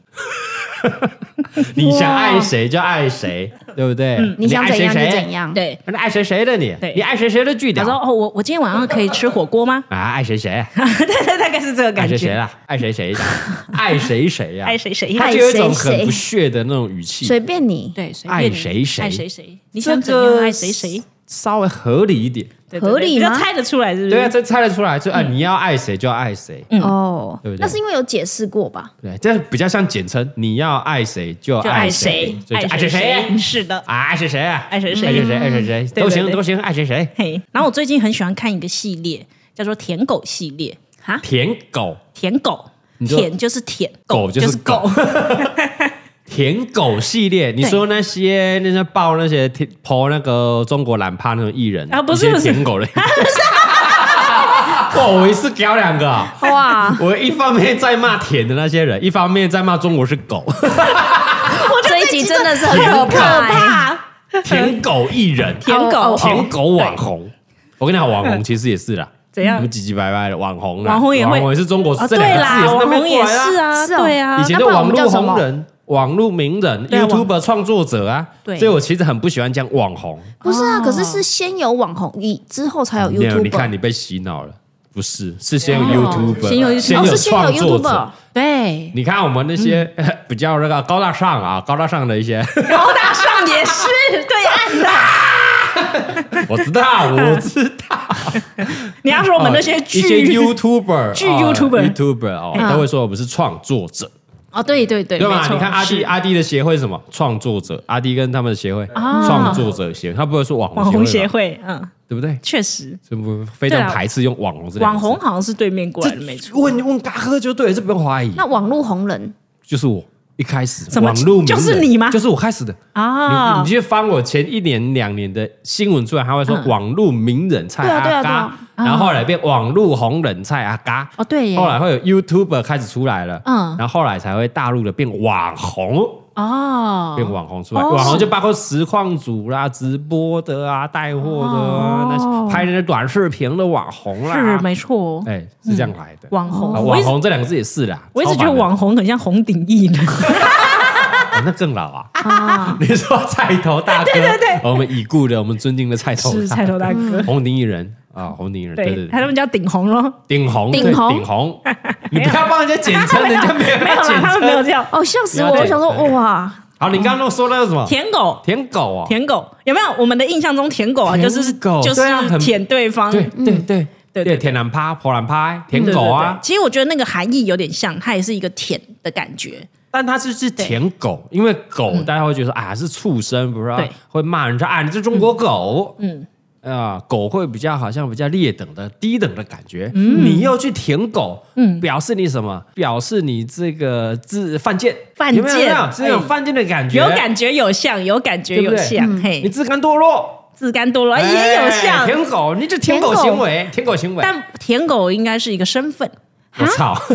Speaker 4: 你想爱谁就爱谁，对不对？
Speaker 2: 嗯
Speaker 3: 你想
Speaker 4: 嗯爱
Speaker 3: 怎
Speaker 4: 谁
Speaker 3: 样就
Speaker 4: 谁
Speaker 3: 怎。样。
Speaker 2: 对，
Speaker 4: 那爱谁谁的你
Speaker 2: 对，
Speaker 4: 你爱谁谁的巨
Speaker 2: 啊他
Speaker 4: 屌？
Speaker 2: 说哦，我我今天晚上可以吃火锅吗 [laughs]
Speaker 4: 啊，爱谁谁，
Speaker 2: 对对，大概是这个
Speaker 4: 爱
Speaker 2: 感
Speaker 4: 谁谁
Speaker 2: 觉。
Speaker 4: 啦，爱谁谁，爱谁谁呀，
Speaker 2: 爱谁谁，
Speaker 4: 他
Speaker 3: 爱
Speaker 4: 就有一种
Speaker 3: 谁谁
Speaker 4: 很不屑的那种语气，
Speaker 3: 随便你，
Speaker 2: 对，随
Speaker 4: 爱
Speaker 2: 便你
Speaker 4: 谁谁
Speaker 2: 爱谁谁，你
Speaker 4: 这
Speaker 2: 想怎样
Speaker 4: 个
Speaker 2: 爱谁谁，
Speaker 4: 稍微合理一点。
Speaker 2: 对对对
Speaker 3: 合理吗
Speaker 2: 比较猜得出来是不是？
Speaker 4: 对啊，这猜得出来，
Speaker 2: 嗯
Speaker 4: 就啊，你要爱谁就爱谁，
Speaker 3: 哦
Speaker 4: 嗯对不，对
Speaker 3: 那是因为有解释过
Speaker 4: [laughs]
Speaker 3: 吧？
Speaker 4: 对，这比较像简称。你要爱谁就
Speaker 2: 就
Speaker 4: 爱
Speaker 2: 谁，
Speaker 4: 所以就爱
Speaker 2: 谁
Speaker 4: 谁谁
Speaker 2: 是的。
Speaker 4: 啊，爱谁谁啊，
Speaker 2: 爱谁谁
Speaker 4: 爱谁谁，爱谁谁
Speaker 2: 对对
Speaker 4: 都行
Speaker 2: 对
Speaker 4: 都行，爱谁谁。
Speaker 2: 嘿，然后我最近很喜欢看一个系列，叫做《舔狗系列》。
Speaker 3: 哈，
Speaker 4: 舔狗，
Speaker 2: 舔狗，
Speaker 4: 你说
Speaker 2: 舔就是舔，
Speaker 4: 狗就
Speaker 2: 就是
Speaker 4: 狗
Speaker 2: 狗。 [laughs]
Speaker 4: 舔狗系列，你
Speaker 2: 对
Speaker 4: 说那些那些爆那些舔剖那个中国懒趴那种艺人
Speaker 2: 啊不是
Speaker 4: 一些
Speaker 2: 不是
Speaker 4: 舔狗的， [laughs] 哇，我一次搞两个啊。
Speaker 3: [laughs] 哇，
Speaker 4: 我一方面在骂舔的那些人，一方面在骂中国是狗， [laughs]
Speaker 3: 这一集真的是很
Speaker 4: 很
Speaker 3: 可
Speaker 4: 可
Speaker 2: 啊哦
Speaker 3: 怕欸。
Speaker 4: 舔狗艺人，
Speaker 2: 舔
Speaker 3: 哦
Speaker 2: 狗
Speaker 3: 哦，
Speaker 4: 哎舔狗网红。我跟你讲，网红其实也是啦，
Speaker 2: 怎样
Speaker 4: 我们唧唧歪歪的网红啦，啊
Speaker 2: 网红也会
Speaker 4: 网红也是中国
Speaker 2: 啊，
Speaker 4: 这
Speaker 2: 对
Speaker 4: 两个字
Speaker 2: 啦，网
Speaker 4: 也是那边
Speaker 2: 红
Speaker 4: 过
Speaker 2: 也
Speaker 4: 来
Speaker 2: 是
Speaker 4: 啦。
Speaker 2: 啊，
Speaker 3: 是哦
Speaker 2: 对啊
Speaker 4: 以，前的
Speaker 3: 那不然我
Speaker 4: 网
Speaker 3: 们叫
Speaker 4: 络
Speaker 3: 什么
Speaker 4: 红人、网络名人、
Speaker 2: 对啊
Speaker 4: YouTube 创作者啊，所
Speaker 2: 对
Speaker 4: 以我其实很不喜欢讲网红。
Speaker 3: 不是啊，可是是先有网红，以之后才有哦
Speaker 4: 没有，你看
Speaker 3: YouTube。
Speaker 4: 你被洗脑了。不是，是先有 YouTuber，
Speaker 1: 先有 YouTuber
Speaker 4: 先
Speaker 3: 哦，是先有
Speaker 4: 创作
Speaker 3: YouTuber
Speaker 4: 者。
Speaker 1: 对，
Speaker 4: 你看我们那些 [laughs] 比较那个高大上啊，高大上的一些， [laughs]
Speaker 1: 高
Speaker 2: 啊
Speaker 1: 大上也是对岸的。
Speaker 4: 我知道，我知道，
Speaker 2: 你要说我们那些
Speaker 4: 哦一些
Speaker 2: 剧 [laughs]
Speaker 4: YouTuber，
Speaker 2: 巨 YouTuber
Speaker 4: YouTuber 哦，都会说我们是创作者，
Speaker 1: 哦，对对对，
Speaker 4: 对
Speaker 1: 没
Speaker 4: 吧？
Speaker 1: 错，
Speaker 4: 你看阿弟，
Speaker 1: 是
Speaker 4: 阿弟的协会是什么？创作者，阿弟跟他们的协会，
Speaker 1: 啊
Speaker 4: 创作者协会，他不会说网
Speaker 2: 网
Speaker 4: 红
Speaker 2: 红协
Speaker 4: 会吧，
Speaker 2: 会，嗯，
Speaker 4: 对不对？
Speaker 2: 确实，
Speaker 4: 是不非常
Speaker 2: 对啊
Speaker 4: 排斥用网红这两
Speaker 2: 网
Speaker 4: 个字
Speaker 2: 红好像是对面过来的，没错。
Speaker 4: 问问嘎哥就对了，这不用怀疑。
Speaker 3: 那网络红人
Speaker 4: 就是我一开始
Speaker 2: 什么
Speaker 4: 网络名人
Speaker 2: 就是你吗
Speaker 4: 就是我开始的。你
Speaker 2: 啊
Speaker 4: 你，去翻我前一年两年的新闻出来，他会说网络名人蔡
Speaker 3: 对啊对
Speaker 4: 阿
Speaker 3: 啊
Speaker 4: 嘎，然后后来变网络红人蔡阿嘎。
Speaker 1: 哦，对耶，
Speaker 4: 后来会有 YouTuber 开始出来了，
Speaker 1: 嗯
Speaker 4: 然后后来才会大陆的变网红，
Speaker 1: 哦，
Speaker 4: 变网红出来，网红就包括实况主啦、直播的啊、带货的啊，那些拍那些短视频的网红啦
Speaker 1: 是，没错，
Speaker 4: 哎，是这样来的。
Speaker 1: 网红
Speaker 4: 啊，
Speaker 2: 我一
Speaker 4: 网
Speaker 2: 直
Speaker 4: 红这两个字也是啦，
Speaker 2: 嗯我一直
Speaker 4: 超
Speaker 2: 觉
Speaker 4: 凡
Speaker 2: 得
Speaker 4: 的
Speaker 2: 网红很像红顶艺人，
Speaker 4: 啊那更老啊！ [laughs] 你说菜头大哥，对对对，我们已故的，我们尊敬的菜头大哥，
Speaker 2: 是菜头大哥。
Speaker 4: 红顶艺人啊，红顶艺人，对
Speaker 2: 对，
Speaker 4: 对
Speaker 2: 他
Speaker 4: 对，
Speaker 2: 们叫顶红咯，
Speaker 4: 顶红，
Speaker 3: 顶
Speaker 4: 对
Speaker 3: 红
Speaker 4: 顶红，你不要帮人家简称，人家没有
Speaker 2: 没有
Speaker 4: 简
Speaker 2: 啦，他们没有
Speaker 4: 称。
Speaker 2: 这样。
Speaker 3: 哦，吓死我！
Speaker 4: 了解
Speaker 3: 我想说，
Speaker 4: 对
Speaker 3: 哇，
Speaker 4: 好，你刚刚说那个什么
Speaker 2: 舔狗，
Speaker 4: 舔狗啊？
Speaker 2: 舔狗有没有？我们的印象中舔狗啊，
Speaker 4: 舔
Speaker 2: 就是
Speaker 4: 狗
Speaker 2: 就
Speaker 4: 对啊很
Speaker 2: 是舔对方，
Speaker 4: 对对对
Speaker 2: 对
Speaker 4: 对，
Speaker 2: 对
Speaker 4: 舔男趴、破男趴、舔
Speaker 2: 对对
Speaker 4: 狗
Speaker 2: 对
Speaker 4: 啊，
Speaker 2: 其实我觉得那个含义有点像，它也是一个舔的感觉。
Speaker 4: 但他就是舔狗，因为狗大家会觉得说啊是畜生，不是啊
Speaker 2: 嗯对
Speaker 4: 会骂人说啊你是中国狗，
Speaker 2: 嗯，
Speaker 4: 啊、狗会比较好像比较劣等的低等的感觉，
Speaker 2: 嗯
Speaker 4: 你又去舔狗，表示你什么？表示你这个自犯贱，
Speaker 2: 犯
Speaker 4: 有没有有没有
Speaker 2: 贱哎
Speaker 4: 是那种犯贱的感觉，
Speaker 2: 有感觉有像，有感觉
Speaker 4: 对不
Speaker 2: 有
Speaker 4: 对
Speaker 2: 像，
Speaker 4: 你
Speaker 2: 嘿，
Speaker 3: 嗯
Speaker 4: 自甘堕落，
Speaker 2: 自甘堕落也有
Speaker 4: 哎
Speaker 2: 像，
Speaker 4: 舔狗，你这舔狗
Speaker 3: 舔狗
Speaker 4: 行为，舔狗行为，
Speaker 2: 但舔狗应该是一个身份，
Speaker 4: 我操，
Speaker 2: [laughs]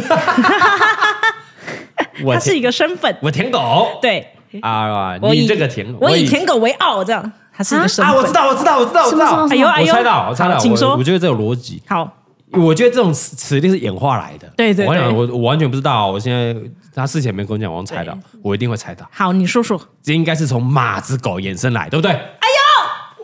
Speaker 4: 我
Speaker 2: 它是
Speaker 4: 舔
Speaker 2: 一个身份，
Speaker 4: 我舔狗
Speaker 2: 对，
Speaker 4: 啊，
Speaker 2: 哎我以
Speaker 4: 你这个舔狗，
Speaker 2: 我以
Speaker 4: 以
Speaker 2: 舔狗为傲，这样，它是一个身
Speaker 4: 啊，我知
Speaker 2: 份。
Speaker 4: 道，我知道，我知道，我知
Speaker 3: 什
Speaker 4: 道，
Speaker 3: 么
Speaker 2: 哎呦哎
Speaker 4: 我
Speaker 2: 呦，
Speaker 4: 猜到，我猜到，
Speaker 2: 好请
Speaker 4: 我
Speaker 2: 说
Speaker 4: 我。觉得这有逻辑。
Speaker 2: 好，
Speaker 4: 我觉得这种词词一定是演化来的。
Speaker 2: 对对
Speaker 4: 我跟你讲，
Speaker 2: 对
Speaker 4: 我我完全不知道。我现在他事前没跟我讲，我猜到，我一定会猜到。
Speaker 2: 好，你说说，
Speaker 4: 这应该是从马子狗衍生来，对不对？哎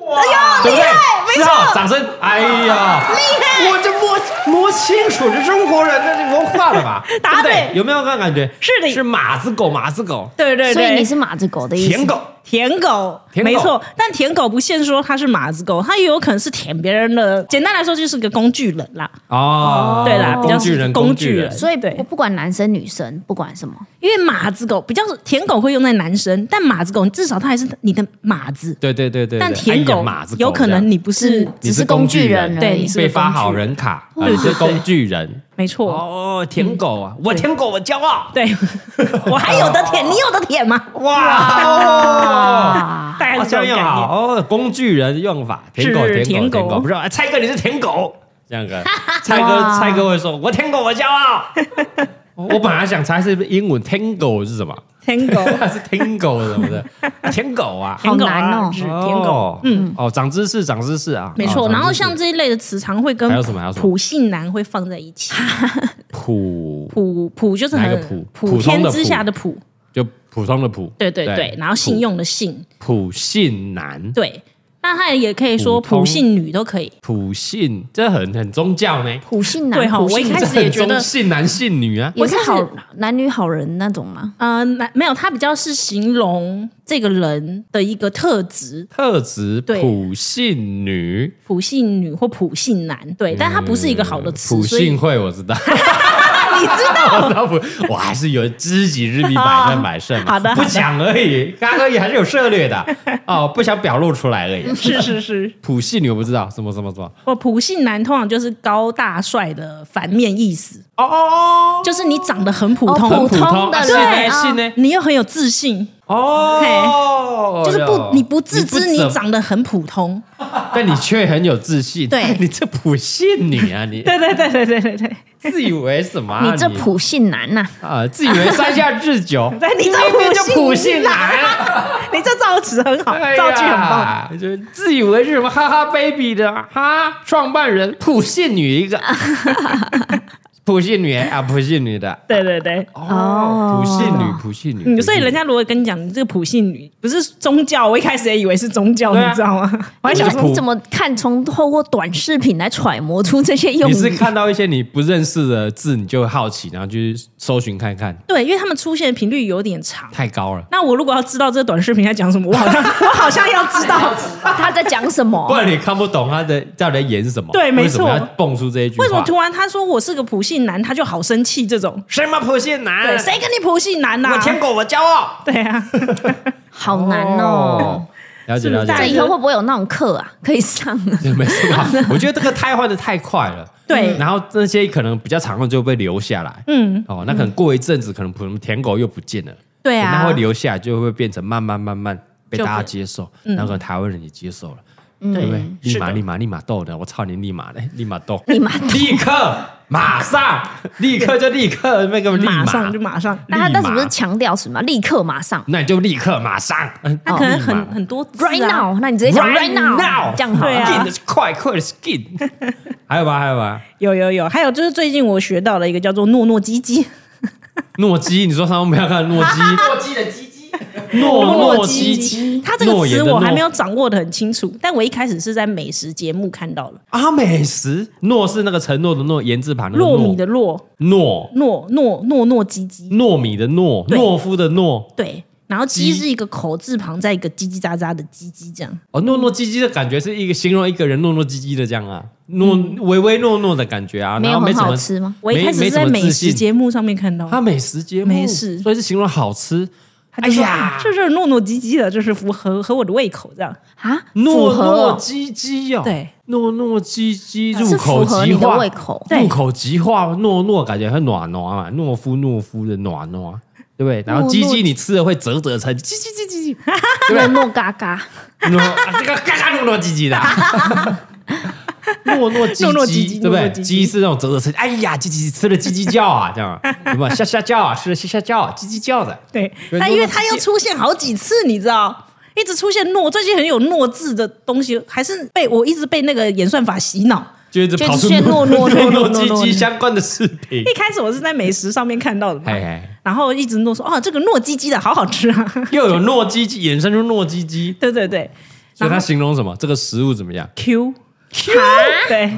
Speaker 4: 呦，哎呦，厉害，没错，掌声！哎呀，厉害！我这摸摸清楚这中国人的这文化了 [laughs] 吧？
Speaker 2: 答
Speaker 4: 对不
Speaker 2: 对
Speaker 4: 对，有没有那种感觉？
Speaker 2: 是的
Speaker 4: 是马子狗，马子狗，
Speaker 2: 对对对，
Speaker 3: 所以你是马子狗的意思？
Speaker 4: 舔狗，
Speaker 2: 舔狗，
Speaker 4: 舔狗
Speaker 2: 没错。但舔狗不限说它是马子狗，它也有可能是舔别人的。简单来说，就是个工具人啦。
Speaker 4: 哦
Speaker 2: 对啦比
Speaker 4: 工
Speaker 2: 较是
Speaker 4: 具人，
Speaker 2: 工具
Speaker 4: 具人
Speaker 2: 人
Speaker 3: 所以
Speaker 2: 对
Speaker 3: 不不管男生女生，不管什么，
Speaker 2: 因为马子狗比较是舔狗会用在男生，但马子狗至少它还是你的马子。
Speaker 4: 对对对对。对
Speaker 2: 但
Speaker 4: 哎
Speaker 2: 舔
Speaker 4: 呀
Speaker 2: 狗
Speaker 4: 马子狗
Speaker 2: 有可
Speaker 4: 这样
Speaker 2: 能你不是，
Speaker 4: 你
Speaker 3: 只
Speaker 4: 是
Speaker 3: 是
Speaker 4: 工
Speaker 3: 工
Speaker 4: 具
Speaker 3: 具
Speaker 4: 人
Speaker 3: 人
Speaker 2: 对
Speaker 3: 而
Speaker 2: 你
Speaker 3: 已。
Speaker 2: 是
Speaker 4: 被
Speaker 2: 个
Speaker 4: 发
Speaker 2: 工具
Speaker 4: 好人卡，啊
Speaker 2: 对
Speaker 4: 你是
Speaker 2: 对对嗯
Speaker 4: 工具人。
Speaker 2: 没错。
Speaker 4: 哦，舔狗啊，我舔狗，我骄傲。 [laughs]
Speaker 2: 对，我还有的舔，你有的舔吗？
Speaker 4: 哇哦，
Speaker 3: 啊，
Speaker 2: 大概
Speaker 4: 哦
Speaker 2: 是这种
Speaker 4: 这样
Speaker 2: 概念。
Speaker 4: 哦好哦，工具人用法，舔狗，
Speaker 2: 是
Speaker 4: 舔
Speaker 2: 舔
Speaker 4: 狗，
Speaker 2: 狗
Speaker 4: 舔狗，不是，哎蔡哥你是舔狗，这样个，蔡哥，蔡哥会说，我舔狗，我骄
Speaker 2: [laughs]
Speaker 4: 傲。我本来想猜是不是英文舔狗是什么，
Speaker 2: 舔狗，
Speaker 4: [laughs]
Speaker 2: 啊
Speaker 4: 是舔狗什么的，舔狗啊。
Speaker 2: 舔狗
Speaker 3: 难
Speaker 2: 啊
Speaker 3: 哦
Speaker 2: 是舔狗。，
Speaker 4: 嗯，哦，长知识，长知识啊，
Speaker 2: 没
Speaker 4: 哦
Speaker 2: 错，
Speaker 4: 长
Speaker 2: 然后
Speaker 4: 知识
Speaker 2: 像这一类的词常会跟
Speaker 4: 还有什么还有什么
Speaker 2: 普信男会放在一起，
Speaker 4: 普，
Speaker 2: 普普就是
Speaker 4: 哪一个
Speaker 2: 很
Speaker 4: 普普通
Speaker 2: 天
Speaker 4: 的
Speaker 2: 之
Speaker 4: 普
Speaker 2: 下的普，
Speaker 4: 就普通的普，
Speaker 2: 对对对，然后信用的信，
Speaker 4: 普信男，
Speaker 2: 对，那他也可以说
Speaker 4: 普通
Speaker 2: 普信女都可以。
Speaker 4: 普信，这很很宗教呢。
Speaker 3: 普信男，
Speaker 2: 对哈
Speaker 3: 普信
Speaker 2: 我一开
Speaker 3: 女
Speaker 2: 始
Speaker 4: 这很
Speaker 2: 也觉得
Speaker 4: 中信男信女啊，
Speaker 3: 也是
Speaker 2: 我一
Speaker 3: 好男女好人那种 [laughs] 吗？
Speaker 2: 呃，那没有，它比较是形容这个人的一个特质，
Speaker 4: 特质
Speaker 2: 对
Speaker 4: 普信女，
Speaker 2: 普信女或普信男，对，但它不是一个好的词，
Speaker 4: 普
Speaker 2: 所以
Speaker 4: 信会我知道， [laughs] 你知道，我知道普，我还是有知己知彼，百战百胜
Speaker 2: [laughs]
Speaker 4: 嘛。
Speaker 2: 好的好
Speaker 4: 啊不
Speaker 2: 的
Speaker 4: 讲而已，刚刚也还是有策略的
Speaker 2: [laughs]
Speaker 4: 哦，不想表露出来而已。
Speaker 2: 是是是，
Speaker 4: [laughs] 普信女我不知道什么什么什么，
Speaker 2: 或普信男通常就是高大帅的反面意思，
Speaker 4: 哦哦哦，
Speaker 2: 就是你长得很普
Speaker 3: 哦
Speaker 2: 通
Speaker 4: 很，普通
Speaker 3: 通的
Speaker 4: 啊
Speaker 3: 人
Speaker 4: 信呢
Speaker 3: 对啊
Speaker 4: 信呢，
Speaker 2: 你又很有自信，
Speaker 4: 哦，
Speaker 2: 就是不你不自知你
Speaker 4: 怎
Speaker 2: 长得很普通， [laughs]
Speaker 4: 但你却很有自信，哎
Speaker 2: 对
Speaker 4: 你这普信女啊，你
Speaker 2: 对对对对对对对，
Speaker 4: 自以为什么啊？
Speaker 3: 你这普信男呐，
Speaker 4: 啊，自以为三下智久，
Speaker 2: [laughs] 对你这
Speaker 4: 明明就普
Speaker 2: 普
Speaker 4: 信
Speaker 2: 信
Speaker 4: 男，
Speaker 2: 你这造词很好，
Speaker 4: 哎呀
Speaker 2: 造句很棒，，
Speaker 4: 就是自以为是什么哈哈 baby 的哈创办人普信女一个， [laughs] 普信女啊，普信女的
Speaker 2: 对对对，
Speaker 4: 哦，普信女，普信女，
Speaker 2: 嗯，所以人家如果跟你讲你这个普信女不是宗教，我一开始也以为是宗教，
Speaker 4: 对啊
Speaker 2: 你知道吗？我还
Speaker 3: 你
Speaker 2: 想
Speaker 4: 就
Speaker 3: 怎
Speaker 4: 普
Speaker 3: 你怎么看？从透过短视频来揣摩出这些用
Speaker 4: 你是
Speaker 3: 语，
Speaker 4: 看到一些你不认识的字，你就好奇，然后去搜寻看看，
Speaker 2: 对，因为他们出现的频率有点长。
Speaker 4: 太高了。
Speaker 2: 那我如果要知道这个短视频在讲什么，我
Speaker 4: [laughs]
Speaker 2: 好像我好像要知道
Speaker 3: [laughs] 他在讲什么
Speaker 4: 不？然你看不懂他的到底在演什么，
Speaker 2: 哦对没
Speaker 4: 为什么
Speaker 2: 错
Speaker 4: 要蹦出这一句话，
Speaker 2: 为什么突然他说我是个普信男，他就好生气这种。
Speaker 4: 什么普信男
Speaker 2: 对，？谁跟你普信男呐、
Speaker 4: 嗯我舔狗，我骄傲。
Speaker 2: 对啊，
Speaker 3: 好难哦！，
Speaker 4: 了解
Speaker 2: 是不是
Speaker 4: 了
Speaker 2: 大
Speaker 3: 这
Speaker 4: 解，
Speaker 3: 以后会不会有那种课啊？可以上啊？
Speaker 4: [laughs] 没事
Speaker 2: [laughs]
Speaker 4: 吧？我觉得这个胎换的太快了。
Speaker 2: 对
Speaker 4: 然后那些可能比较常用就被留下来，嗯，哦，那可能过一阵子，可能可能舔狗又不见了，
Speaker 2: 对
Speaker 4: 那
Speaker 2: 啊
Speaker 4: 会，留下来，就会变成慢慢慢慢被
Speaker 2: 就
Speaker 4: 大家
Speaker 2: 被
Speaker 4: 接受，
Speaker 2: 嗯
Speaker 4: 然后可能台湾人也接受了，对不对？立马立马立马斗的，我操你立马嘞，立马斗，
Speaker 3: 立马
Speaker 4: 立刻马上立刻就立刻那个立
Speaker 2: 马上就马上，
Speaker 3: 那他
Speaker 4: 立
Speaker 3: 但
Speaker 4: 马
Speaker 3: 是不是强调什么？立刻马上
Speaker 4: 那你就立刻马上，
Speaker 2: 嗯他
Speaker 4: 哦
Speaker 2: 可能
Speaker 4: 立马
Speaker 2: 很很多字啊
Speaker 3: ，right now？那你直接讲 right now，这样好
Speaker 2: 对啊
Speaker 3: 了。
Speaker 4: skin 快快的
Speaker 2: [laughs]
Speaker 4: skin，还有吧还有吧，
Speaker 2: 有有有，还有就是最近我学到了一个叫做诺诺基基，
Speaker 4: 诺基，你说他们不要看诺基，
Speaker 5: [laughs] 诺基的鸡鸡，
Speaker 4: 诺诺
Speaker 2: 诺
Speaker 4: 基
Speaker 2: 基
Speaker 4: 基，
Speaker 2: 它这个
Speaker 4: 诺言
Speaker 2: 词
Speaker 4: 的
Speaker 2: 我还
Speaker 4: 诺
Speaker 2: 没有掌握的很清楚，但我一开始是在美食节目看到了，
Speaker 4: 啊美食，诺是那个承诺的诺，言字旁那个
Speaker 2: 糯
Speaker 4: 诺
Speaker 2: 米的糯
Speaker 4: 诺，
Speaker 2: 糯糯糯糯基基，
Speaker 4: 糯米的糯，
Speaker 2: 对
Speaker 4: 懦夫的懦，
Speaker 2: 对，然后鸡
Speaker 4: 鸡
Speaker 2: 是一个口字旁，在一个叽叽喳喳的叽叽这样，
Speaker 4: 哦，糯糯唧唧的感觉是一个形容一个人糯糯唧唧的这样啊，
Speaker 2: 嗯
Speaker 4: 糯唯唯诺诺的感觉啊，
Speaker 3: 没
Speaker 4: 然
Speaker 3: 有
Speaker 4: 后没
Speaker 3: 很
Speaker 4: 什么
Speaker 3: 好。吃吗？
Speaker 2: 我一开始
Speaker 4: 没
Speaker 2: 是在
Speaker 4: 没什么
Speaker 2: 美
Speaker 4: 自
Speaker 2: 食
Speaker 4: 信
Speaker 2: 节目上面看到，
Speaker 4: 它美食节目，
Speaker 2: 美食
Speaker 4: 所以是形容好吃。
Speaker 2: 他就说
Speaker 4: 哎呀
Speaker 2: 这是糯糯唧唧的，这是符合合我的胃口这样，
Speaker 3: 啊，符
Speaker 4: 糯
Speaker 3: 合
Speaker 4: 糯
Speaker 3: 哦啊
Speaker 4: 唧唧哦，
Speaker 2: 对，
Speaker 4: 糯糯唧唧，入
Speaker 3: 是
Speaker 4: 口
Speaker 3: 符合
Speaker 4: 即
Speaker 3: 你的
Speaker 4: 化，
Speaker 3: 胃
Speaker 4: [laughs]
Speaker 3: 口。
Speaker 2: 对
Speaker 4: 入口即化，糯糯感觉很暖暖嘛，懦夫懦夫的暖暖，对不对？然后
Speaker 3: 糯
Speaker 4: 唧唧
Speaker 3: 糯
Speaker 4: 你吃了会啧啧称，唧唧唧唧
Speaker 3: 糯糯嘎
Speaker 4: [laughs]
Speaker 3: 嘎，
Speaker 4: 唧，糯啊这个嘎嘎糯糯唧唧的啊，糯糯唧
Speaker 2: 糯糯唧
Speaker 4: 唧，
Speaker 2: 唧
Speaker 4: 对不
Speaker 2: 糯
Speaker 4: 对？
Speaker 2: 糯唧唧
Speaker 4: 鸡是那种啧啧称，哎呀，唧唧吃了叽叽叫啊，这样什么吓吓叫啊，吃了吓吓叫啊，叽叽叫的，
Speaker 2: 对，
Speaker 4: 对
Speaker 2: 但
Speaker 4: 糯
Speaker 2: 因为
Speaker 4: 糯
Speaker 2: 它
Speaker 4: 唧
Speaker 2: 又
Speaker 4: 唧
Speaker 2: 出现好几次，你知道。一直出现糯，最近很有糯字的东西，还是被我一直被那个演算法洗脑。
Speaker 4: 就一直跑出
Speaker 3: 就一直
Speaker 4: 糯
Speaker 3: 炫
Speaker 4: [laughs]
Speaker 3: 糯糯糯
Speaker 4: 糯
Speaker 3: 糯
Speaker 4: 唧
Speaker 3: 糯
Speaker 4: 唧
Speaker 3: 糯
Speaker 4: 相关的视频
Speaker 2: [laughs] 一，开始我是在美食上面看到的嘛，
Speaker 4: 哎哎，
Speaker 2: 然后一直都说哦，这个糯叽叽的好好吃啊， [laughs]
Speaker 4: 又有糯唧唧，衍生出糯唧唧，
Speaker 2: 对对对
Speaker 4: 所以它形容什么？这个食物怎么样？
Speaker 2: ，Q Q 对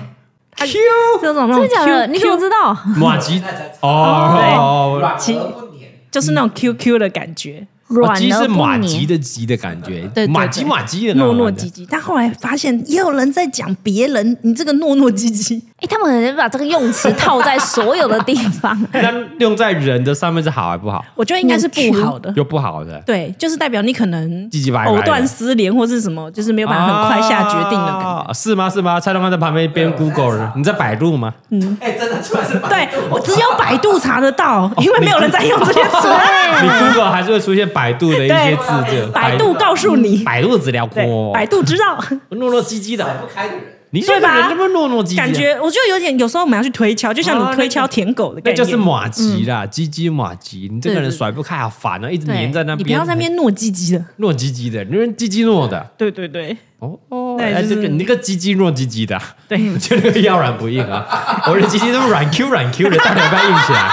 Speaker 4: Q
Speaker 2: 这种
Speaker 4: 哦
Speaker 2: 那种
Speaker 3: 真的假
Speaker 2: Q，,
Speaker 3: 的？你怎么知道？
Speaker 4: 马吉
Speaker 5: 那才
Speaker 4: 哦，
Speaker 5: 软
Speaker 2: 其
Speaker 5: 而不黏。
Speaker 2: 就是那种 QQ 的感觉，
Speaker 4: [laughs] 哦
Speaker 3: 软
Speaker 4: 鸡
Speaker 3: 而
Speaker 4: 是
Speaker 3: 不
Speaker 4: 马吉
Speaker 3: 黏，
Speaker 4: 的吉的感觉，
Speaker 3: 对对
Speaker 4: 马吉
Speaker 2: [laughs]
Speaker 4: 马吉的那
Speaker 2: 糯
Speaker 4: 种
Speaker 2: 糯
Speaker 4: 感觉
Speaker 2: 唧唧。嗯但后来发现也有人在讲别人，你这个糯糯唧唧，
Speaker 3: 哎，他们可能把这个用词套在所有的地
Speaker 4: [laughs]
Speaker 3: 方。
Speaker 4: 那用在人的上面是好还不好？
Speaker 2: [laughs] 我觉得应该是不好的。
Speaker 4: 又不好的，
Speaker 2: 对，就是代表你可能
Speaker 4: 唧唧歪歪的
Speaker 2: 藕断丝连或是什么，就是没有办法很快下决定的感觉。
Speaker 4: 啊是吗？是吗？蔡东汉在旁边边
Speaker 5: 对我在
Speaker 4: Google
Speaker 5: 查
Speaker 4: 呢，你在百度吗？
Speaker 5: 哎，真的出来是白
Speaker 2: 对我只有百度查得到，因为没有人在用这些词。
Speaker 4: 哦
Speaker 2: [laughs]
Speaker 4: 你 Google 还是会出现百度的一些
Speaker 2: 啊对
Speaker 4: 字，就
Speaker 2: 百度告诉你，
Speaker 4: 嗯百度资料库
Speaker 2: 对，
Speaker 4: 哦，
Speaker 2: 百度知
Speaker 4: [laughs]
Speaker 2: 道。
Speaker 4: 糯糯唧唧
Speaker 5: 摆
Speaker 4: 的，
Speaker 5: 不开的人，
Speaker 4: 你这
Speaker 2: 对
Speaker 4: 个
Speaker 2: 吧
Speaker 4: 人这么糯糯唧唧啊，
Speaker 2: 感觉我就有点，有时候我们要去推敲，就像
Speaker 4: 哦
Speaker 2: 你推敲舔狗的
Speaker 4: 那
Speaker 2: 感觉，
Speaker 4: 就是马吉啦，唧唧马吉，你这个
Speaker 2: 对对
Speaker 4: 人
Speaker 2: 对
Speaker 4: 甩不开，好烦啊，一直
Speaker 3: 对
Speaker 4: 黏在那边，
Speaker 2: 你不要在那边糯唧唧的。
Speaker 4: 糯唧唧的，你人唧唧糯的。
Speaker 2: 对对对
Speaker 4: 哦哦，
Speaker 2: 对
Speaker 4: 哎，
Speaker 2: 就
Speaker 4: 这
Speaker 2: 是
Speaker 4: 个你那个鸡鸡弱鸡鸡的，
Speaker 2: 对，
Speaker 4: 我觉得那个要软不硬啊，我的鸡鸡都是软 Q 软 Q 的，到底要不要硬起来？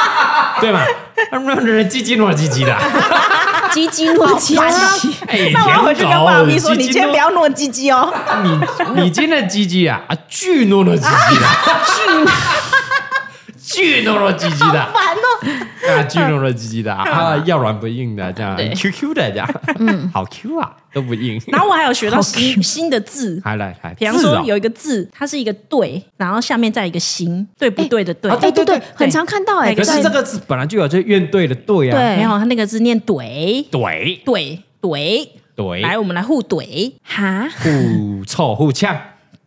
Speaker 4: 对吗？他们让人鸡鸡弱鸡鸡的，
Speaker 3: 唧唧糯唧唧，
Speaker 4: [laughs] 哎，
Speaker 2: 那我要回去跟爸咪说，
Speaker 4: 舔狗
Speaker 2: 你今天不，要糯唧唧哦。
Speaker 4: 鸡鸡糯你你今天的鸡鸡啊啊，巨糯糯鸡鸡的，巨巨糯糯鸡鸡的，
Speaker 2: 烦哦，
Speaker 4: 啊，巨糯糯鸡鸡的啊，要软不硬的，这样 Q Q 的这样，嗯，好 Q 啊，都不硬。
Speaker 2: [laughs] 然后我还有学到新新的字，
Speaker 4: 还来还，
Speaker 2: 比方
Speaker 4: 字
Speaker 2: 说
Speaker 4: 哦
Speaker 2: 有一个字，它是一个对，然后下面再一个心，对不对的对。
Speaker 4: 哦
Speaker 3: 哎，对对，很常看到哎，
Speaker 4: 可是
Speaker 3: 在
Speaker 4: 这个字本来就有，这怨对的对啊，
Speaker 3: 对
Speaker 2: 没有，它那个字念怼
Speaker 4: 怼
Speaker 2: 怼怼。
Speaker 4: 怼，
Speaker 2: 来，我们来互怼，
Speaker 3: 哈，
Speaker 4: 互臭互呛，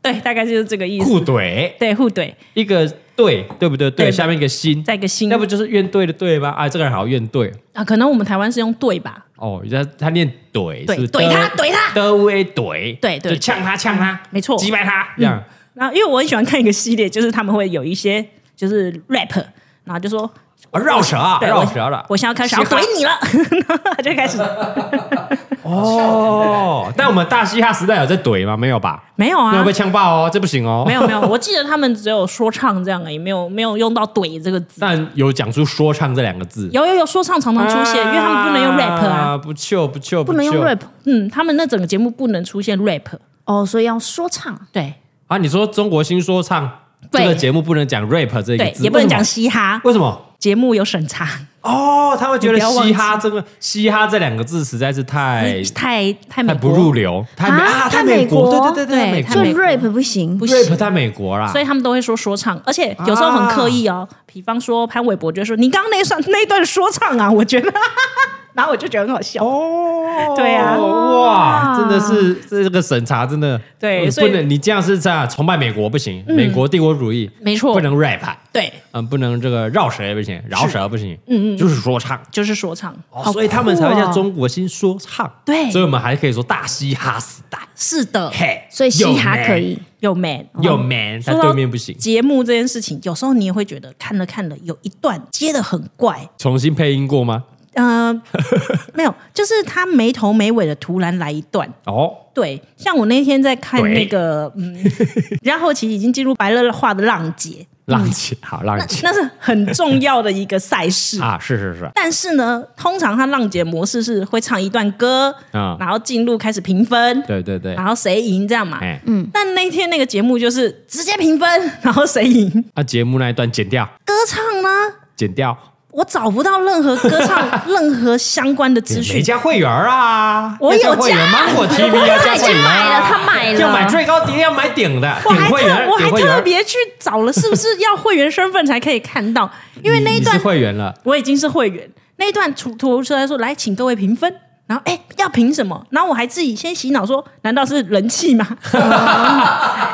Speaker 2: 对，大概就是这个意思。
Speaker 4: 互怼，
Speaker 2: 对，互怼，
Speaker 4: 一个对对不对？对，
Speaker 2: 对
Speaker 4: 下面一个心，
Speaker 2: 再一个心
Speaker 4: 那。不就是怨对的对吗？啊，这个人好怨对
Speaker 2: 啊，可能我们台湾是用对吧？
Speaker 4: 哦，他他念怼，
Speaker 2: 对
Speaker 4: 是
Speaker 2: 怼他怼他
Speaker 4: 的威怼，
Speaker 2: 对对
Speaker 4: 就呛他呛他，
Speaker 2: 没错嗯
Speaker 4: 击败他这样。
Speaker 2: 然后因为我很喜欢看一个系列，就是他们会有一些就是 rap，然后就说
Speaker 4: 啊绕舌啊，
Speaker 2: 对
Speaker 4: 绕
Speaker 2: 我
Speaker 4: 舌了
Speaker 2: 我现在开始要怼你了， [laughs] 然后他就开始
Speaker 4: 哦。但我们大嘻哈时代有在怼吗？没有吧？
Speaker 2: 没有
Speaker 4: 那
Speaker 2: 啊
Speaker 4: 会被，呛爆哦，这不行哦。
Speaker 2: 没有没有，我记得他们只有说唱这样而已，没有没有用到怼这个字。
Speaker 4: 但有讲出说唱这两个字，
Speaker 2: 有有有，说唱常常出现，因为他们不能用 rap 啊，，
Speaker 4: 不就不就
Speaker 3: 不能用 rap
Speaker 2: 嗯，他们那整个节目不能出现 rap，
Speaker 3: 哦，所以要说唱
Speaker 2: 对
Speaker 4: 啊！你说中国新说唱
Speaker 2: 对
Speaker 4: 这个节目不能讲 rap 这个
Speaker 2: 对，
Speaker 4: 字，
Speaker 2: 也不能
Speaker 4: 为
Speaker 2: 讲
Speaker 4: 什么
Speaker 2: 嘻哈，
Speaker 4: 为什么？
Speaker 2: 节目有审查，
Speaker 4: 哦，他们觉得
Speaker 2: 你不要忘记
Speaker 4: 嘻哈这个嘻哈这两个字实在是太
Speaker 2: [laughs] 太太美
Speaker 4: 哎太不
Speaker 2: 国
Speaker 4: 入流，太美
Speaker 3: 啊
Speaker 4: 太
Speaker 3: 太
Speaker 4: 美
Speaker 3: 美
Speaker 4: 国，
Speaker 3: 国
Speaker 4: 对对对
Speaker 2: 对
Speaker 4: 太
Speaker 3: 就
Speaker 4: 美
Speaker 2: 美
Speaker 4: 国
Speaker 2: 国
Speaker 3: rap 不行，
Speaker 2: 不
Speaker 4: ，rap
Speaker 2: 行。
Speaker 4: 太美国啦
Speaker 2: 所。以他们都会说说唱，而且有时候很刻意
Speaker 4: 啊
Speaker 2: 哦。比方说潘玮柏就会说：“你刚刚那一段那一段说唱啊，我觉得。” [laughs] 然后我就觉得很好笑。
Speaker 4: 哦，
Speaker 2: 对啊
Speaker 4: 哇，真的是这个审查真的，
Speaker 2: 对
Speaker 4: 嗯
Speaker 2: 所以
Speaker 4: 不能你这样是这样崇拜美国不行，美国帝国主义
Speaker 2: 没错
Speaker 4: 不能 rap，
Speaker 2: 对，
Speaker 4: 嗯，不能这个绕舌也不行，饶舌不行，嗯嗯，就是说唱，
Speaker 2: 就是说唱，
Speaker 4: 哦，所以他们才会叫中国新说唱，
Speaker 2: 啊对
Speaker 4: 所以我们还可以说大嘻哈时代，
Speaker 2: 是的，
Speaker 4: 嘿，
Speaker 3: 所以嘻哈可以，
Speaker 2: 有 man
Speaker 4: 有 man，有 man，
Speaker 2: 说
Speaker 4: 但
Speaker 2: 到
Speaker 4: 对面不行，
Speaker 2: 节目这件事情，有时候你也会觉得看了看了，有一段接的很怪，
Speaker 4: 重新配音过吗？
Speaker 2: 嗯、 [laughs] 没有，就是他没头没尾的突然来一段。
Speaker 4: 哦，
Speaker 2: 对，像我那天在看
Speaker 4: 对
Speaker 2: 那个，嗯，然后其实已经进入白热化的浪
Speaker 4: [laughs]
Speaker 2: 姐，
Speaker 4: 浪姐，好浪姐
Speaker 2: 那是很重要的一个赛事。
Speaker 4: 啊，是是是，
Speaker 2: 但是呢，通常它浪姐模式是会唱一段歌，
Speaker 4: 嗯
Speaker 2: 然后进入开始评分，
Speaker 4: 对对对
Speaker 2: 然，后谁赢这样嘛。
Speaker 4: 哎，
Speaker 2: 但那天那个节目就是直接评分，然后谁赢。
Speaker 4: 那节目那一段剪掉，
Speaker 2: 歌唱呢，
Speaker 4: 剪掉，
Speaker 2: 我找不到任何歌唱 [laughs] 任何相关的资
Speaker 4: 没
Speaker 2: 讯。
Speaker 4: 加会员啊，
Speaker 2: 我有
Speaker 4: 要加会员，
Speaker 2: 加
Speaker 4: 芒果 TV 要加会员啊，
Speaker 3: 他买了他买了
Speaker 4: 要买最高顶，要买顶的，
Speaker 2: 我
Speaker 4: 顶
Speaker 2: 还
Speaker 4: 会员
Speaker 2: 特，我
Speaker 4: 顶
Speaker 2: 还
Speaker 4: 会
Speaker 2: 特
Speaker 4: 员，
Speaker 2: 别去找了，是不是要会员身份才可以看到？因为那一
Speaker 4: 你
Speaker 2: 段
Speaker 4: 是会员了，
Speaker 2: 我已经是会员，那一段图图出来说来，请各位评分。然后哎，要评什么？然后我还自己先洗脑说，难道是人气
Speaker 4: [laughs]
Speaker 2: 吗？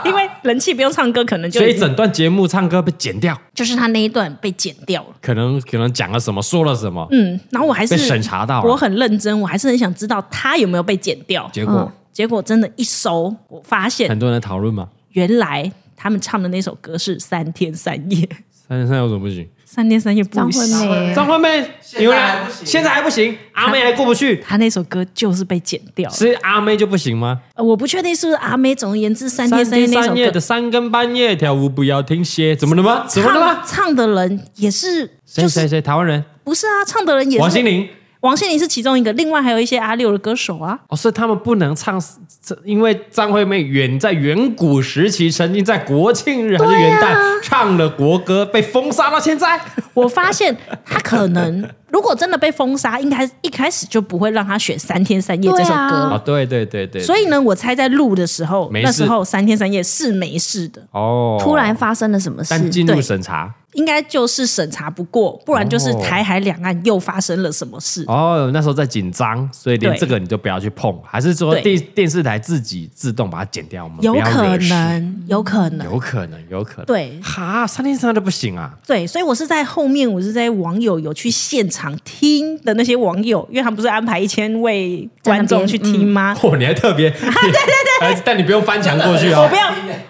Speaker 2: 因为人气不用唱歌，可能就
Speaker 4: 所
Speaker 2: 已
Speaker 4: 以
Speaker 2: 经
Speaker 4: 整段节目唱歌被剪掉，
Speaker 2: 就是他那一段被剪掉了。
Speaker 4: 可能可能讲了什么，说了什么，
Speaker 2: 嗯，然后我还是
Speaker 4: 被审查到了
Speaker 2: 我很认真，我还是很想知道他有没有被剪掉。
Speaker 4: 结果
Speaker 3: 嗯
Speaker 2: 结果真的，一搜我发现
Speaker 4: 很多人在讨论嘛，
Speaker 2: 原来他们唱的那首歌是《三天三夜》， [laughs]
Speaker 4: 三十三有什么不行？
Speaker 2: 三天三夜不
Speaker 3: 张惠
Speaker 2: 行。
Speaker 3: 妹
Speaker 4: 张惠妹，
Speaker 5: 现在还不行
Speaker 4: 现在还不行，阿妹还过不
Speaker 5: [laughs]
Speaker 4: 去，
Speaker 2: 他那首歌就是被剪掉了，
Speaker 4: 是阿妹就不行吗？
Speaker 2: 呃我不确定是不是阿妹。总而言之，三天三夜
Speaker 4: 天
Speaker 2: 那首
Speaker 4: 三夜
Speaker 2: 歌
Speaker 4: 的三更半夜跳舞不要停歇，怎么了吗？怎么了
Speaker 2: 唱
Speaker 4: 吗？
Speaker 2: 唱的人也是，
Speaker 4: 谁
Speaker 2: 就
Speaker 4: 谁
Speaker 2: 是
Speaker 4: 谁？台湾人，
Speaker 2: 不是啊？唱的人也是
Speaker 4: 王心，凌。
Speaker 2: 王心凌是其中一个，另外还有一些阿六的歌手啊。
Speaker 4: 哦，是他们不能唱，这因为张惠妹远在远古时期，曾经在国庆日还是元旦、唱了国歌，被封杀到现在。
Speaker 2: 我发现他可
Speaker 4: [laughs]
Speaker 2: 能如果真的被封杀，应该一开始就不会让他选《三天三夜》这首歌
Speaker 4: 哦
Speaker 2: 了。，
Speaker 4: 对对对对，
Speaker 2: 所以呢，我猜在录的时候，
Speaker 4: 没事
Speaker 2: 那时候三天三夜是没事的，
Speaker 4: 哦，
Speaker 3: 突然发生了什么事？
Speaker 4: 但进入
Speaker 2: 对
Speaker 4: 审查。
Speaker 2: 应该就是审查不过，不然就是
Speaker 4: 哦
Speaker 2: 台海两岸又发生了什么事。
Speaker 4: 哦，那时候在紧张，所以连
Speaker 2: 对
Speaker 4: 这个你就不要去碰，还是说
Speaker 2: 对
Speaker 4: 电电视台自己自动把它剪掉吗？
Speaker 2: 有
Speaker 4: 不要惹
Speaker 2: 可
Speaker 4: 事，
Speaker 2: 能，有可能，
Speaker 4: 有可能，有可能。
Speaker 2: 对
Speaker 4: 哈，三天三夜都不行
Speaker 2: [laughs]
Speaker 4: 啊！
Speaker 2: 对，所以我是在后面，我是在网友有去现场听的那些网友，因为他们不是安排一千位观众去听吗？
Speaker 4: 嚯、你还特
Speaker 2: 啊
Speaker 4: 别，对对 [laughs] 对，但你不用翻墙过去
Speaker 2: 我
Speaker 4: 哦
Speaker 2: 不，要，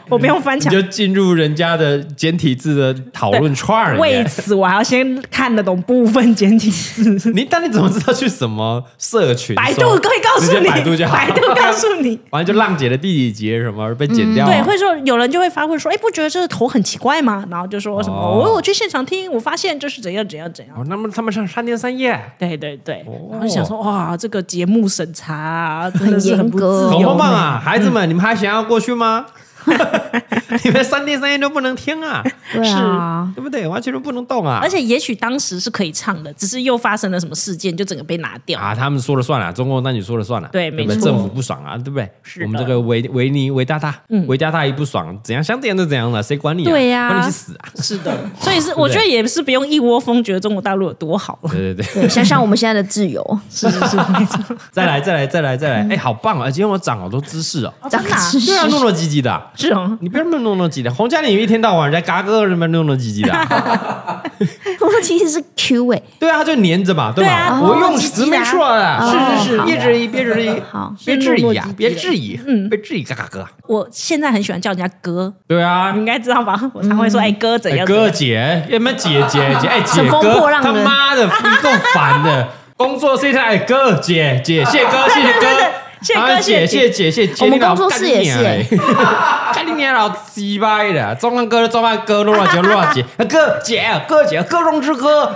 Speaker 2: 我不用翻
Speaker 4: 你
Speaker 2: 墙
Speaker 4: 就。进入人家的简体字的讨论串儿里
Speaker 2: 为
Speaker 4: 面。
Speaker 2: 此，我还要先看得懂部分简体字。
Speaker 4: [laughs] 你但你怎么知道去什么社群搜？
Speaker 2: 百度可以告诉
Speaker 4: 直
Speaker 2: 你，
Speaker 4: 接百度就好。
Speaker 2: 百度告
Speaker 4: [laughs]
Speaker 2: 诉你。嗯
Speaker 4: 完了就浪姐的第几节什么被剪掉、啊
Speaker 2: 对，会说有人就会发问说，哎，不觉得这个头很奇怪吗？然后就说什么，
Speaker 4: 哦
Speaker 2: 我、我去现场听，我发现这是怎样怎样怎样。
Speaker 4: 哦，那么他们上三天三夜，
Speaker 2: 对对对，然后就想说，哇，这个节目审查啊真的
Speaker 3: 很
Speaker 2: 是
Speaker 3: 严
Speaker 2: 很不
Speaker 3: 格
Speaker 2: 自
Speaker 4: 好
Speaker 2: 由
Speaker 4: 棒棒
Speaker 2: 呢
Speaker 4: 啊！孩子们，你们还想要过
Speaker 2: [laughs]
Speaker 4: 去吗？你们三天三夜都不能听啊，
Speaker 3: 对啊，
Speaker 4: 对不对？完全都不能动啊！
Speaker 2: 而且也许当时是可以唱的，只是又发生了什么事件，就整个被拿掉。
Speaker 4: 啊，他们说了算了，中共那你说了算了，
Speaker 2: 对
Speaker 4: 不
Speaker 2: 没错
Speaker 4: 政府不爽啊，对不对？
Speaker 2: 是的嗯
Speaker 4: 我们这个维维尼维大大，维大大一不爽，怎样想怎样就怎样了，谁管你啊？
Speaker 2: 对呀
Speaker 4: 管你去死啊！ [laughs]
Speaker 2: 是的，所以是我觉得也是不用一窝蜂觉得中国大陆有多好了。
Speaker 4: 对对对，
Speaker 3: 对，想想我们现在的自由，
Speaker 2: 是是是，没错。
Speaker 4: 再来再来再来再来，
Speaker 2: 嗯
Speaker 4: 哎，好棒啊！今天我长好多知识哦，
Speaker 3: 长知识 [laughs]
Speaker 4: 对啊，弄弄唧唧的啊。
Speaker 2: 是哦，
Speaker 4: 你不要那么弄弄唧的，洪嘉玲一天到晚在嘎哥那边弄弄唧唧的啊，
Speaker 3: [laughs] 我说其实是 Q 哎、
Speaker 4: 对啊，它就粘着嘛，对
Speaker 2: 对
Speaker 3: 哦
Speaker 4: 吧？
Speaker 2: 啊
Speaker 4: 我用词没错啊，
Speaker 2: 是是是
Speaker 4: 别质疑，别质疑
Speaker 3: 好，
Speaker 4: 别质疑啊
Speaker 2: 是，
Speaker 4: 别质疑，别质疑，嘎嘎哥。
Speaker 2: 我现在很喜欢叫人家哥，
Speaker 4: 对啊
Speaker 2: 你，应该知道吧？我常会说，哎、哥怎
Speaker 4: 哎
Speaker 2: 样？
Speaker 4: 哥姐，要么姐姐姐，哎姐
Speaker 3: 乘风
Speaker 4: 哥
Speaker 3: 破，浪
Speaker 4: 他
Speaker 3: 人
Speaker 4: 妈的，你够烦的。工作是一台哎哥姐姐，谢哥谢谢哥，
Speaker 2: 谢哥
Speaker 4: 啊姐
Speaker 2: 谢
Speaker 4: 谢姐谢姐，
Speaker 3: 我们
Speaker 4: 你老
Speaker 3: 工作
Speaker 4: 干
Speaker 3: 室
Speaker 4: 你
Speaker 3: 也是
Speaker 4: 娘嘞， [laughs] 看你娘老鸡掰的，中安哥中安哥，落姐落姐，啊哥姐哥姐歌中之歌，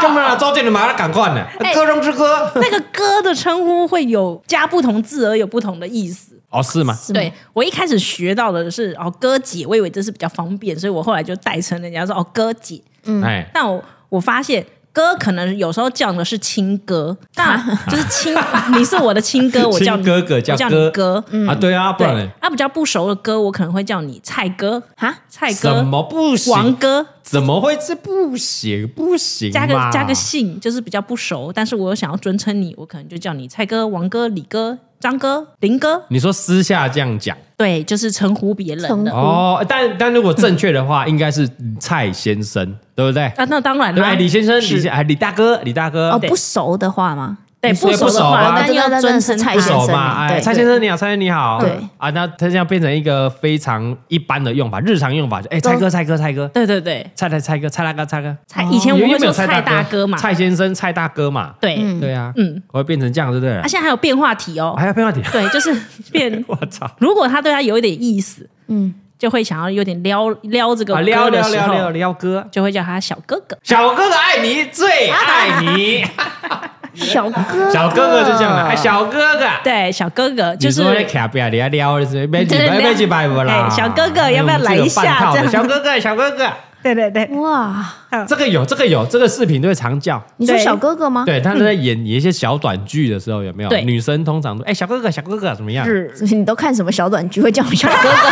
Speaker 4: 干嘛啦？早点的马上赶快呢，啊歌中之歌，
Speaker 2: 那个哥的称呼会有加不同字而有不同的意思。
Speaker 4: 哦是吗？
Speaker 2: 对我一开始学到的是哦哥姐，我以为这是比较方便，所以我后来就代称人家说哦哥姐。
Speaker 4: 哎，
Speaker 2: 但我我发现哥可能有时候叫的是亲
Speaker 4: [laughs]
Speaker 2: 哥，但就是亲，你是我的亲哥，我叫你
Speaker 4: 亲哥哥叫
Speaker 2: 我叫
Speaker 4: 哥
Speaker 2: 你哥。
Speaker 4: 啊对啊，不
Speaker 2: 嗯
Speaker 4: 然
Speaker 2: 对
Speaker 4: 呢，
Speaker 2: 他比较不熟的哥，我可能会叫你蔡哥
Speaker 3: 啊，
Speaker 2: 蔡
Speaker 4: 怎
Speaker 2: 哥、
Speaker 4: 么不行？
Speaker 2: 王哥，
Speaker 4: 怎么会这不行不行嘛？
Speaker 2: 加个加个姓，就是比较不熟，但是我又想要尊称你，我可能就叫你蔡哥、王哥、李哥、张哥、林哥，
Speaker 4: 你说私下这样讲
Speaker 2: 对，就是称呼别人
Speaker 3: 称
Speaker 2: 的。
Speaker 4: 哦，但但如果正确的话，应该是蔡先生，对不对？
Speaker 2: 啊，那当然
Speaker 4: 对，
Speaker 2: 啦，
Speaker 4: 李先生，
Speaker 2: 是
Speaker 4: 李先哎，李大哥，李大哥
Speaker 3: 哦，，
Speaker 2: 对
Speaker 3: 不熟的话吗？
Speaker 2: 对
Speaker 4: 你说
Speaker 2: 不熟
Speaker 4: 不熟
Speaker 2: 的
Speaker 4: 啊
Speaker 2: 话，
Speaker 4: 那
Speaker 2: 但
Speaker 3: 那
Speaker 2: 要
Speaker 3: 那
Speaker 2: 尊
Speaker 3: 那是
Speaker 2: 称
Speaker 3: 蔡
Speaker 2: 他
Speaker 4: 不
Speaker 3: 先生
Speaker 4: 熟嘛？哎，
Speaker 3: 对
Speaker 4: 蔡先生你好，蔡先生你好，
Speaker 3: 对
Speaker 4: 啊，那他这样变成一个非常一般的用法，日常用法就哎，蔡哥，蔡哥，蔡哥，
Speaker 2: 对对对，
Speaker 4: 蔡蔡蔡哥，蔡大哥，蔡哥，
Speaker 2: 蔡以前我
Speaker 4: 你
Speaker 2: 会
Speaker 4: 哦有没
Speaker 2: 说
Speaker 4: 有
Speaker 2: 蔡大哥嘛，
Speaker 4: 蔡先生，蔡大哥嘛，
Speaker 2: 对，
Speaker 4: 对啊，
Speaker 2: 嗯，
Speaker 4: 我会变成这样，对不对
Speaker 2: 啊，？现在还有变化题
Speaker 4: [laughs]
Speaker 2: 哦，
Speaker 4: 还有变化题，，
Speaker 2: 对，就是变
Speaker 4: 我操，
Speaker 2: 如果他对他有一点意思，
Speaker 3: 嗯，
Speaker 2: 就会想要有点撩撩这个
Speaker 4: 啊，
Speaker 2: 哥
Speaker 4: 撩
Speaker 2: 的
Speaker 4: 撩
Speaker 2: 时
Speaker 4: 撩撩
Speaker 2: 候，
Speaker 4: 撩哥，
Speaker 2: 就会叫他小哥哥。
Speaker 4: 小哥哥爱你，最爱你。
Speaker 2: [laughs]
Speaker 3: 小哥，
Speaker 4: 小哥哥就这样了，哎，小哥哥，
Speaker 2: 对，小哥哥就是
Speaker 4: 你说在卡比亚里撩的
Speaker 2: [laughs]
Speaker 4: 是被几
Speaker 2: 对
Speaker 4: 被
Speaker 2: 撩
Speaker 4: 被几百不啦？
Speaker 2: 哎小哥哥要不要来一下
Speaker 4: 哎我们这个半套的
Speaker 2: 这样
Speaker 4: 小哥哥，小哥哥，
Speaker 2: 对对对，
Speaker 3: 哇，
Speaker 4: 这个有，这个有，这个视频都会常叫。
Speaker 3: 你说
Speaker 2: 对
Speaker 3: 小哥哥吗？
Speaker 4: 对，他们在演一些小短剧的时候，有没有？
Speaker 2: 嗯对
Speaker 4: 女生通常都哎，小哥哥，小哥哥怎么样？
Speaker 2: 是
Speaker 3: 你都看什么小短剧会叫我小哥 [laughs] 哥？
Speaker 2: [laughs]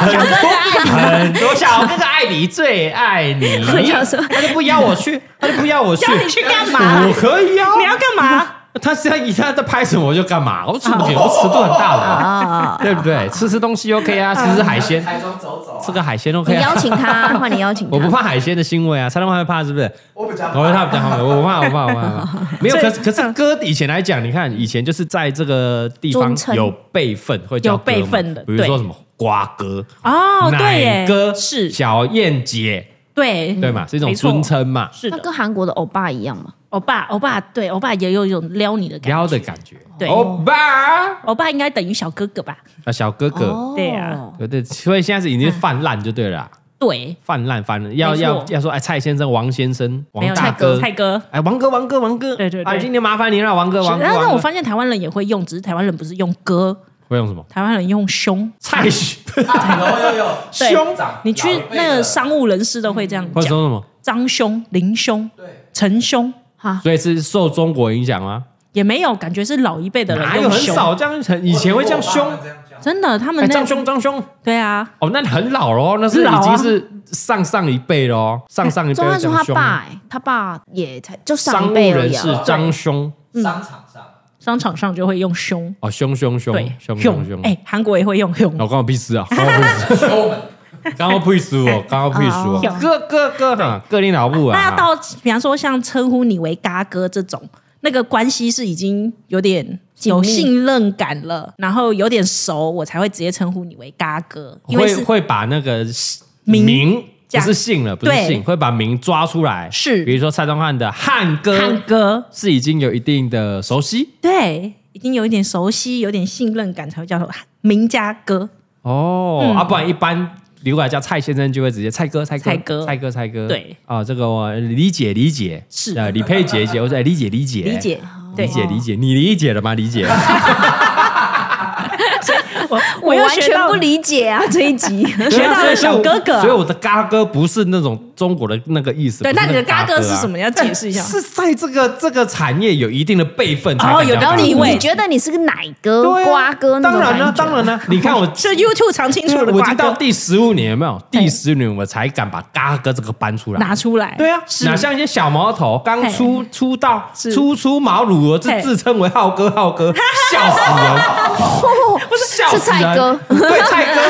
Speaker 4: 很多很多小哥哥爱你，最爱你。他就不邀我去，他就不邀我去，
Speaker 2: 叫你去干嘛
Speaker 4: 我可以啊，
Speaker 2: 你要干嘛？哦
Speaker 4: 他是要以他在拍什么我就干嘛，我什么我尺度很大
Speaker 3: 啊
Speaker 4: 嘛，啊对不对？吃吃东西 OK 啊，
Speaker 2: 嗯
Speaker 4: 吃吃海鲜，
Speaker 5: 台中走走啊，
Speaker 4: 吃个海鲜
Speaker 3: 你
Speaker 4: OK
Speaker 3: 邀
Speaker 4: 啊。
Speaker 3: 请他，换你邀请他。
Speaker 4: 我不怕海鲜的腥味啊，蔡东华会怕是不是？
Speaker 5: 我比较
Speaker 4: 我会怕比较好，我怕我怕我怕我
Speaker 2: [laughs]
Speaker 4: 怕。没有，可是可
Speaker 2: 嗯
Speaker 4: 是哥以前来讲，你看以前就是在这个地方
Speaker 3: 尊称
Speaker 4: 有辈分，会叫哥嘛
Speaker 2: 有辈分的
Speaker 4: 比如说
Speaker 2: 对
Speaker 4: 什么瓜哥、
Speaker 2: 哦，对
Speaker 4: 奶
Speaker 2: 耶，
Speaker 4: 哥、
Speaker 2: 是，
Speaker 4: 小燕姐，
Speaker 2: 对
Speaker 4: 对嘛，是一种
Speaker 2: 没错
Speaker 4: 尊称嘛，
Speaker 2: 是
Speaker 3: 那
Speaker 2: 的，
Speaker 3: 跟韩国的欧巴一样吗？
Speaker 2: 欧巴，欧巴，对，欧巴也有一种撩你的感觉。
Speaker 4: 撩的感觉。
Speaker 2: 对
Speaker 4: 欧巴
Speaker 2: 欧巴应该等于小哥哥吧？
Speaker 4: 啊，小哥哥，
Speaker 3: 哦
Speaker 2: 对啊，
Speaker 4: 对对，所以现在是已经泛滥就对了啊。
Speaker 2: 对，
Speaker 4: 泛滥，泛滥，
Speaker 2: 嗯
Speaker 4: 要
Speaker 2: 没错
Speaker 4: 要要说哎，蔡先生、王先生、
Speaker 2: 没有
Speaker 4: 王大哥，
Speaker 2: 蔡哥。
Speaker 4: 哎，王哥，王哥，王哥，
Speaker 2: 对对对
Speaker 4: 哎，今天麻烦您了，王哥，王哥，
Speaker 2: 然后
Speaker 4: 王啊
Speaker 2: 我
Speaker 4: 哥，
Speaker 2: 发现台湾人也会用，只是台湾人不是用哥，
Speaker 4: 会用
Speaker 2: [laughs]
Speaker 4: 什么？
Speaker 2: 台湾人用兄。
Speaker 4: 蔡徐，
Speaker 5: 哎有有有，
Speaker 2: 对
Speaker 4: 兄
Speaker 5: 长
Speaker 2: 你去
Speaker 5: 老一辈的
Speaker 2: 那个商务人士都会这样
Speaker 4: 或者
Speaker 2: 讲，
Speaker 4: 说什么？
Speaker 2: 张兄、林兄、
Speaker 5: 对，
Speaker 2: 陈兄
Speaker 4: 所以是受中国影响吗？
Speaker 2: 也没有，感觉是老一辈的人
Speaker 4: 哪有
Speaker 2: 用
Speaker 4: 很
Speaker 2: 兄。
Speaker 4: 少这样？很以前会这样
Speaker 5: 我爸
Speaker 4: 凶
Speaker 5: 妈，这样讲
Speaker 2: 真的，他们
Speaker 4: 哎，
Speaker 2: 那
Speaker 4: 张兄，张兄，
Speaker 2: 对啊，
Speaker 4: 哦，那很老喽，那是
Speaker 2: 老
Speaker 4: 已
Speaker 2: 啊
Speaker 4: 经是上上一辈喽，上上一辈
Speaker 3: 钟
Speaker 4: 会
Speaker 3: 汉
Speaker 4: 这
Speaker 3: 说
Speaker 4: 样
Speaker 3: 他
Speaker 4: 凶。
Speaker 3: 爸、哎，他爸也才就上
Speaker 4: 商
Speaker 3: 一
Speaker 4: 务
Speaker 3: 辈而
Speaker 4: 人
Speaker 3: 已、啊
Speaker 4: 士。张兄，
Speaker 5: 商场上
Speaker 2: 商场上就会用凶，
Speaker 4: 哦，凶凶凶
Speaker 2: 对，
Speaker 4: 凶凶凶，
Speaker 2: 哎，韩国也会用凶，
Speaker 4: 老关我屁事啊！关我屁事
Speaker 5: 凶门，
Speaker 4: 刚刚配书哦，刚刚配书哦，哥哥哥哈，哥你老母啊！
Speaker 2: 那要到比方说像称呼你为嘎哥这种，那个关系是已经有点
Speaker 3: 紧密
Speaker 2: 有信任感了，然后有点熟，我才会直接称呼你为嘎哥，因为
Speaker 4: 会
Speaker 2: 是
Speaker 4: 会把那个
Speaker 2: 名
Speaker 4: 名不
Speaker 2: 加
Speaker 4: 是姓了，不是
Speaker 2: 对
Speaker 4: 姓，会把名抓出来。
Speaker 2: 是
Speaker 4: 比如说蔡宗翰的汉
Speaker 2: 汉
Speaker 4: 哥，
Speaker 2: 哥，
Speaker 4: 是已经有一定的熟悉
Speaker 2: 对，已经有一点熟悉，有点信任感，才会叫做名家哥。
Speaker 4: 哦，
Speaker 2: 嗯
Speaker 4: 啊，不然一般。如果叫蔡先生，就会直接蔡哥、蔡哥、
Speaker 2: 蔡哥
Speaker 4: 蔡哥、蔡哥。
Speaker 2: 对
Speaker 4: 啊，这个我理解理解，
Speaker 2: 是
Speaker 4: 呃，李佩姐姐，我在理解理解
Speaker 2: 理解，对啊
Speaker 4: 理解理解，你理解了吗？理解，
Speaker 2: 我
Speaker 3: 我
Speaker 2: 又
Speaker 3: 完
Speaker 2: 学
Speaker 3: 全
Speaker 2: 到啊
Speaker 3: 不理解啊，这一 [laughs] 集
Speaker 2: 学到了小哥哥
Speaker 4: 所以我的嘎哥不是那种中国的那个意思。
Speaker 2: 对，
Speaker 4: 不是
Speaker 2: 那你的嘎
Speaker 4: 嘎
Speaker 2: 哥
Speaker 4: 啊
Speaker 2: 是什么？你要解释一下吗。
Speaker 4: 是在这个这个产业有一定的辈分才
Speaker 2: 哦
Speaker 4: 敢
Speaker 2: 有
Speaker 4: 讲
Speaker 2: 道理
Speaker 4: [laughs] 大
Speaker 3: 你
Speaker 4: 哥
Speaker 2: 喂
Speaker 3: 你觉得你是个奶哥、
Speaker 4: 对啊
Speaker 3: 瓜哥那
Speaker 4: 当
Speaker 3: 种
Speaker 4: 然了，
Speaker 3: 感觉？
Speaker 4: 当
Speaker 2: [laughs]
Speaker 4: 然了，你看我。
Speaker 2: 是 YouTube 常青树的
Speaker 4: 我已
Speaker 2: 瓜
Speaker 4: 经到
Speaker 2: 哥
Speaker 4: 第十五年有没有？第十年我才敢把嘎哥这个搬出来。
Speaker 2: 拿出来，
Speaker 4: 对啊，
Speaker 2: 是
Speaker 4: 哪像一些小毛头刚出出道、
Speaker 2: 是
Speaker 4: 初出茅庐，我自
Speaker 2: 嘿
Speaker 4: 自称为浩哥，浩哥，笑死人！不是笑死人
Speaker 3: 是蔡哥
Speaker 4: 对蔡哥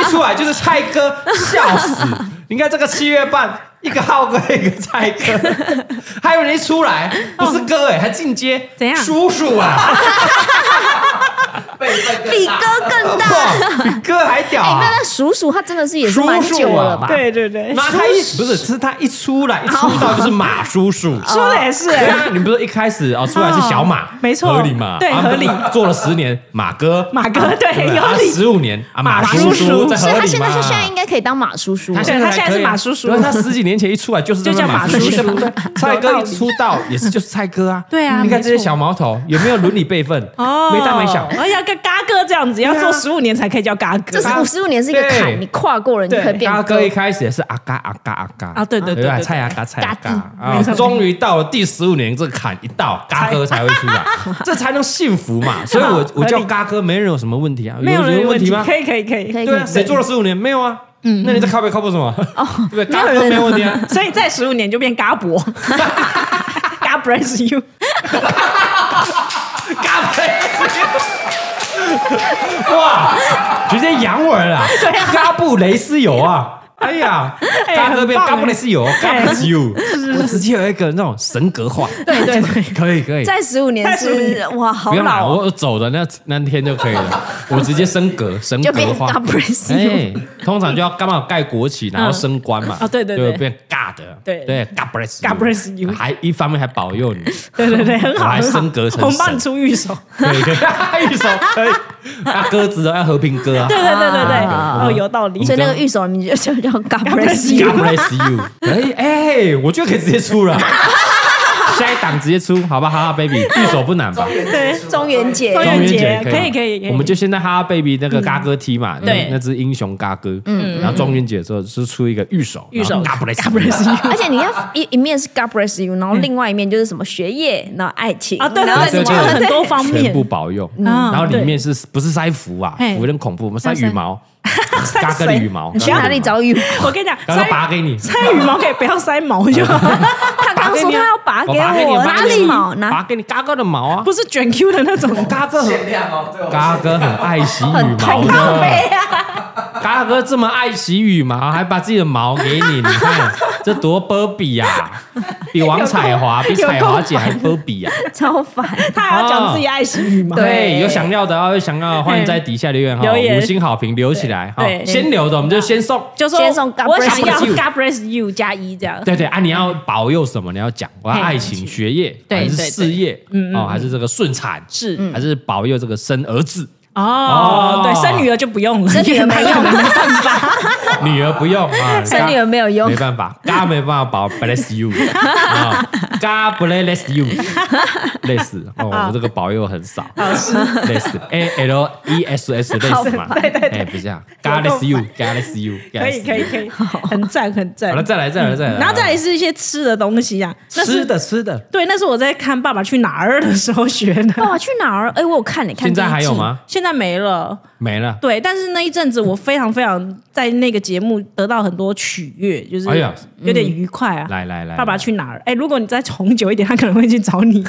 Speaker 4: 一出来就是蔡哥，笑死！你看这个七月半。一个浩哥，一个蔡哥，还有人一出来不是哥哎、还进阶，
Speaker 2: 怎样
Speaker 4: 叔叔啊，
Speaker 5: 辈分更
Speaker 3: 比
Speaker 5: 大
Speaker 3: 哥更大。
Speaker 4: 哇，比哥还屌
Speaker 3: 哎，
Speaker 4: 啊！
Speaker 3: 那那叔叔他真的是也是蛮久了吧？
Speaker 2: 对对对，
Speaker 4: 那他一不是是他一出来一出道就是马叔叔，
Speaker 2: 说的也是
Speaker 4: [laughs] 对啊，你不是一开始哦出来是小马，
Speaker 2: 嗯没错
Speaker 4: 合理嘛，
Speaker 2: 对
Speaker 4: 啊
Speaker 2: 合理
Speaker 4: 做了十年马哥，
Speaker 2: [laughs] 马哥，对，
Speaker 4: 对不对，
Speaker 2: 有理。
Speaker 4: 十五年啊马
Speaker 2: 马
Speaker 4: 叔
Speaker 2: 叔
Speaker 4: 叔，
Speaker 2: 叔
Speaker 4: 这合
Speaker 3: 所
Speaker 4: 理
Speaker 3: 以
Speaker 4: 嘛
Speaker 3: 他现在他现在应该可以当马叔叔了。
Speaker 2: 对他现在是马叔叔
Speaker 4: 对他十几年前一出来就是这个
Speaker 2: 就叫马叔叔
Speaker 4: 对不对蔡哥一出道也是就是蔡哥啊，
Speaker 2: 对啊
Speaker 4: 你看这些
Speaker 2: 没错
Speaker 4: 小毛头有没有伦理辈分？
Speaker 2: 哦，啊
Speaker 4: 没大没小，
Speaker 2: 而且要跟嘎哥这样子，要做十五年才可以叫嘎哥
Speaker 3: 这是五十五年是一个
Speaker 4: 对
Speaker 3: 坎，你跨过了，你就可以变
Speaker 4: 嘎
Speaker 3: 哥
Speaker 4: 哥。一开始也是阿嘎阿嘎阿嘎
Speaker 2: 啊对对对对对
Speaker 4: 蔡阿嘎蔡阿嘎
Speaker 3: 嘎
Speaker 4: 啊，终于到了第十五年这个坎一到，嘎哥才会出来，这才能幸福嘛。所以我我叫嘎哥，没人有什么问题啊，
Speaker 2: 没有人
Speaker 4: 什
Speaker 2: 有
Speaker 4: 么
Speaker 2: 问
Speaker 4: 问
Speaker 2: 题
Speaker 4: 吗？
Speaker 2: 可以可以可以
Speaker 3: 可。以
Speaker 4: 对
Speaker 3: 可
Speaker 4: 啊，
Speaker 3: 以
Speaker 4: 谁做了十五年没有啊？嗯，那你在靠背靠背什么？哦， [laughs] 对，嘎哥没问题啊。
Speaker 2: 所以在十五年就变嘎 [laughs] 伯，God bless you。
Speaker 4: 嘎布，啊哇，直接洋文啊！嘎布雷斯油啊！哎呀，
Speaker 2: 哎
Speaker 4: 嘎哥变
Speaker 2: 很棒
Speaker 4: 嘎布雷斯油，嘎布雷斯油，我直接有一个那种神格化。对对对，可以可以，
Speaker 3: 在十五年是哇，好
Speaker 4: 不用
Speaker 3: 老
Speaker 4: 啦，
Speaker 2: 啊
Speaker 3: 哦，
Speaker 4: 我走的那那天就可
Speaker 2: [laughs]
Speaker 4: 以了，我直接升格神
Speaker 3: 就
Speaker 4: 格
Speaker 3: 变
Speaker 4: 化
Speaker 3: God。bless you
Speaker 4: 哎，通常就要刚好盖国旗，然后升官嘛。
Speaker 2: 嗯哦对对对
Speaker 4: 就变尬的。
Speaker 2: 对
Speaker 4: 对，God bless
Speaker 2: God bless you
Speaker 4: 还一方面还保
Speaker 2: [laughs]
Speaker 4: 佑你。
Speaker 2: 对对对，很
Speaker 4: 我
Speaker 2: 好，
Speaker 4: 还
Speaker 2: 很好
Speaker 4: 升格成。
Speaker 2: 我们帮你
Speaker 4: 神
Speaker 2: 出御手。
Speaker 4: 可以可以，一首可以。啊，鸽子哦，要和平鸽啊。
Speaker 2: 对对对对对，
Speaker 3: 啊
Speaker 2: 哦，有道理。
Speaker 3: 所以那个御手名就就叫 God bless
Speaker 2: bless
Speaker 3: you
Speaker 2: you。
Speaker 4: God bless you。哎哎，我觉得可以直接出了， [laughs] 下一档直接出，好吧？哈哈 baby，一首不难吧？
Speaker 2: 对
Speaker 3: 中元节
Speaker 2: 中元节
Speaker 4: 中
Speaker 2: 可以可以可以
Speaker 4: 我们就先在哈哈 baby 那个嘎哥踢
Speaker 3: 嗯
Speaker 4: 嘛，那
Speaker 2: 对
Speaker 4: 那只英雄嘎哥。嗯，然后中元节的时候是出一个御手，
Speaker 2: 御手
Speaker 4: God bless you。
Speaker 3: 而且你看一一面是 God bless you，然后另外一面就是什么学业，然后爱情
Speaker 2: 啊，对
Speaker 3: 然
Speaker 2: 对
Speaker 3: 后
Speaker 2: 对，
Speaker 4: 对
Speaker 2: 就
Speaker 4: 对
Speaker 2: 很多方
Speaker 4: 全
Speaker 2: 面
Speaker 4: 部保佑，
Speaker 3: 嗯
Speaker 2: 啊
Speaker 4: 然后里面是不是塞符啊？
Speaker 2: 嘿
Speaker 4: 符有点恐怖，我们塞羽毛，嘎哥的
Speaker 2: 谁
Speaker 4: 羽毛。
Speaker 3: 你去哪里找羽毛？
Speaker 2: 我跟你讲，
Speaker 4: 嘎哥
Speaker 2: 塞
Speaker 4: 拔给你，
Speaker 2: 塞羽毛可以不要塞毛就好，
Speaker 3: 他刚刚说他要拔给我，哪里毛？
Speaker 4: 拔
Speaker 3: 哪
Speaker 4: 给你嘎哥的毛啊！
Speaker 2: 不是卷 Q 的那种。
Speaker 4: 嘎哥很
Speaker 5: 限量哦，这个我
Speaker 4: 嘎
Speaker 5: 限
Speaker 4: 哥很爱惜羽毛
Speaker 3: 很靠背
Speaker 4: 的，
Speaker 3: 啊？
Speaker 4: 嘎哥这么爱惜羽毛，还把自己的毛给你，你看这多波比呀！比王彩华、比彩华姐还波比呀！
Speaker 3: 超烦。
Speaker 2: 他还要讲自己爱惜羽毛，
Speaker 4: 对，有想要的啊，有想要的，欢迎在底下留言哈，
Speaker 2: 留言
Speaker 4: 五星好评留起来哈
Speaker 2: 对，
Speaker 4: 先留的我们就先送。
Speaker 2: 就说
Speaker 3: 先送 God
Speaker 2: 我想要
Speaker 4: bless you
Speaker 2: God bless you 加一这样。
Speaker 4: 对对啊，你要保佑什么？你要讲，我要
Speaker 2: 嘿
Speaker 4: 爱情、学业，
Speaker 2: 对
Speaker 4: 还是
Speaker 2: 对对
Speaker 4: 事业，哦，还是这个顺产，
Speaker 2: 是
Speaker 4: 还是保佑这个生儿子？哦
Speaker 2: 哦，对，生女儿就不用了，
Speaker 3: 生女儿没用
Speaker 2: [laughs] 因为她没办法。
Speaker 4: [laughs] 女儿不
Speaker 2: [laughs]
Speaker 4: 用啊，
Speaker 3: 生女儿没有用
Speaker 4: 没办法，嘎没办法保 bless you 啊，嘎 bless you，类似哦，我这个保佑很少，类似 a l e s
Speaker 2: [laughs]
Speaker 4: s 类似嘛，对对对，不是啊，嘎 bless you，嘎 bless you，
Speaker 2: 可以可以可以， [laughs] 很赞很赞。
Speaker 4: 好了，再来再来再来，
Speaker 2: 然后再来是一些吃的东西啊，那是
Speaker 4: 吃的吃的，
Speaker 2: 对，那是我在看《爸爸去哪儿》的时候学的，
Speaker 3: 哇，去哪儿？哎，我有看你看
Speaker 4: 现在
Speaker 3: 第一
Speaker 4: 还有
Speaker 3: 季？
Speaker 4: 吗？
Speaker 2: 现在没了。
Speaker 4: 没了。
Speaker 2: 对，但是那一阵子我非常非常在那个节目得到很多取悦，就是
Speaker 4: 哎呀嗯
Speaker 2: 有点愉快啊。
Speaker 4: 来来来，
Speaker 2: 爸爸去哪儿？哎，如果你再重久一点，他可能会去找你。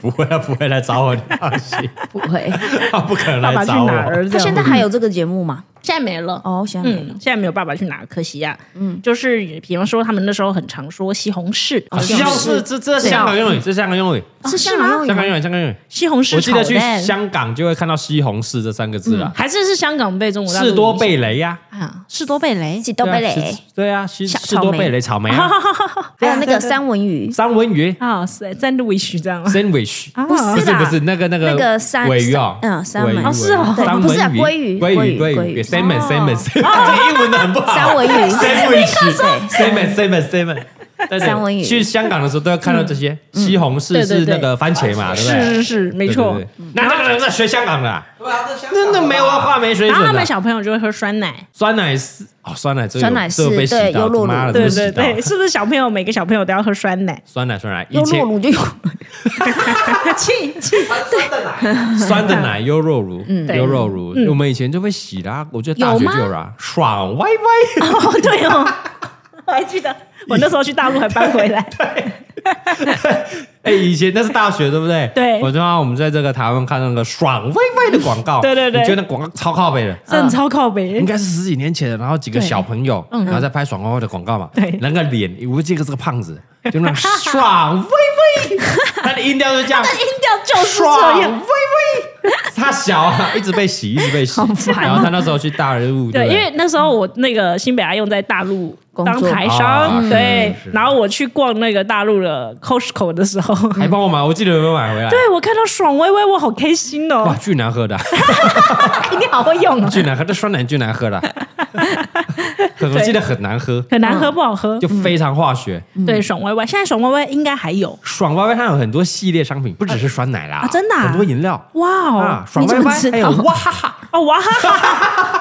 Speaker 4: 不会啊，不会来找我，你放心，
Speaker 2: [laughs]
Speaker 3: 不会，
Speaker 4: 他不可能
Speaker 2: 爸爸
Speaker 4: [laughs] 来
Speaker 2: 去
Speaker 4: 找
Speaker 2: 哪
Speaker 4: 啊我。啊
Speaker 2: 儿？这
Speaker 3: 他
Speaker 2: 样
Speaker 3: 现在还有这个节目吗？
Speaker 2: 现在没了。
Speaker 3: 哦，现在没
Speaker 2: 嗯，
Speaker 3: 有。
Speaker 2: 现在没有爸爸去哪儿，可惜呀、嗯，就是比方说他们那时候很常说西红柿，
Speaker 4: 啊西红柿，这这香港用语，这香港用语，
Speaker 3: 是香港用语
Speaker 4: 香港
Speaker 3: 吗？
Speaker 4: 用语，香港用语。
Speaker 2: 西红
Speaker 4: 我
Speaker 2: 柿
Speaker 4: 记
Speaker 2: 炒
Speaker 4: 得去
Speaker 2: 蛋，
Speaker 4: 香港就会看到西红柿这三个字
Speaker 3: 嗯
Speaker 4: 了，
Speaker 2: 还是是香港被中国大陆
Speaker 4: 士多
Speaker 2: 影响
Speaker 4: 贝雷呀，
Speaker 2: 啊，士多贝雷，
Speaker 3: 几多贝
Speaker 4: 对啊
Speaker 3: 雷
Speaker 4: 士，对啊，西
Speaker 3: 小
Speaker 4: 士多贝雷草莓
Speaker 3: [laughs]
Speaker 4: 啊，
Speaker 3: 还有那个三文鱼，
Speaker 4: 三文鱼
Speaker 2: 啊、三三度 w i 这样吗？
Speaker 4: sandwich，
Speaker 2: 啊
Speaker 3: 不是
Speaker 4: 不是
Speaker 3: 啦
Speaker 4: 不是那个那个
Speaker 3: 那个三
Speaker 4: 尾鱼哦，
Speaker 3: 嗯三文
Speaker 4: 尾鱼
Speaker 3: 哦
Speaker 2: 是哦
Speaker 4: 尾
Speaker 3: 对
Speaker 4: 鱼三
Speaker 3: 不是啊
Speaker 4: 文鱼，
Speaker 3: 鲑鱼
Speaker 4: 鲑鱼
Speaker 3: 鲑鱼
Speaker 4: 鲑
Speaker 3: 鲑
Speaker 4: 鱼
Speaker 3: 鱼
Speaker 4: ，salmon salmon，这英 [laughs] 文的很不好，
Speaker 3: 三文鱼
Speaker 4: [laughs] sandwich salmon salmon salmon。对对
Speaker 3: 三文鱼嗯
Speaker 4: 去香港的时候都要看到这些，西红柿
Speaker 2: 对对
Speaker 4: 是那
Speaker 2: 对
Speaker 4: 个番茄嘛，对不对？
Speaker 2: 是是是，没错。
Speaker 4: 对。对对那那个人在学香港的啊，
Speaker 5: 对啊，这香港
Speaker 4: 真的没文化没水
Speaker 2: 然
Speaker 3: 啊
Speaker 2: 后他
Speaker 4: 准啊
Speaker 2: 们
Speaker 4: 的。
Speaker 2: 小朋友就会喝酸奶，
Speaker 4: 酸奶是哦，酸奶这个有
Speaker 3: 酸奶是
Speaker 4: 这个被洗
Speaker 3: 对
Speaker 4: 到，
Speaker 3: 优酪乳
Speaker 4: 妈的
Speaker 2: 对
Speaker 4: 这
Speaker 2: 对
Speaker 4: 个洗到
Speaker 2: 对，是不是小朋友每个小朋友都要喝酸
Speaker 3: [laughs]
Speaker 2: 奶？
Speaker 4: 酸奶酸奶，以
Speaker 3: 优酪
Speaker 4: 前
Speaker 3: 乳就有，
Speaker 2: 气气
Speaker 5: 酸酸的奶，
Speaker 4: 酸的奶优
Speaker 3: [laughs]
Speaker 4: 酪乳，
Speaker 3: 嗯
Speaker 2: 对嗯
Speaker 4: 优酪乳，我们以前就会洗啦，我觉得大学就有啦，
Speaker 2: [laughs]
Speaker 4: 爽歪歪。
Speaker 2: [laughs] 哦，对哦，我还记得我那时候去大陆还搬回来，
Speaker 4: 哎，以前那是大学，对不对？
Speaker 2: [laughs] 对
Speaker 4: 我知道我们在这个台湾看那个爽飞飞的广告，
Speaker 2: [laughs] 对对哎对
Speaker 4: 你觉得那广告超靠北的。
Speaker 2: 真的超靠北
Speaker 4: 应。该是十几年前，然后几个
Speaker 2: 对嗯
Speaker 4: 小朋友，然后在拍爽快快的广告嘛。
Speaker 2: 对
Speaker 4: 那个脸，我记得是个胖子，
Speaker 2: [laughs]
Speaker 4: 就那种爽微微，他的音调就这样，
Speaker 2: 音调就是
Speaker 4: 爽
Speaker 2: 这
Speaker 4: 微
Speaker 2: 样，
Speaker 4: 微。他小啊，一直被洗，一直被洗。然后他那时候去大陆，
Speaker 2: 啊对，
Speaker 4: 不
Speaker 2: 因为那时候我那个新北阿用在大陆
Speaker 3: 工
Speaker 2: 当
Speaker 3: 作
Speaker 2: 台
Speaker 4: 啊
Speaker 2: 商，
Speaker 4: 是
Speaker 2: 对
Speaker 4: 是是，
Speaker 2: 然后我去逛那个大陆的 Costco 的 [laughs] 时候，
Speaker 4: 还帮我买，我记得有没有买回来？
Speaker 2: 对我看到爽微微，我好开心
Speaker 4: 哇，
Speaker 2: 哦！
Speaker 4: 巨难喝的，
Speaker 2: 哎你好会用哦，
Speaker 4: 巨难喝，这酸奶巨难喝的，很我记得很难喝，
Speaker 2: 很难喝，不好喝
Speaker 4: 就。非常化学。
Speaker 2: 对，爽歪歪，现在爽歪歪应该还有
Speaker 4: 爽歪歪它有很多系列商品，不只是酸奶啦，
Speaker 2: 啊真的啊
Speaker 4: 很多饮料。
Speaker 2: 哇哦
Speaker 4: 啊，爽歪歪，还有
Speaker 2: [laughs]
Speaker 4: 哇哈哈，
Speaker 2: 哦哇哈哈哈！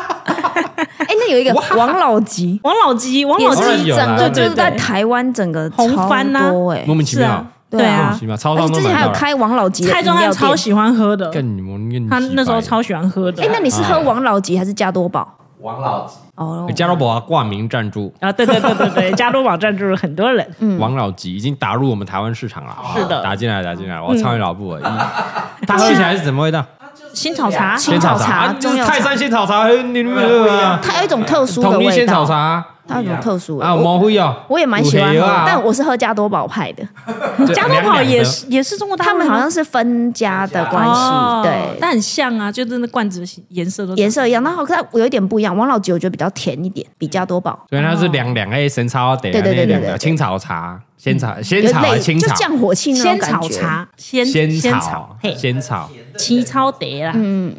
Speaker 3: 哎，那有一个王老吉，
Speaker 2: 王老吉，王老吉
Speaker 3: 也
Speaker 4: 王老
Speaker 3: 是
Speaker 4: 吉有
Speaker 3: 整
Speaker 4: 啦
Speaker 2: 对
Speaker 3: 个
Speaker 2: 对
Speaker 3: 就是在
Speaker 2: 对
Speaker 3: 台湾整个
Speaker 2: 红番啊
Speaker 3: 超多哎，
Speaker 4: 莫名其
Speaker 2: 是
Speaker 4: 妙
Speaker 2: 啊，，对
Speaker 4: 莫
Speaker 2: 啊
Speaker 4: 名其，妙，哦超
Speaker 3: 而
Speaker 4: 商
Speaker 3: 且
Speaker 4: 都
Speaker 3: 之前
Speaker 4: 买
Speaker 3: 还
Speaker 4: 到
Speaker 3: 有
Speaker 4: 了。
Speaker 3: 开王老吉的
Speaker 2: 蔡
Speaker 3: 饮
Speaker 2: 宗
Speaker 3: 料
Speaker 2: 汉超
Speaker 3: 店，
Speaker 2: 喜欢喝的，
Speaker 4: 干你们，你们
Speaker 2: 他那时候
Speaker 4: 几百
Speaker 2: 超喜欢喝的
Speaker 3: 哎，那你是喝王老吉还是加多宝？
Speaker 5: 王老吉，
Speaker 3: 哦，
Speaker 4: 啊哎加多宝挂名赞助，
Speaker 2: 啊，对对对对 [laughs] 对，加多宝赞助了很多人，
Speaker 3: 嗯
Speaker 4: 王老吉已经打入我们台湾市场了，
Speaker 2: 是的
Speaker 4: 打进来，打进
Speaker 3: 嗯
Speaker 4: 来，我超越老布了。一它喝起来是什么味道？
Speaker 2: 新草茶
Speaker 3: 青草茶
Speaker 4: 啊就是
Speaker 3: 中药茶
Speaker 4: 泰山仙草茶，和你们
Speaker 5: 不一样
Speaker 3: 它有一种特殊的
Speaker 4: 统一
Speaker 3: 味
Speaker 4: 仙草茶
Speaker 3: 道，
Speaker 4: 啊，
Speaker 3: 它有一种特殊的味道
Speaker 4: 毛灰哦，
Speaker 3: 我也蛮喜欢
Speaker 4: 有
Speaker 3: 喝
Speaker 4: 黑
Speaker 3: 的
Speaker 4: 啊，
Speaker 3: 但我是喝加多宝派的，
Speaker 4: 对
Speaker 2: [laughs] 加多
Speaker 4: 凉
Speaker 2: 宝
Speaker 4: 凉的
Speaker 2: 也是也是中国大
Speaker 3: 他
Speaker 2: 陆
Speaker 3: 们
Speaker 2: 的
Speaker 3: 好
Speaker 2: 吗
Speaker 3: 像是分家的关
Speaker 2: 哦
Speaker 3: 系，对，
Speaker 2: 但很像啊，就真的罐子颜色都
Speaker 3: 颜色一样，然后它有一点不一样。王老吉我觉得比较甜一点，比加多宝
Speaker 4: 所以它是凉凉诶，神草得
Speaker 3: 对
Speaker 4: 啊
Speaker 3: 对对对
Speaker 4: 凉
Speaker 3: 对
Speaker 4: 的
Speaker 3: 对嗯
Speaker 4: 青草茶、仙草、嗯仙
Speaker 3: 有
Speaker 4: 草还
Speaker 3: 类
Speaker 4: 是青
Speaker 3: 就
Speaker 4: 草、
Speaker 3: 降火气那种
Speaker 2: 仙
Speaker 3: 感
Speaker 2: 草
Speaker 3: 觉。
Speaker 2: 茶，仙
Speaker 4: 仙
Speaker 2: 草
Speaker 4: 草、
Speaker 2: 嘿，
Speaker 4: 仙草，
Speaker 2: 奇超得啦，
Speaker 3: 嗯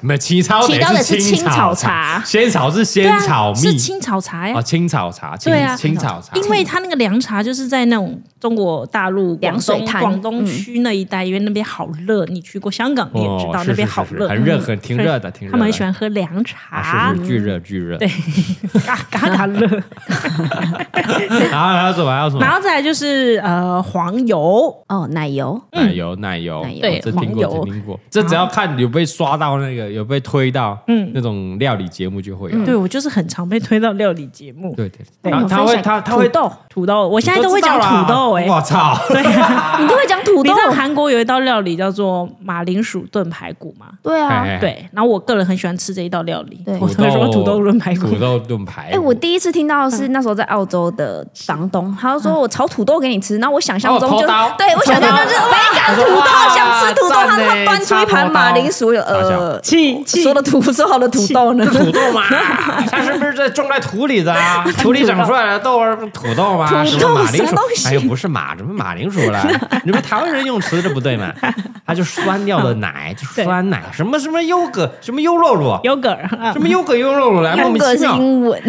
Speaker 4: 没有青草
Speaker 3: 起到
Speaker 4: 得
Speaker 3: 的是
Speaker 4: 青
Speaker 3: 青草
Speaker 4: 茶
Speaker 3: 茶，
Speaker 4: 仙草是
Speaker 2: 对
Speaker 4: 仙
Speaker 2: 啊
Speaker 4: 草哦蜜
Speaker 2: 是青草茶
Speaker 3: 哎
Speaker 2: 呀
Speaker 4: 哦，，青草茶，青
Speaker 2: 对啊
Speaker 4: 青草茶，
Speaker 2: 因为它那个凉茶就是在那种中国大陆
Speaker 3: 凉水
Speaker 2: 广东
Speaker 3: 滩
Speaker 2: 广东区那一带，因为那边好热，你去过香港你也知
Speaker 4: 哦
Speaker 2: 道
Speaker 4: 是
Speaker 2: 那边
Speaker 4: 是
Speaker 2: 好
Speaker 4: 是
Speaker 3: 嗯
Speaker 2: 热，嗯
Speaker 4: 很热很挺热的挺热的
Speaker 2: 他们很喜欢喝凉
Speaker 4: 啊
Speaker 2: 茶
Speaker 4: 是，哦是巨热巨热。
Speaker 2: 嗯
Speaker 4: [laughs]
Speaker 2: 对，嘎嘎嘎热。
Speaker 4: 然后啊还有什么？还有什
Speaker 2: 然
Speaker 4: 么？
Speaker 2: 后再来就是呃黄油，
Speaker 3: 哦，奶油
Speaker 4: 奶油，奶
Speaker 3: 奶，油
Speaker 4: 油哦
Speaker 2: 嗯对
Speaker 4: 这听
Speaker 2: 黄
Speaker 4: 过，这
Speaker 2: 油
Speaker 4: 听过。这只要看有被刷到那个，有被推到，嗯
Speaker 2: 嗯，
Speaker 4: 那种料理节目就会有。
Speaker 3: 嗯
Speaker 2: 对我就是很常被推到料理节目，
Speaker 4: 对对，
Speaker 2: 嗯对
Speaker 4: 然后
Speaker 3: 我
Speaker 4: 他
Speaker 3: 分
Speaker 4: 会
Speaker 3: 享
Speaker 4: [laughs] 他他会
Speaker 3: 土豆，
Speaker 2: 土豆，我现在都会讲
Speaker 4: 啊
Speaker 2: 土豆哎、
Speaker 4: 我操！
Speaker 2: 对啊，
Speaker 3: 你都会讲土
Speaker 2: 你
Speaker 3: 豆
Speaker 2: 知？道韩国有一道料理叫做马铃薯炖排骨吗？
Speaker 3: 对啊，
Speaker 4: 嘿，嘿
Speaker 2: 对，然后我个人很喜欢吃这一道料理，
Speaker 3: 对
Speaker 2: 我都会说土豆炖排骨
Speaker 4: 土。豆炖排骨。
Speaker 3: 哎，我第一次听到是那时候在澳洲的房东，他就说我炒土豆给你吃，然后我想象中
Speaker 4: 哦
Speaker 3: 就
Speaker 4: 头刀
Speaker 3: 对我想象
Speaker 4: [laughs]
Speaker 3: 中就是我也敢土豆，想吃土豆，
Speaker 4: 赞
Speaker 3: 他他
Speaker 4: 欸
Speaker 3: 端出一
Speaker 4: 插头
Speaker 3: 盘
Speaker 4: 刀
Speaker 3: 马铃薯，
Speaker 2: [laughs]
Speaker 3: 呃，
Speaker 2: 气气
Speaker 3: 说的土 [laughs] 说好的土豆 [laughs] 呢？
Speaker 4: 土豆
Speaker 2: [laughs]
Speaker 4: 嘛，它是不是在种在土里的啊？土里长出来的豆儿，土豆嘛，
Speaker 3: 土
Speaker 4: 什么马
Speaker 3: 豆
Speaker 4: 铃
Speaker 3: 什
Speaker 4: 薯
Speaker 3: 么东？西
Speaker 4: 哎呦，不是马，怎么马铃薯了？
Speaker 2: [laughs]
Speaker 4: 你们台湾人用词这不对嘛？它就酸掉的奶，就
Speaker 2: [laughs] 对
Speaker 4: 酸奶，什么什么优格，什么优酪乳，
Speaker 2: 优格尔啊
Speaker 4: 什，么优格优酪乳来，莫
Speaker 3: 优
Speaker 4: 名
Speaker 3: 格
Speaker 4: 其
Speaker 3: 是
Speaker 4: 妙，
Speaker 3: 英文，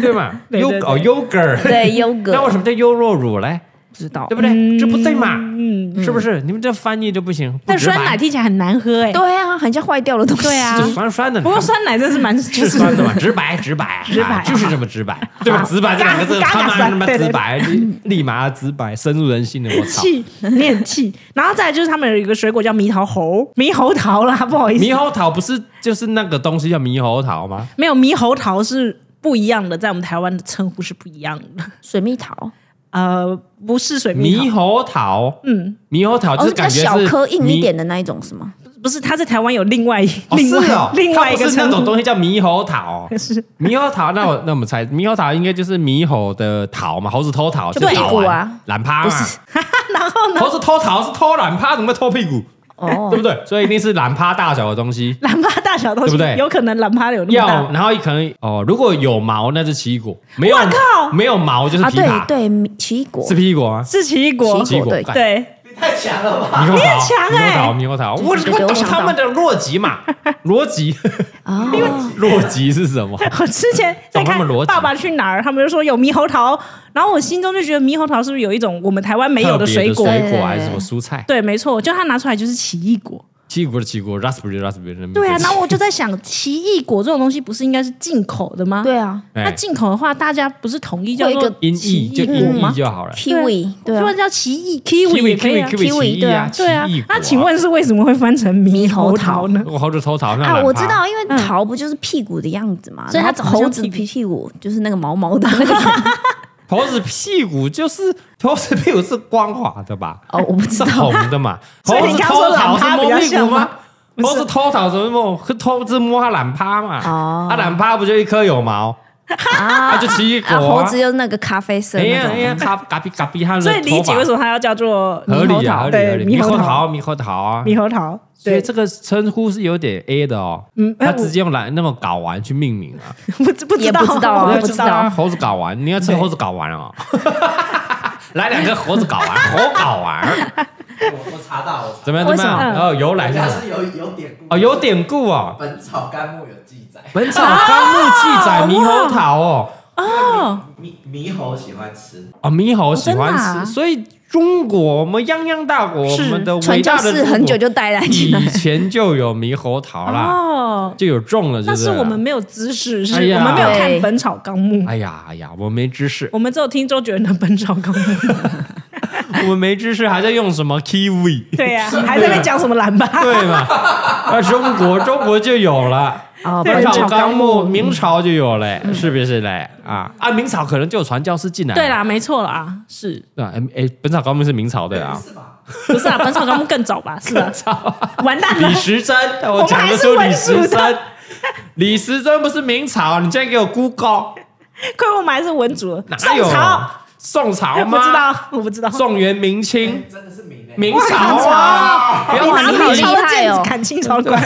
Speaker 4: 对吧？
Speaker 2: [laughs] 对
Speaker 4: 优
Speaker 2: 对
Speaker 4: 哦
Speaker 2: 对
Speaker 4: 优格，
Speaker 3: [laughs] 对，优格
Speaker 4: [laughs] 那为什么叫优酪乳嘞？
Speaker 3: 不知道
Speaker 4: 对。不对？这不对嘛？
Speaker 2: 嗯，
Speaker 4: 是不是？你们这翻译就不行。
Speaker 2: 但
Speaker 4: 不直白
Speaker 2: 酸奶听起来很难喝哎、
Speaker 3: 对啊，很像坏掉的东西。
Speaker 2: 对啊
Speaker 4: 就酸酸的，
Speaker 2: 不过酸奶真是
Speaker 4: [laughs]
Speaker 2: 蛮
Speaker 4: 是
Speaker 2: 就是
Speaker 4: 酸的嘛，直白直白
Speaker 2: 直白
Speaker 4: 啊就是这么
Speaker 2: [laughs]
Speaker 4: 直白，对吧？直白这两个字，
Speaker 2: 嘎嘎
Speaker 4: 他妈
Speaker 2: 酸
Speaker 4: 他妈
Speaker 2: 对对
Speaker 4: 直
Speaker 2: [laughs]
Speaker 4: 白，立立马直白，深入人心的，我操！
Speaker 2: [laughs] 气，你很气。然后再来就是他们有一个水果叫猕桃猴，猕猴桃啦， [laughs] 不好意思，
Speaker 4: 猕猴桃不是就是那个东西叫猕猴桃吗？
Speaker 2: 没有猕猴桃是不一样的，在我们台湾的称呼是不一样的。
Speaker 3: 水蜜桃，
Speaker 2: 呃，不是水蜜桃
Speaker 4: 猕，猴桃，
Speaker 2: 嗯，
Speaker 4: 猕猴啊桃就
Speaker 3: 哦，
Speaker 4: 是
Speaker 3: 比较
Speaker 4: 感觉
Speaker 3: 小
Speaker 4: 是
Speaker 3: 颗硬一
Speaker 4: 猕
Speaker 3: 点的那一种是吗？
Speaker 2: 不是，它在台湾有另外一、
Speaker 4: 哦，
Speaker 2: 另外、
Speaker 4: 是哦，
Speaker 2: [laughs] 另外一
Speaker 4: 它
Speaker 2: 个
Speaker 4: 不是那
Speaker 2: 称
Speaker 4: 种
Speaker 2: 呼，
Speaker 4: 东西叫猕
Speaker 2: [laughs]
Speaker 4: 猴桃，
Speaker 2: 是
Speaker 4: 猕猴桃，那我那我们猜，猕猴桃应该就是猕猴的桃嘛，猴子偷桃
Speaker 3: 就
Speaker 4: 就
Speaker 3: 屁
Speaker 4: 捣
Speaker 3: 股
Speaker 4: 丸
Speaker 3: 啊
Speaker 4: 懒趴嘛，
Speaker 2: 然后呢，
Speaker 4: 猴子偷桃是偷懒趴，怎么会偷屁股？ [laughs] 对
Speaker 3: 哦
Speaker 4: 不，对？所以一定啊是懒趴大小的东西。
Speaker 2: 蓝趴大小东西，
Speaker 4: 对不对
Speaker 2: 有可能蓝趴有那么大
Speaker 4: 要，然后可能哦，如果有毛那是奇异果，没有
Speaker 2: 靠
Speaker 4: 没有毛就是
Speaker 3: 啊，
Speaker 4: 枇杷，
Speaker 3: 对对，奇异果
Speaker 4: 是，奇异果吗？
Speaker 2: 是奇异果，
Speaker 4: 奇异果
Speaker 3: 对
Speaker 4: 干
Speaker 2: 对，
Speaker 5: 你太强了吧？
Speaker 4: 猕猴桃，
Speaker 2: 强欸
Speaker 4: 猕猴桃，猕猴桃，
Speaker 3: 对
Speaker 4: 我
Speaker 3: 对对
Speaker 4: 我
Speaker 3: 对
Speaker 4: 懂
Speaker 3: 我想
Speaker 4: 他
Speaker 3: 到
Speaker 4: 们的逻
Speaker 2: [laughs]
Speaker 4: 辑嘛，逻 [laughs] 辑，
Speaker 3: 哦，
Speaker 4: 逻辑是什么？
Speaker 2: 我之前在
Speaker 4: 懂他
Speaker 2: 看
Speaker 4: 们
Speaker 2: 《
Speaker 4: 逻辑
Speaker 2: 爸爸去哪儿》，他们就说有猕猴桃，然后我心中就觉得猕猴桃是不是有一种我们台 [laughs] 湾没有
Speaker 4: 特别的
Speaker 2: 水果？
Speaker 4: 水
Speaker 3: 对
Speaker 4: 果
Speaker 3: 对
Speaker 4: 还是什么蔬菜？
Speaker 2: 对，没错，就它拿出来就是奇异果。
Speaker 4: 奇异果的奇异果，raspberry raspberry。
Speaker 2: [laughs] 对啊，然后我就在想，奇异果这种东西不是应该是进口的吗？
Speaker 3: 对啊
Speaker 2: 那
Speaker 4: 哎
Speaker 2: 进口的话，大家不是统一叫
Speaker 3: 会有一
Speaker 2: 做
Speaker 3: 个
Speaker 4: 音
Speaker 2: 奇
Speaker 4: 译就
Speaker 2: 异
Speaker 4: 音
Speaker 2: 果
Speaker 4: 译
Speaker 2: 吗？
Speaker 4: 就好了。
Speaker 3: ，kiwi，对啊
Speaker 2: 就，叫奇异 kiwi 也可以
Speaker 4: kiwi
Speaker 2: 啊。
Speaker 4: kiwi 奇异啊，奇
Speaker 2: 对啊
Speaker 4: 异果，
Speaker 2: 那请问是为什么会翻成猕猴桃
Speaker 4: [laughs]
Speaker 2: 呢？
Speaker 4: 我猴子偷桃那
Speaker 3: 啊，
Speaker 4: 懒
Speaker 3: 我
Speaker 4: 趴
Speaker 3: 知道，因为桃不就是屁股的样子嘛，
Speaker 2: 所以它
Speaker 3: 然后
Speaker 2: 长得
Speaker 3: 猴
Speaker 2: 像
Speaker 3: 子
Speaker 2: 屁股
Speaker 4: [laughs]
Speaker 3: 屁股就是那个毛毛的那个样子，
Speaker 4: 猴子屁股就是猴子屁股是光滑的吧？
Speaker 3: 哦，我不知
Speaker 4: 是
Speaker 3: 道，
Speaker 4: 红的嘛？
Speaker 2: [laughs] 所以
Speaker 4: 猴
Speaker 2: 你
Speaker 4: 子
Speaker 2: 刚刚说
Speaker 4: 偷
Speaker 2: 懒
Speaker 4: 桃是
Speaker 2: 趴比
Speaker 4: 摸
Speaker 2: 较
Speaker 4: 屁股
Speaker 2: 像吗
Speaker 4: 吗？猴子偷桃怎么摸？偷是摸它懒趴嘛？
Speaker 3: 哦
Speaker 4: 它懒趴不就一颗有毛？它就骑一狗
Speaker 3: 啊，猴
Speaker 4: 啊
Speaker 3: 子就是那个咖啡色
Speaker 4: 哎
Speaker 3: 那
Speaker 4: 呀哎
Speaker 3: 种。
Speaker 4: 呀，嘎嘎比嘎比，它的
Speaker 2: 所以理
Speaker 4: 头
Speaker 2: 解
Speaker 4: 发
Speaker 2: 为什么它要叫做猕
Speaker 4: 合
Speaker 2: 猴
Speaker 4: 理啊，
Speaker 2: 桃，
Speaker 4: 合理合
Speaker 2: 对，
Speaker 4: 理，
Speaker 2: 猕猴
Speaker 4: 桃，猕猴桃啊，
Speaker 2: 猕猴桃，
Speaker 4: 所以
Speaker 2: 对，
Speaker 4: 这个称呼是有点 A 的哦，
Speaker 2: 嗯哎
Speaker 4: 他直接用来那么睾丸去命名啊，
Speaker 2: [laughs] 不知不
Speaker 3: 也
Speaker 2: 知道，
Speaker 3: 不知道啊
Speaker 4: 我
Speaker 3: 不
Speaker 4: 知
Speaker 3: 知
Speaker 4: 道啊，
Speaker 3: 道
Speaker 4: 猴子睾丸，你要吃猴子睾丸哦， [laughs] 来两个猴子睾丸，猴睾丸
Speaker 5: 我我查到，我查
Speaker 4: 怎么样？怎
Speaker 2: 为
Speaker 4: 么
Speaker 2: 什
Speaker 4: 样？
Speaker 2: 么
Speaker 4: 哦，由来
Speaker 5: 到，
Speaker 4: 是
Speaker 5: 它
Speaker 4: 什么？
Speaker 5: 是有有典故
Speaker 4: 哦，有典故哦，
Speaker 5: 《本草纲目》有记载，
Speaker 4: 《本草
Speaker 2: 啊
Speaker 4: 纲目》记载猕猴桃哦，
Speaker 2: 哦，
Speaker 5: 猕猕猴喜欢吃，
Speaker 4: 哦，猕猴喜
Speaker 2: 哦
Speaker 4: 欢
Speaker 2: 真的啊
Speaker 4: 吃，所以中国我们泱泱大国，我
Speaker 2: 是
Speaker 4: 们的
Speaker 3: 传
Speaker 4: 伟
Speaker 3: 教
Speaker 4: 大的
Speaker 3: 士
Speaker 4: 中国
Speaker 3: 很久就带来进来
Speaker 4: 以，前就有猕猴桃啦，
Speaker 2: 哦，
Speaker 4: 就有种了，就
Speaker 2: 那是
Speaker 4: 了
Speaker 2: 我们。没有知识，是
Speaker 4: 哎呀
Speaker 2: 我们没有看
Speaker 3: 对
Speaker 2: 《本草纲目》，
Speaker 4: 哎呀哎呀，我们没知识，
Speaker 2: 我们只有听周杰伦的《本草纲
Speaker 4: [laughs]
Speaker 2: 目》，
Speaker 4: 我们没知识，还在用什么 kiwi？
Speaker 2: 对呀，还在那边讲什么蓝吧？
Speaker 4: 啊对啊嘛？ [laughs] 那中国中国就有了，
Speaker 3: 哦，
Speaker 4: 《
Speaker 2: 对
Speaker 4: 本
Speaker 2: 本
Speaker 4: 草
Speaker 2: 草
Speaker 4: 纲
Speaker 2: 纲
Speaker 4: 目
Speaker 2: 目》
Speaker 4: 明朝就有嘞，是不是嘞？啊啊，明朝可能就有传教士进来。
Speaker 2: 对，啦，没错啦，是
Speaker 4: 对吧？哎哎，《本草纲目》是明朝
Speaker 2: [laughs]
Speaker 4: 的啊。
Speaker 5: 是吧？
Speaker 2: 不是啊？《本草纲目》更早吧？
Speaker 4: [laughs]
Speaker 2: 是啊，完蛋了
Speaker 4: 李，时
Speaker 2: [laughs]
Speaker 4: 珍，我
Speaker 2: 们
Speaker 4: 讲
Speaker 2: 还
Speaker 4: 得
Speaker 2: 是
Speaker 4: 出李
Speaker 2: 文
Speaker 4: 时
Speaker 2: 史
Speaker 4: 珍。李时珍不是明朝，你竟然给我 Google
Speaker 2: 亏我们还是文主了，
Speaker 4: 哪有啊
Speaker 2: 宋朝，？
Speaker 4: 宋朝
Speaker 2: 我不
Speaker 4: 吗？
Speaker 2: 知道，哎我不知道，
Speaker 4: 宋元明清，
Speaker 5: 哎真的是明诶，
Speaker 4: 明朝啊！不要
Speaker 3: 哇
Speaker 2: 拿
Speaker 3: 你
Speaker 4: 理
Speaker 3: 好
Speaker 2: 明
Speaker 3: 厉
Speaker 2: 朝
Speaker 3: 害
Speaker 2: 的剑
Speaker 3: 哦
Speaker 2: 指砍清 [laughs] 朝的官。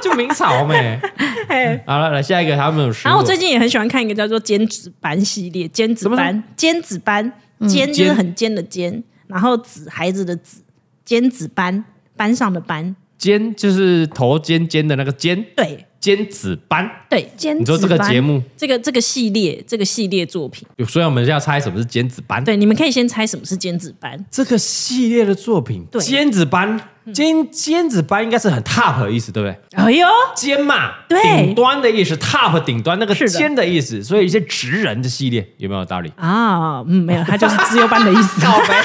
Speaker 4: 就明朝没。
Speaker 2: [laughs] 哎
Speaker 4: 好了，来下一个，他们有食物。
Speaker 2: 然后我最近也很喜欢看一个叫做《尖子班》系列，《尖子
Speaker 4: 什
Speaker 2: 班》尖子班，尖就是很尖的尖，然后子孩子的子，尖子班班上的班，
Speaker 4: 尖就是头尖尖的那个尖，
Speaker 2: 对
Speaker 4: 尖子班。
Speaker 2: 对，
Speaker 3: 尖
Speaker 4: 你说
Speaker 3: 子
Speaker 4: 这个
Speaker 3: 班
Speaker 4: 节目，
Speaker 2: 这个这个系列这个系列作品，
Speaker 4: 所以我们要猜什么是尖子班？，
Speaker 2: 对，你们可以先猜什么是尖子班，
Speaker 4: 这个系列的作品，
Speaker 2: 对嗯
Speaker 4: 尖子班，尖尖子班应该是很 top 的意思，对不对？
Speaker 2: 哎呦，
Speaker 4: 尖嘛，
Speaker 2: 对
Speaker 4: 顶端的意思，top 顶端那个
Speaker 2: 是的？
Speaker 4: 尖的意思，所以一些直人的系列有没有道理
Speaker 2: 啊，嗯，没有，它就是资优班的意
Speaker 3: [laughs]
Speaker 2: 思。
Speaker 4: 靠背， [laughs]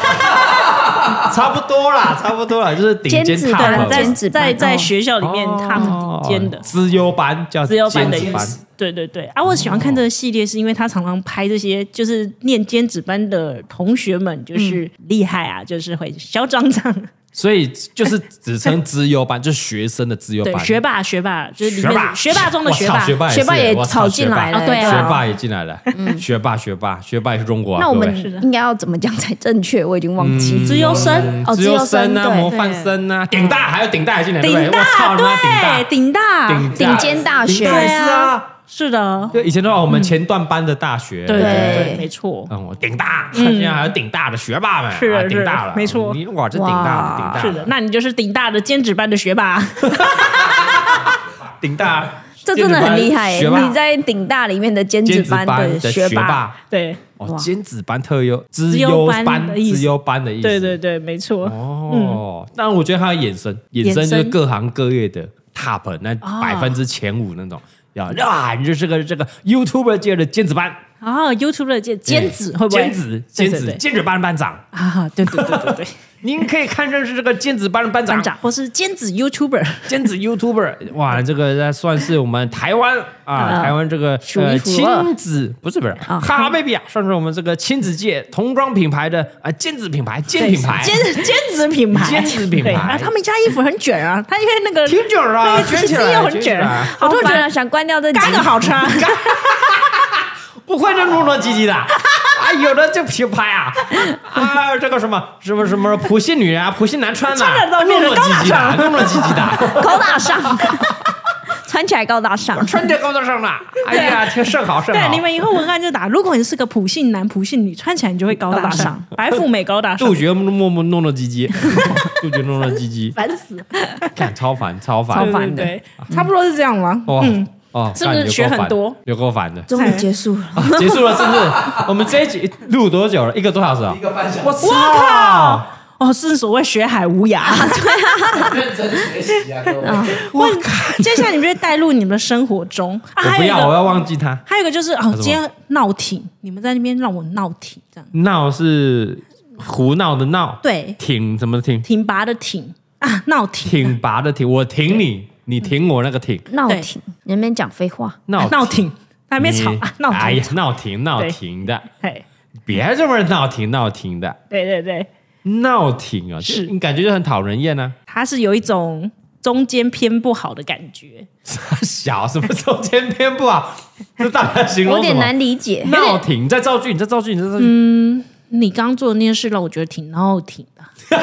Speaker 4: 差不多啦，差不多啦，就是顶尖
Speaker 3: 尖子
Speaker 4: top
Speaker 3: 班
Speaker 4: 的
Speaker 2: 在
Speaker 3: 尖子班
Speaker 2: 在在
Speaker 3: 哦
Speaker 2: 学校里面，他
Speaker 4: 哦
Speaker 2: 们尖的
Speaker 4: 资优班叫
Speaker 2: 资优班的
Speaker 4: 尖
Speaker 2: 意
Speaker 4: 子班
Speaker 2: 思。对对对啊！我喜欢
Speaker 4: 哦
Speaker 2: 看这个系列，是因为他常常拍这些就是念尖子班的同学们，
Speaker 4: 嗯
Speaker 2: 就是厉害啊，就是会嚣张张，
Speaker 4: 所以就是只称资优班，就是学生的资优
Speaker 2: 对
Speaker 4: 班，，
Speaker 2: 学霸学霸就是里
Speaker 4: 学霸
Speaker 2: 面学霸中的
Speaker 4: 学
Speaker 2: 学霸。
Speaker 4: 学霸
Speaker 3: 学霸
Speaker 4: 也
Speaker 3: 也
Speaker 4: 是我操
Speaker 3: 炒进
Speaker 4: 学霸
Speaker 3: 来了
Speaker 2: 哦对啊嗯
Speaker 4: 学霸也进来了，学霸学霸学霸也是中国啊，
Speaker 3: 那我们
Speaker 4: 各位嗯
Speaker 3: 应该要怎么讲才正确？我已经忘记。
Speaker 2: 资优生，
Speaker 3: 哦，
Speaker 4: 资
Speaker 3: 自
Speaker 4: 优
Speaker 3: 由
Speaker 4: 生啊，
Speaker 3: 对
Speaker 4: 模范生啊，顶大还有顶大也进来，对不对
Speaker 2: 顶
Speaker 4: 我
Speaker 2: 大
Speaker 4: 操你妈顶
Speaker 2: 对
Speaker 4: 大
Speaker 2: 啊顶大
Speaker 4: 顶
Speaker 3: 顶尖大
Speaker 4: 顶
Speaker 3: 学
Speaker 4: 大也是啊，
Speaker 2: 是的，
Speaker 4: 对，以前都是我们前段班的大学，
Speaker 2: 嗯对对
Speaker 3: 对
Speaker 2: 对，没错。
Speaker 4: 嗯，我顶大，现在还有顶大的学霸们，
Speaker 2: 是的
Speaker 4: 啊
Speaker 2: 是的
Speaker 4: 顶大了，
Speaker 2: 没错
Speaker 4: 你哇，这顶大了，
Speaker 3: 哇
Speaker 4: 顶大了，
Speaker 2: 是的，那你就是顶大的尖子班的学霸， [laughs]
Speaker 4: 顶大，
Speaker 3: 这真的很厉害、
Speaker 4: 学霸
Speaker 3: 你在顶大里面的尖子
Speaker 4: 尖子
Speaker 3: 班
Speaker 4: 班的
Speaker 3: 学
Speaker 4: 学霸，
Speaker 2: 对
Speaker 4: 哦，
Speaker 3: 哇
Speaker 4: 尖子班特优，资
Speaker 2: 资优
Speaker 4: 优
Speaker 2: 班
Speaker 4: 班，
Speaker 2: 的意思
Speaker 4: 资优班的意思，
Speaker 2: 对嗯对对，没错。
Speaker 4: 哦，但我觉得他的衍生，衍生就是各行各业的
Speaker 2: 啊
Speaker 4: top 那百分之前五那种，要啊，你就是这个这个 YouTuber 界的尖子班，
Speaker 2: 然后 YouTube 的
Speaker 4: 哎
Speaker 2: 尖尖子会不会
Speaker 4: 尖子
Speaker 2: 对
Speaker 4: 尖
Speaker 2: 对
Speaker 4: 子
Speaker 2: 对
Speaker 4: 尖子班班长，
Speaker 2: 啊？对对对对对，
Speaker 4: 您可以看认识这个尖子班班
Speaker 2: 班
Speaker 4: 长，
Speaker 2: 长或是尖子 YouTuber，
Speaker 4: 尖子 YouTuber，哇，这个那算是我们台湾啊，
Speaker 3: 嗯
Speaker 4: 台湾这个
Speaker 3: 数一
Speaker 4: 呃
Speaker 3: 数二
Speaker 4: 亲子不是不是，哈哈 baby 啊，算是我们这个亲子界童装品牌的啊尖子品牌尖品牌
Speaker 2: 尖尖子品牌，
Speaker 4: 哎尖子品牌
Speaker 2: 对啊他们家衣服很卷啊，他因为那个
Speaker 4: 挺卷儿啊，
Speaker 2: 对
Speaker 4: 卷
Speaker 2: 其
Speaker 4: 起
Speaker 2: 实
Speaker 4: 来
Speaker 2: 又很
Speaker 4: 卷起
Speaker 2: 卷
Speaker 4: 来。哦
Speaker 3: 好烦啊！想关掉这集
Speaker 2: 嘎个好差，
Speaker 4: 不会就糯糯唧
Speaker 2: [laughs]
Speaker 4: 唧的啊，有的就皮拍啊啊，这个什么什么什么普信女啊，普信男穿的、
Speaker 2: 穿
Speaker 4: 啊，
Speaker 2: 的都
Speaker 4: 糯
Speaker 2: 变成
Speaker 4: 糯唧唧的，糯糯唧唧的，
Speaker 3: 高大上， [laughs] 穿起来高大上。
Speaker 4: 穿着高大上的，哎呀，挺甚好甚
Speaker 2: 对，
Speaker 4: 好
Speaker 2: 你。们以后文案就打，如果你是个普信男、普信女，穿起来你就会高大上，
Speaker 4: [laughs]
Speaker 2: 白富美高大上
Speaker 4: 杜，绝默默糯糯唧唧， [laughs] 杜绝糯糯唧
Speaker 2: [laughs]
Speaker 4: 唧，
Speaker 2: 烦死了，
Speaker 4: 看超烦超
Speaker 2: 对
Speaker 4: 烦，
Speaker 2: 对
Speaker 3: 烦的
Speaker 2: 对，差不多是这样吗？
Speaker 4: 哇
Speaker 2: 嗯，
Speaker 4: 啊哦，
Speaker 2: 是不是
Speaker 4: 干有够
Speaker 2: 学很
Speaker 4: 烦
Speaker 2: 多，
Speaker 4: 有够烦的。 [laughs]
Speaker 3: 终于结束了，
Speaker 4: 啊结束了是不是？我们这一集录多久了？一个多小时啊
Speaker 5: 一！个半小
Speaker 4: 我
Speaker 5: 时，
Speaker 4: 操！
Speaker 2: 哦，是所谓学海无
Speaker 4: [laughs]
Speaker 2: 涯。
Speaker 5: 认真学习啊，各位。
Speaker 2: 我接下来你们就带入你们的生活中啊，
Speaker 4: 我
Speaker 2: 还
Speaker 4: 不
Speaker 2: 有一
Speaker 4: 要，我
Speaker 2: 个，
Speaker 4: 要忘记他。
Speaker 2: 还有一个就是哦，
Speaker 4: 么
Speaker 2: 今天闹挺，你们在那边让我闹挺，这样
Speaker 4: 闹是胡闹的闹，
Speaker 2: 对，
Speaker 4: 挺怎么挺？
Speaker 2: 挺拔的挺啊，闹挺
Speaker 4: 挺拔的挺，我挺你，你挺我那个挺
Speaker 3: 闹挺，你在那边讲废话，
Speaker 4: 闹
Speaker 2: 啊哎闹挺，还没吵啊，闹
Speaker 4: 哎
Speaker 2: 钟
Speaker 4: 呀，闹停闹停的，
Speaker 2: 嘿，
Speaker 4: 别这么闹停闹停的，
Speaker 2: 对对对，
Speaker 4: 闹挺啊，就是你感觉就很讨人厌啊。
Speaker 2: 它是有一种中间偏不好的感觉，
Speaker 4: 傻小什么中间偏不好， [laughs] 这大家形容
Speaker 3: 有
Speaker 4: 什
Speaker 3: 点
Speaker 4: 么
Speaker 3: 难理解。
Speaker 4: 闹挺，你再造句，你再造句，你再造句，
Speaker 2: 嗯你刚做的那件事让我觉得挺闹挺的，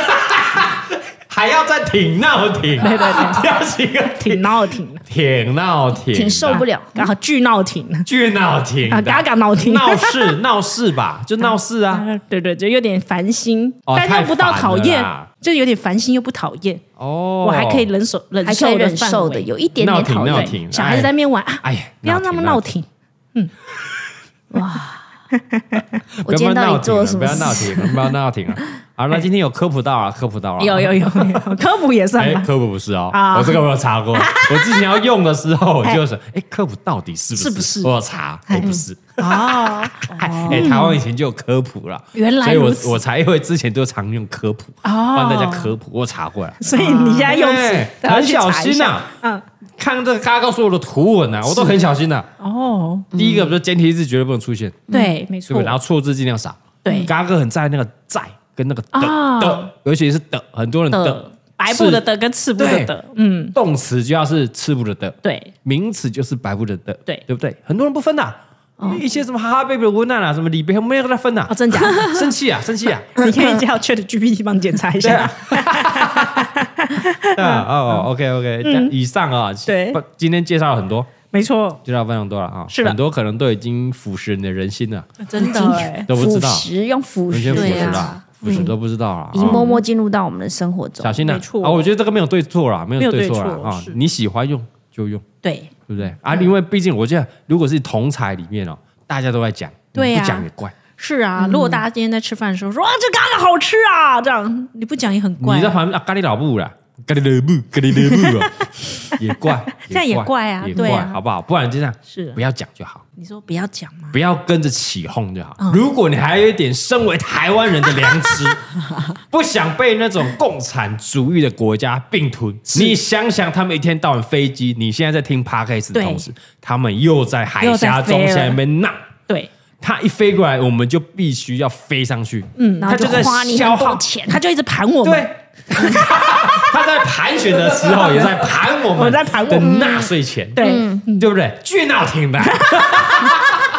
Speaker 4: 还要再挺闹挺，
Speaker 2: 对对对，
Speaker 4: [laughs] 要形容
Speaker 2: 挺闹挺的，
Speaker 4: [laughs] 挺闹挺，
Speaker 3: 挺受不了，
Speaker 2: 然后巨闹挺的
Speaker 4: 巨闹挺的
Speaker 2: 啊，嘎嘎闹挺。嗯
Speaker 4: 闹事闹事吧，就闹事啊。
Speaker 2: [laughs] 对对，就有点烦心，
Speaker 4: 哦
Speaker 2: 但又不到讨
Speaker 4: 太烦
Speaker 2: 厌
Speaker 4: 了啦，
Speaker 2: 就有点烦心又不讨厌，
Speaker 4: 哦，
Speaker 2: 我还可以忍受忍
Speaker 3: 还
Speaker 2: 受
Speaker 3: 可以
Speaker 2: 的
Speaker 3: 忍
Speaker 2: 范
Speaker 3: 受
Speaker 2: 围
Speaker 3: 的，有一点
Speaker 4: 闹
Speaker 3: 点
Speaker 4: 挺
Speaker 3: 讨
Speaker 4: 闹
Speaker 3: 厌。
Speaker 4: 挺，
Speaker 2: 小孩子在那边玩啊，
Speaker 4: 哎呀，
Speaker 2: 不要那么闹挺，
Speaker 3: 我今天到底做了什
Speaker 4: 不
Speaker 3: 么
Speaker 4: 要闹
Speaker 3: 事？
Speaker 4: 挺啊了，不要闹挺了。好，那今天有科普到啊，科普到了，
Speaker 2: 哎有有有有，科普也算
Speaker 4: 哎，
Speaker 2: 吧，
Speaker 4: 科普不是哦，
Speaker 2: 啊
Speaker 4: 我这个我有查
Speaker 2: [laughs]
Speaker 4: 过，我之前要用的时候，我就是哎，科普到底是不
Speaker 2: 是不是
Speaker 4: 我有查，哎，不是，
Speaker 2: 哦，
Speaker 4: [laughs] 哎，台湾以前就有科普了，
Speaker 2: 原来
Speaker 4: 所以
Speaker 2: 如
Speaker 4: 我
Speaker 2: 此
Speaker 4: 我才因为之前都常用科普，
Speaker 2: 哦
Speaker 4: 帮大家科普，我查过了。
Speaker 2: 所以你现在用词
Speaker 4: 哎
Speaker 2: 都要
Speaker 4: 很
Speaker 2: 去
Speaker 4: 小
Speaker 2: 查一
Speaker 4: 心
Speaker 2: 下，
Speaker 4: 啊呐，
Speaker 2: 嗯，
Speaker 4: 看这个嘎告诉我的图文啊，我都很小心的。
Speaker 2: 哦，
Speaker 4: 第一个，比如说简体字绝对不能出现，
Speaker 2: 对，没
Speaker 4: 对不
Speaker 2: 错
Speaker 4: 对？，然后错字尽量少。
Speaker 2: 哦对
Speaker 4: 嘎哥很在那个在跟那个的
Speaker 2: 啊
Speaker 4: 的，尤其是的，很多人的
Speaker 2: 的白布的
Speaker 4: 是
Speaker 2: 的跟赤布的的，嗯，
Speaker 4: 动词就要是吃不的的，
Speaker 2: [laughs] 对，
Speaker 4: 名词就是白不的的，
Speaker 2: 对
Speaker 4: 对不对？很多人不分的。一些什么哈哈贝贝的文案啊，什么里边没有在分的
Speaker 2: 哦，，真假的？
Speaker 4: [laughs] 生气啊，生
Speaker 2: [laughs]
Speaker 4: 气啊，
Speaker 2: 你可以叫 Chat GPT 帮你检查一
Speaker 4: 对
Speaker 2: 下
Speaker 4: 啊。啊哦，OK OK，以上啊，
Speaker 2: 嗯对
Speaker 4: 不，今天介绍了很多，
Speaker 2: [laughs] 没错，
Speaker 4: 介绍非常多了啊，
Speaker 2: 是的
Speaker 4: 很多可能都已经腐蚀你的人心了，
Speaker 2: 真
Speaker 4: [laughs]
Speaker 2: 的哎，
Speaker 4: 都不知
Speaker 3: 腐
Speaker 4: 道，
Speaker 3: 蚀用腐
Speaker 4: 有些
Speaker 3: 蚀，
Speaker 4: 腐蚀
Speaker 3: 对啊，
Speaker 4: 了，腐蚀都不知道了，
Speaker 3: 已经
Speaker 4: 啊
Speaker 3: 默默进入到我们的生活中
Speaker 4: 小。心
Speaker 2: 嗯
Speaker 4: 呐、
Speaker 2: 没错
Speaker 4: 啊！我觉得这个没有对错啦，没
Speaker 2: 没有
Speaker 4: 有
Speaker 2: 对
Speaker 4: 对错啦
Speaker 2: 错
Speaker 4: 啊
Speaker 2: 是！嗯
Speaker 4: 你喜欢用就用，
Speaker 2: 对，
Speaker 4: 对不对啊？因为毕竟我觉得，如果是同才里面哦，大家都在讲，
Speaker 2: 对啊
Speaker 4: 你
Speaker 2: 呀
Speaker 4: 不讲也怪。
Speaker 2: 是啊，如果大家今天在吃饭的时候说啊，这嘎嘎好吃啊，这样你不讲也很怪啊，
Speaker 4: 你在旁边啊，咖喱老布啦，咖喱老布，咖喱老布哦， [laughs] 也怪，
Speaker 2: 这样也怪啊
Speaker 4: 也
Speaker 2: 对
Speaker 4: 怪，
Speaker 2: 啊
Speaker 4: 好不好？不然就这样，
Speaker 2: 是啊
Speaker 4: 不要讲就好，
Speaker 2: 你说不要讲嘛，
Speaker 4: 不要跟着起哄就好。
Speaker 2: 嗯
Speaker 4: 如果你还有一点身为台湾人的良
Speaker 2: [laughs]
Speaker 4: 知，不想被那种共产主义的国家并吞，你想想，他们一天到晚飞机，你现在在听 podcast 的
Speaker 2: 对
Speaker 4: 同时，他们又在海
Speaker 2: 又
Speaker 4: 峡
Speaker 2: 在飞
Speaker 4: 中
Speaker 2: 了
Speaker 4: 在那边闹。
Speaker 2: 对，
Speaker 4: 他一飞过来，我们就必须要飞上去。嗯，
Speaker 3: 然
Speaker 4: 他
Speaker 3: 后
Speaker 4: 就
Speaker 3: 就
Speaker 4: 在
Speaker 3: 花你
Speaker 4: 消
Speaker 3: 很
Speaker 4: 耗
Speaker 3: 多钱，
Speaker 2: 他就一直盘我们，
Speaker 4: 对， [laughs] 他在盘旋的时候也在盘我
Speaker 2: 我
Speaker 4: 们
Speaker 2: 们在盘我
Speaker 4: 的
Speaker 2: 们嗯
Speaker 4: 纳税钱，
Speaker 2: 对，
Speaker 4: 对不对？巨闹挺的，
Speaker 2: [laughs]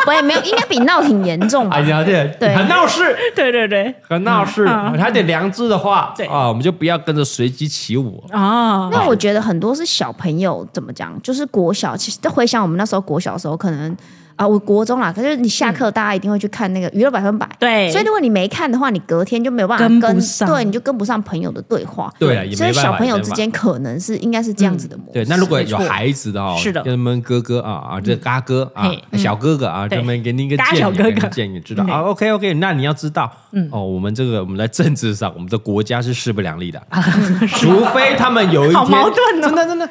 Speaker 3: 不也没有，应该比闹挺严重吧
Speaker 4: 哎？呀，这
Speaker 3: 对
Speaker 4: 很闹事，
Speaker 2: 对对对，
Speaker 4: 很闹事。他有点良知的话
Speaker 2: 嗯对
Speaker 4: 啊，我们就不要跟着随机起舞。
Speaker 2: 哦，
Speaker 3: 那我觉得很多是小朋友怎么讲，就是国小，其实回想我们那时候国小的时候，可能啊，我国中啦，可是你下课大家一定会去看那个娱乐百分
Speaker 4: 嗯
Speaker 3: 百，
Speaker 2: 对
Speaker 3: 所以如果你没看的话，你隔天就没有办法
Speaker 2: 跟
Speaker 3: 跟，
Speaker 2: 不上
Speaker 3: 对，你就跟不上朋友的对话，
Speaker 4: 对啊也没
Speaker 3: 所以
Speaker 4: 办法
Speaker 3: 小朋友
Speaker 4: 也没
Speaker 3: 之
Speaker 4: 办法
Speaker 3: 间可能是应该是这样子的模式，
Speaker 4: 对，那如果有孩子的哦，
Speaker 2: 是的嗯
Speaker 4: 跟他们哥哥啊啊，这嘎哥啊
Speaker 2: 嘿，嗯
Speaker 4: 小哥哥啊，
Speaker 2: 对
Speaker 4: 他们给你一个
Speaker 2: 嘎
Speaker 4: 建
Speaker 2: 小
Speaker 4: 议，
Speaker 2: 哥嗯
Speaker 4: 给你
Speaker 2: 哥
Speaker 4: 建议，知道啊？OK OK，那你要知道，哦，我们这个我们在政治上，我们的国家是势不
Speaker 2: [laughs]
Speaker 4: 两立的，除非他们有一
Speaker 2: 好
Speaker 4: 天
Speaker 2: 矛盾哦
Speaker 4: 真的
Speaker 2: [laughs]
Speaker 4: 真的，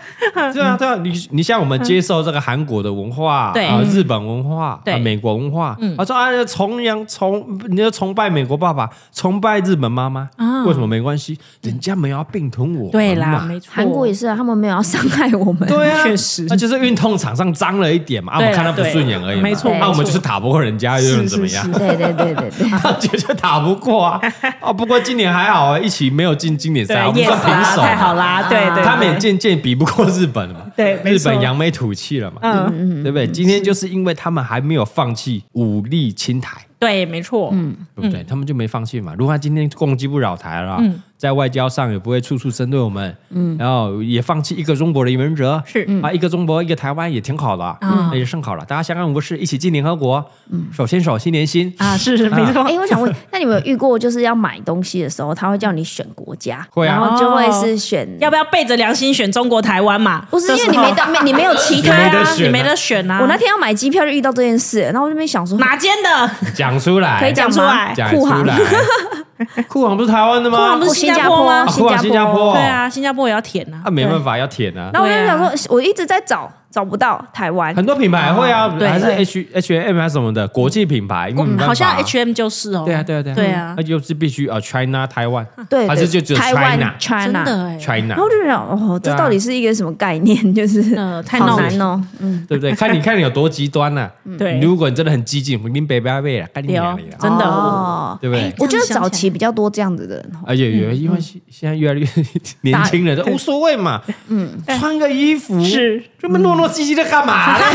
Speaker 4: 对啊对啊，你你像我们接受这个韩国的文化，
Speaker 2: 嗯对
Speaker 4: 啊，日本文化，
Speaker 2: 对嗯
Speaker 4: 啊，美国文化，他说啊，崇洋崇，你要崇拜美国爸爸，崇拜日本妈妈，为什么没关系？人家没有要并吞我们嘛，
Speaker 2: 啊对啦，没错，
Speaker 3: 韩国也是啊，他们没有要伤害
Speaker 2: [laughs]
Speaker 3: 我们，
Speaker 4: 对啊，
Speaker 2: 确实
Speaker 4: 那就是运动场上脏了一点嘛，啊，我
Speaker 2: 对
Speaker 4: 们
Speaker 2: 啊
Speaker 4: 看他不顺眼而已
Speaker 2: 对
Speaker 4: 嘛，
Speaker 2: 没错
Speaker 4: 那我们
Speaker 2: 没错
Speaker 4: 就是打不过人家，又能怎么样？
Speaker 3: 对对对对
Speaker 4: [laughs]
Speaker 3: 对，
Speaker 4: 绝对打不过啊！啊，不过今年还好啊，一起没有进经典赛，我们
Speaker 2: 对，yes
Speaker 4: 算平
Speaker 2: 啦，
Speaker 4: 手
Speaker 2: 太好
Speaker 4: 嘛。
Speaker 2: 啦，对对，
Speaker 4: 他们也
Speaker 2: 对
Speaker 4: 渐渐比不过日本了嘛，
Speaker 2: 对没
Speaker 4: 日
Speaker 2: 错
Speaker 4: 本扬眉吐气了嘛，
Speaker 2: 嗯，
Speaker 4: 对不对？今天就是因为他们还没有放弃武力侵台，
Speaker 2: 对，没错，
Speaker 4: 对
Speaker 2: 嗯
Speaker 4: 不对？他们就没放弃嘛。如果他今天攻击不扰台了，在外交上也不会处处针对我们，然后也放弃一个中国的原则，
Speaker 2: 嗯是
Speaker 4: 啊，一个中国一个台湾也挺好的，那也甚好了。大家相安无事，一起进联合国，手牵手，心连心。
Speaker 2: 啊，是是没
Speaker 4: 哦
Speaker 2: 错
Speaker 3: 哎、，我想问，那你们有遇过就是要买东西的时候，他会叫你选国家，
Speaker 4: 会啊哦
Speaker 3: 然后就会是选，
Speaker 2: 要不要背着良心选中国台湾嘛？
Speaker 3: 不是因为你没到，没你没有
Speaker 2: [laughs]
Speaker 3: 其他、
Speaker 4: 没得
Speaker 3: 啊。
Speaker 4: 选啊
Speaker 2: 你没得选啊！
Speaker 3: 我那天要买机票就遇到这件事，然后我就没想说，
Speaker 2: 哪间的？
Speaker 4: 讲出来，
Speaker 3: 可以讲
Speaker 2: 讲出
Speaker 3: 吗
Speaker 2: 来
Speaker 4: 讲
Speaker 3: 酷
Speaker 4: 出
Speaker 3: 航
Speaker 4: 来。 [laughs] 酷航不是台湾的吗？
Speaker 2: 酷航不是
Speaker 3: 啊新
Speaker 2: 新加
Speaker 3: 加
Speaker 2: 坡
Speaker 3: 坡
Speaker 2: 吗
Speaker 3: 吗？
Speaker 4: 啊啊酷航新加坡，
Speaker 2: 对，啊，新加坡也要填啊
Speaker 4: 啊，。没办法要舔啊。
Speaker 3: 然后我就
Speaker 2: 对啊
Speaker 3: 想说，我一直在找，找不到台湾。
Speaker 4: 很多品牌会啊，
Speaker 1: 对
Speaker 4: 还是 H H M 还是什么的国际品牌，因为没
Speaker 1: 嗯
Speaker 4: 办法啊
Speaker 1: 好像
Speaker 2: H&M
Speaker 1: H M 就是哦，
Speaker 4: 对啊对啊对啊，
Speaker 1: 对啊
Speaker 4: 那就是必须啊 China 台湾，
Speaker 3: 嗯对，
Speaker 4: 还是就只
Speaker 3: 对
Speaker 4: 有
Speaker 3: 台湾
Speaker 4: China
Speaker 3: China
Speaker 1: 真的哎，
Speaker 4: China，
Speaker 3: 然后就想，哦，这
Speaker 4: 对啊
Speaker 3: 到底是一个什么概念？就是
Speaker 2: 嗯
Speaker 1: 呃太
Speaker 3: 好
Speaker 1: 闹
Speaker 3: 难哦。嗯，
Speaker 4: 对不对？看你看你有多极端呐。
Speaker 1: 对
Speaker 4: 如果你真的很激进，你北北北了，啊看你
Speaker 1: 对
Speaker 4: 哪
Speaker 1: 哦
Speaker 4: 里了，
Speaker 1: 真的
Speaker 3: 哦
Speaker 4: 对不对？
Speaker 3: 我觉得早期比较多这样子的人哦，
Speaker 2: 啊
Speaker 4: 而且有，因为现现在越来越嗯 [laughs] 年轻人都无所谓嘛，嗯，穿个衣服
Speaker 2: 是嗯
Speaker 4: 这么糯糯唧唧的干嘛？ [laughs]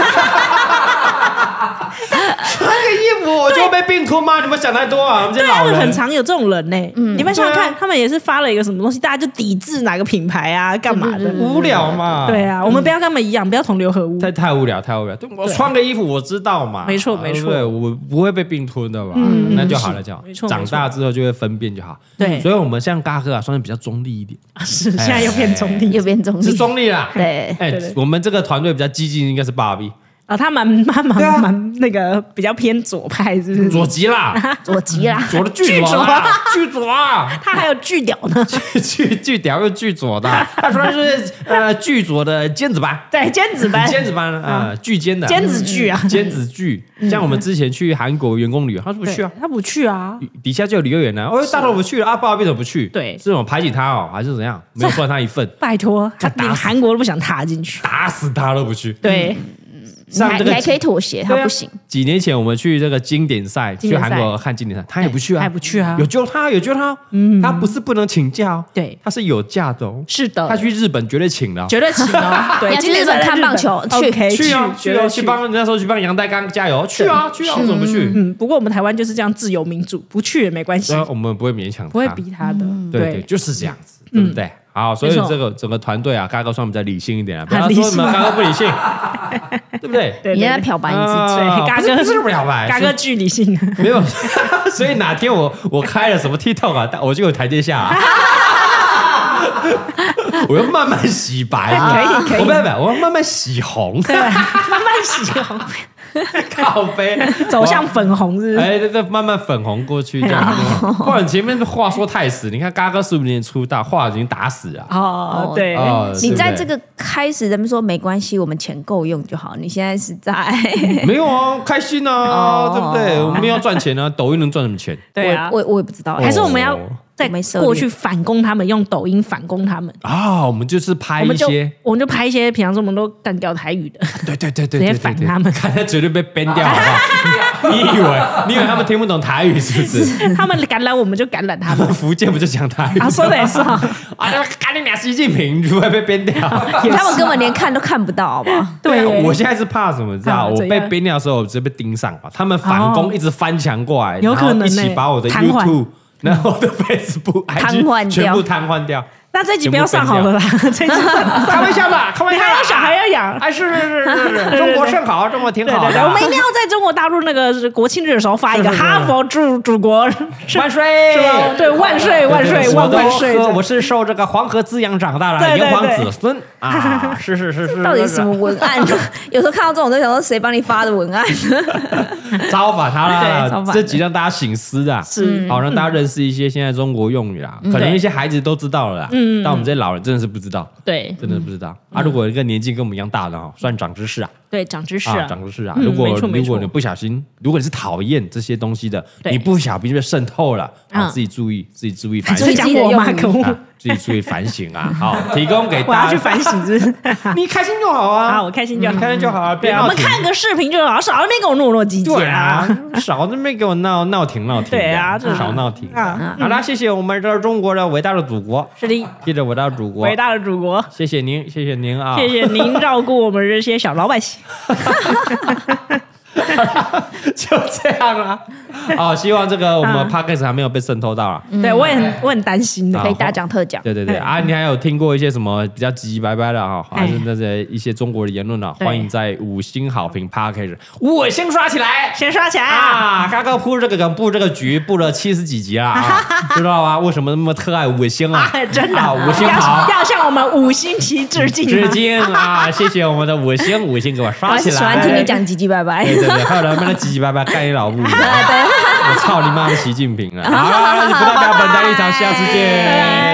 Speaker 4: 穿个衣服我就会被病吞吗？你们想太多啊！我们这些
Speaker 2: 对啊，他
Speaker 4: 老
Speaker 2: 们很
Speaker 4: 人，
Speaker 2: 常有这种人呢、你们想想
Speaker 4: 对啊
Speaker 2: 看，他们也是发了一个什么东西，大家就抵制哪个品牌
Speaker 4: 嗯
Speaker 2: 啊，干嘛的？
Speaker 4: 无聊嘛，
Speaker 2: 对，啊，我们不要跟他们一样，不要同流合污。
Speaker 4: 太太无聊，太无聊。对，我穿个衣服我知道嘛，啊
Speaker 2: 没错没错嗯
Speaker 4: 对，我不会被病吞的嘛，那就好了，就好
Speaker 2: 没错没错
Speaker 4: 长大之后就会分辨就好。
Speaker 2: 对 [laughs]
Speaker 4: 所以我们像嘎哥啊，算是比较中立一点，
Speaker 2: 是，现在又变中立
Speaker 4: 嗯
Speaker 3: 右边中
Speaker 4: 是
Speaker 3: 立。
Speaker 4: 中立啦。
Speaker 3: 对
Speaker 4: 哎
Speaker 2: 对对，
Speaker 4: 我们这个团队比较激进，应该是芭比
Speaker 2: 啊，他蛮蛮蛮
Speaker 4: 对啊
Speaker 2: 蛮那个比较偏左派，是不是？
Speaker 4: 左吉 [laughs] 啦，
Speaker 3: [laughs] 左极啦，
Speaker 4: 左的巨左啦，巨左啊，
Speaker 2: 他还有巨屌呢，
Speaker 4: [laughs]
Speaker 2: [laughs]
Speaker 4: 巨巨屌又巨左的，他说是呃巨左的尖子班，
Speaker 2: 对，尖子班，
Speaker 4: 尖子班啊，巨尖的嗯
Speaker 2: 尖子巨啊，
Speaker 4: 尖子巨，像我们之前去韩国员工旅游，他说不去啊。
Speaker 2: 他不去啊，
Speaker 4: 底下就有旅游员呢、哦，大头不去了，阿爸为什么不去？
Speaker 2: 对
Speaker 4: 是我排挤他哦，还是怎样？没有算他一份，
Speaker 2: 拜托，他
Speaker 4: 打
Speaker 2: 连
Speaker 4: 死
Speaker 2: 韩国都不想踏进去。
Speaker 4: 打死他都不去。
Speaker 2: 对，
Speaker 4: 嗯
Speaker 3: 你
Speaker 4: 上
Speaker 3: 还
Speaker 4: 这
Speaker 3: 你
Speaker 4: 个
Speaker 3: 还可以妥协，他
Speaker 4: 对啊
Speaker 3: 不行。
Speaker 4: 几年前我们去这个经典赛，
Speaker 3: 经
Speaker 4: 去
Speaker 3: 典赛
Speaker 4: 韩国看经典赛，他也不去啊，
Speaker 2: 他也不去啊
Speaker 4: 有救他，有救他，嗯，他不是不能请假哦，
Speaker 2: 对
Speaker 4: 他是有假的哦，
Speaker 2: 是
Speaker 4: [laughs]
Speaker 2: 的
Speaker 4: 他去日本绝对请的哦，
Speaker 2: 绝对请哦。对，
Speaker 3: [laughs] 你要去
Speaker 2: 今天
Speaker 3: 日本
Speaker 2: 在
Speaker 3: 看棒球去
Speaker 2: OK，
Speaker 4: 去啊
Speaker 2: 绝
Speaker 4: 啊，
Speaker 2: 对
Speaker 4: 去帮那时候去帮杨代刚加油，去啊去啊，我怎么不去？
Speaker 2: 嗯，不过我们台湾就是这样自由民主，不去也没关系
Speaker 4: 所，以我们不会勉强他，
Speaker 2: 不会逼他的。
Speaker 4: 嗯
Speaker 3: 嗯
Speaker 4: 对对，就是这样子，对不对？好，所以
Speaker 2: 没错
Speaker 4: 这个整个团队啊，嘎哥算比较理性一点啊，不
Speaker 2: 很
Speaker 4: 要
Speaker 2: 理
Speaker 4: 说你
Speaker 2: 性 [laughs]
Speaker 4: 们嘎哥不理性，对不对？
Speaker 2: 对，
Speaker 3: 你
Speaker 2: 对
Speaker 3: 在
Speaker 2: 对
Speaker 3: 漂白你自己，
Speaker 4: 啊
Speaker 2: 嘎
Speaker 4: 不是
Speaker 2: 哥
Speaker 4: 不是不了吧？
Speaker 2: 嘎哥距离性，啊
Speaker 4: 是没有， [laughs] 所以哪天我我开了什么 TikTok 啊，但我就有台阶下啊。 [laughs] 我要慢慢洗白，啊
Speaker 2: 啊
Speaker 4: 哦
Speaker 2: 可以可以
Speaker 4: 我不要不要，我要慢慢洗红，
Speaker 2: 对，慢慢洗红，
Speaker 4: [laughs] 靠背
Speaker 2: 走向粉哎红，是不是？
Speaker 4: 哎，这这慢慢粉红过去这样， [laughs] 不然前面的话说太死。你看嘎哥十五年出道，话已经打死了。
Speaker 2: 哦
Speaker 3: 哦，
Speaker 2: 对，
Speaker 4: 哦对
Speaker 3: 你
Speaker 4: 不
Speaker 3: 在
Speaker 4: 对
Speaker 3: 这个开始，咱们说没关系，我们钱够用就好。你现在是在
Speaker 4: 没有啊，开心啊，
Speaker 3: 哦
Speaker 4: 对不对？我们要赚钱啊，抖音能赚什么钱？
Speaker 2: [laughs] 对啊
Speaker 3: 我，我我也不知道，
Speaker 4: 哦
Speaker 2: 还是我
Speaker 4: [laughs]
Speaker 2: 们要再
Speaker 3: 我没涉猎
Speaker 2: 过去反攻他们，用抖音反攻他们。
Speaker 4: 啊，我们就是拍
Speaker 2: 我
Speaker 4: 一
Speaker 2: 们就
Speaker 4: 些，
Speaker 2: 我们就拍一些，平常说我们都干掉台
Speaker 4: [laughs]
Speaker 2: 语的，
Speaker 4: 对对对对对
Speaker 2: 直接
Speaker 4: 对
Speaker 2: 反
Speaker 4: 对
Speaker 2: 他们
Speaker 4: 看他绝对被 ban
Speaker 2: [laughs]
Speaker 4: 掉，好不好？你以为你以为他们听不懂台语是不
Speaker 2: [laughs]
Speaker 4: 是？
Speaker 2: 他们感染我们就感染他
Speaker 4: 他
Speaker 2: 们
Speaker 4: 们。福建不就讲台语
Speaker 2: 啊，说的也是哈，
Speaker 4: 啊？那赶紧俩习近平就会被 ban 掉。
Speaker 2: 也是
Speaker 3: 他们根本连看都看不到，好不
Speaker 4: [laughs]
Speaker 3: 好？
Speaker 2: [laughs] 对耶，
Speaker 4: 我现在是怕什么？你知道，
Speaker 2: 啊
Speaker 4: 我
Speaker 2: 怎
Speaker 4: 被
Speaker 2: 样
Speaker 4: ban 掉的时候，我直接被盯上了。他们反攻
Speaker 2: 哦
Speaker 4: 一直翻墙过来，
Speaker 2: 有可能
Speaker 4: 然后一起
Speaker 2: 欸
Speaker 4: 把我的
Speaker 2: 瘫痪
Speaker 4: YouTube，然后我的
Speaker 2: [laughs]
Speaker 4: Facebook、IG
Speaker 3: 瘫痪掉
Speaker 4: 全部瘫痪掉。
Speaker 2: 那这集不要上好了啦，这集上
Speaker 4: 开玩笑的，开玩
Speaker 2: 你
Speaker 4: 笑
Speaker 2: [laughs] 还有
Speaker 4: 的。
Speaker 2: 小孩要养。
Speaker 4: 哎，是
Speaker 2: [laughs]
Speaker 4: 是是是是，中国甚好，中国挺好的。
Speaker 2: 我们一定要在中国大陆那个国庆日的时候发一个哈佛祝祖国
Speaker 4: 万岁！
Speaker 2: 是吧？对，万岁万岁
Speaker 4: 我
Speaker 2: 万
Speaker 4: 都
Speaker 2: 万岁！
Speaker 4: 喝，我是受这个黄河滋养长大的
Speaker 2: 对对
Speaker 4: 炎黄
Speaker 2: 对
Speaker 4: 子孙
Speaker 2: [laughs]
Speaker 4: 啊！是是是是，
Speaker 3: 到底什么文
Speaker 4: [laughs]
Speaker 3: 案？有时候看到这种，就想说谁帮你发的文案？
Speaker 4: 糟把它
Speaker 3: 对糟
Speaker 4: 啦？
Speaker 3: 蹋
Speaker 4: 这集让大家醒思啊，
Speaker 3: 嗯
Speaker 2: 是嗯
Speaker 4: 好让大家认识一些现在中国用语啦，可能一些孩子都知道了啦，但我们这些老人真的是不知道，
Speaker 2: 对
Speaker 4: 真的不知道
Speaker 2: 嗯
Speaker 4: 啊！如果有一个年纪跟我们一样大的哈，算长知识啊。
Speaker 2: 对，长知识
Speaker 4: 啊，
Speaker 2: 啊，
Speaker 4: 长知识啊！
Speaker 2: 嗯
Speaker 4: 如果
Speaker 2: 没错没
Speaker 4: 如
Speaker 2: 错
Speaker 4: 果你不小心，如果你是讨厌这些东西的，
Speaker 2: 对
Speaker 4: 你不小心被渗透了啊，
Speaker 2: 嗯
Speaker 4: 自己注意，自己注
Speaker 2: [laughs]
Speaker 4: 意反
Speaker 2: 所以
Speaker 4: 省
Speaker 2: 讲我吗？
Speaker 3: 自己
Speaker 2: 可
Speaker 3: 的
Speaker 2: 恶！ [laughs]
Speaker 4: 啊，自己注意反省啊！好，提供给
Speaker 2: 我要
Speaker 4: 大
Speaker 2: 去
Speaker 4: 家，
Speaker 2: 反省，是不是？ [laughs]
Speaker 4: 你开心就好啊
Speaker 2: 啊，，我开心就
Speaker 4: 你
Speaker 2: 好。
Speaker 4: 开心就好啊，不
Speaker 2: 对啊，
Speaker 4: 要
Speaker 2: 我们看个视频就好，少在那边跟我糯糯唧唧
Speaker 4: 对啊，，少在那边给我闹闹停闹停的，嗯
Speaker 2: 对啊这
Speaker 4: 少闹停
Speaker 2: 啊
Speaker 4: 啊！好啦，谢谢我们这中国的伟大的祖国，
Speaker 2: 是的，
Speaker 4: 谢谢伟大的祖国
Speaker 2: 伟，大的祖国，
Speaker 4: 谢谢您，谢谢您啊！
Speaker 2: 谢谢您照顾我们这些小老百姓。
Speaker 4: 就这样啦。哦，希望这个我
Speaker 2: 嗯
Speaker 4: 们 podcast 还没有被渗透到啊。
Speaker 2: 对我也很我很担心的
Speaker 4: 啊，
Speaker 3: 可以大讲特讲，
Speaker 4: 对对对
Speaker 2: 嗯对哎
Speaker 4: 啊！你还有听过一些什么比较急白白的哈，还是那些一些中国的言论啊？
Speaker 2: 对
Speaker 4: 欢迎在五星好评 p a c k a g e 我先刷起来
Speaker 2: 先刷起来啊！
Speaker 4: 啊！嘎哥铺这个梗布这个局布了七十几集
Speaker 3: [laughs]
Speaker 4: 了啊，知道吧？为什么那么特爱五星啊？
Speaker 2: 真的
Speaker 4: 啊，五星好
Speaker 2: 要，要向我们五星旗致敬
Speaker 4: 致
Speaker 2: 啊！
Speaker 4: 敬啊！谢谢我们的五星，五星给我
Speaker 3: 我
Speaker 4: 刷
Speaker 3: 还
Speaker 4: 起
Speaker 3: 是
Speaker 4: 来。哎
Speaker 3: 喜欢听你讲唧唧拜
Speaker 4: [laughs]
Speaker 3: 拜
Speaker 4: 对。对对，还有人他妈的唧唧歪歪干你老
Speaker 3: [laughs]
Speaker 4: 母！啊我操你妈的习近平啊！好了，那就不到标本台立场，下次见。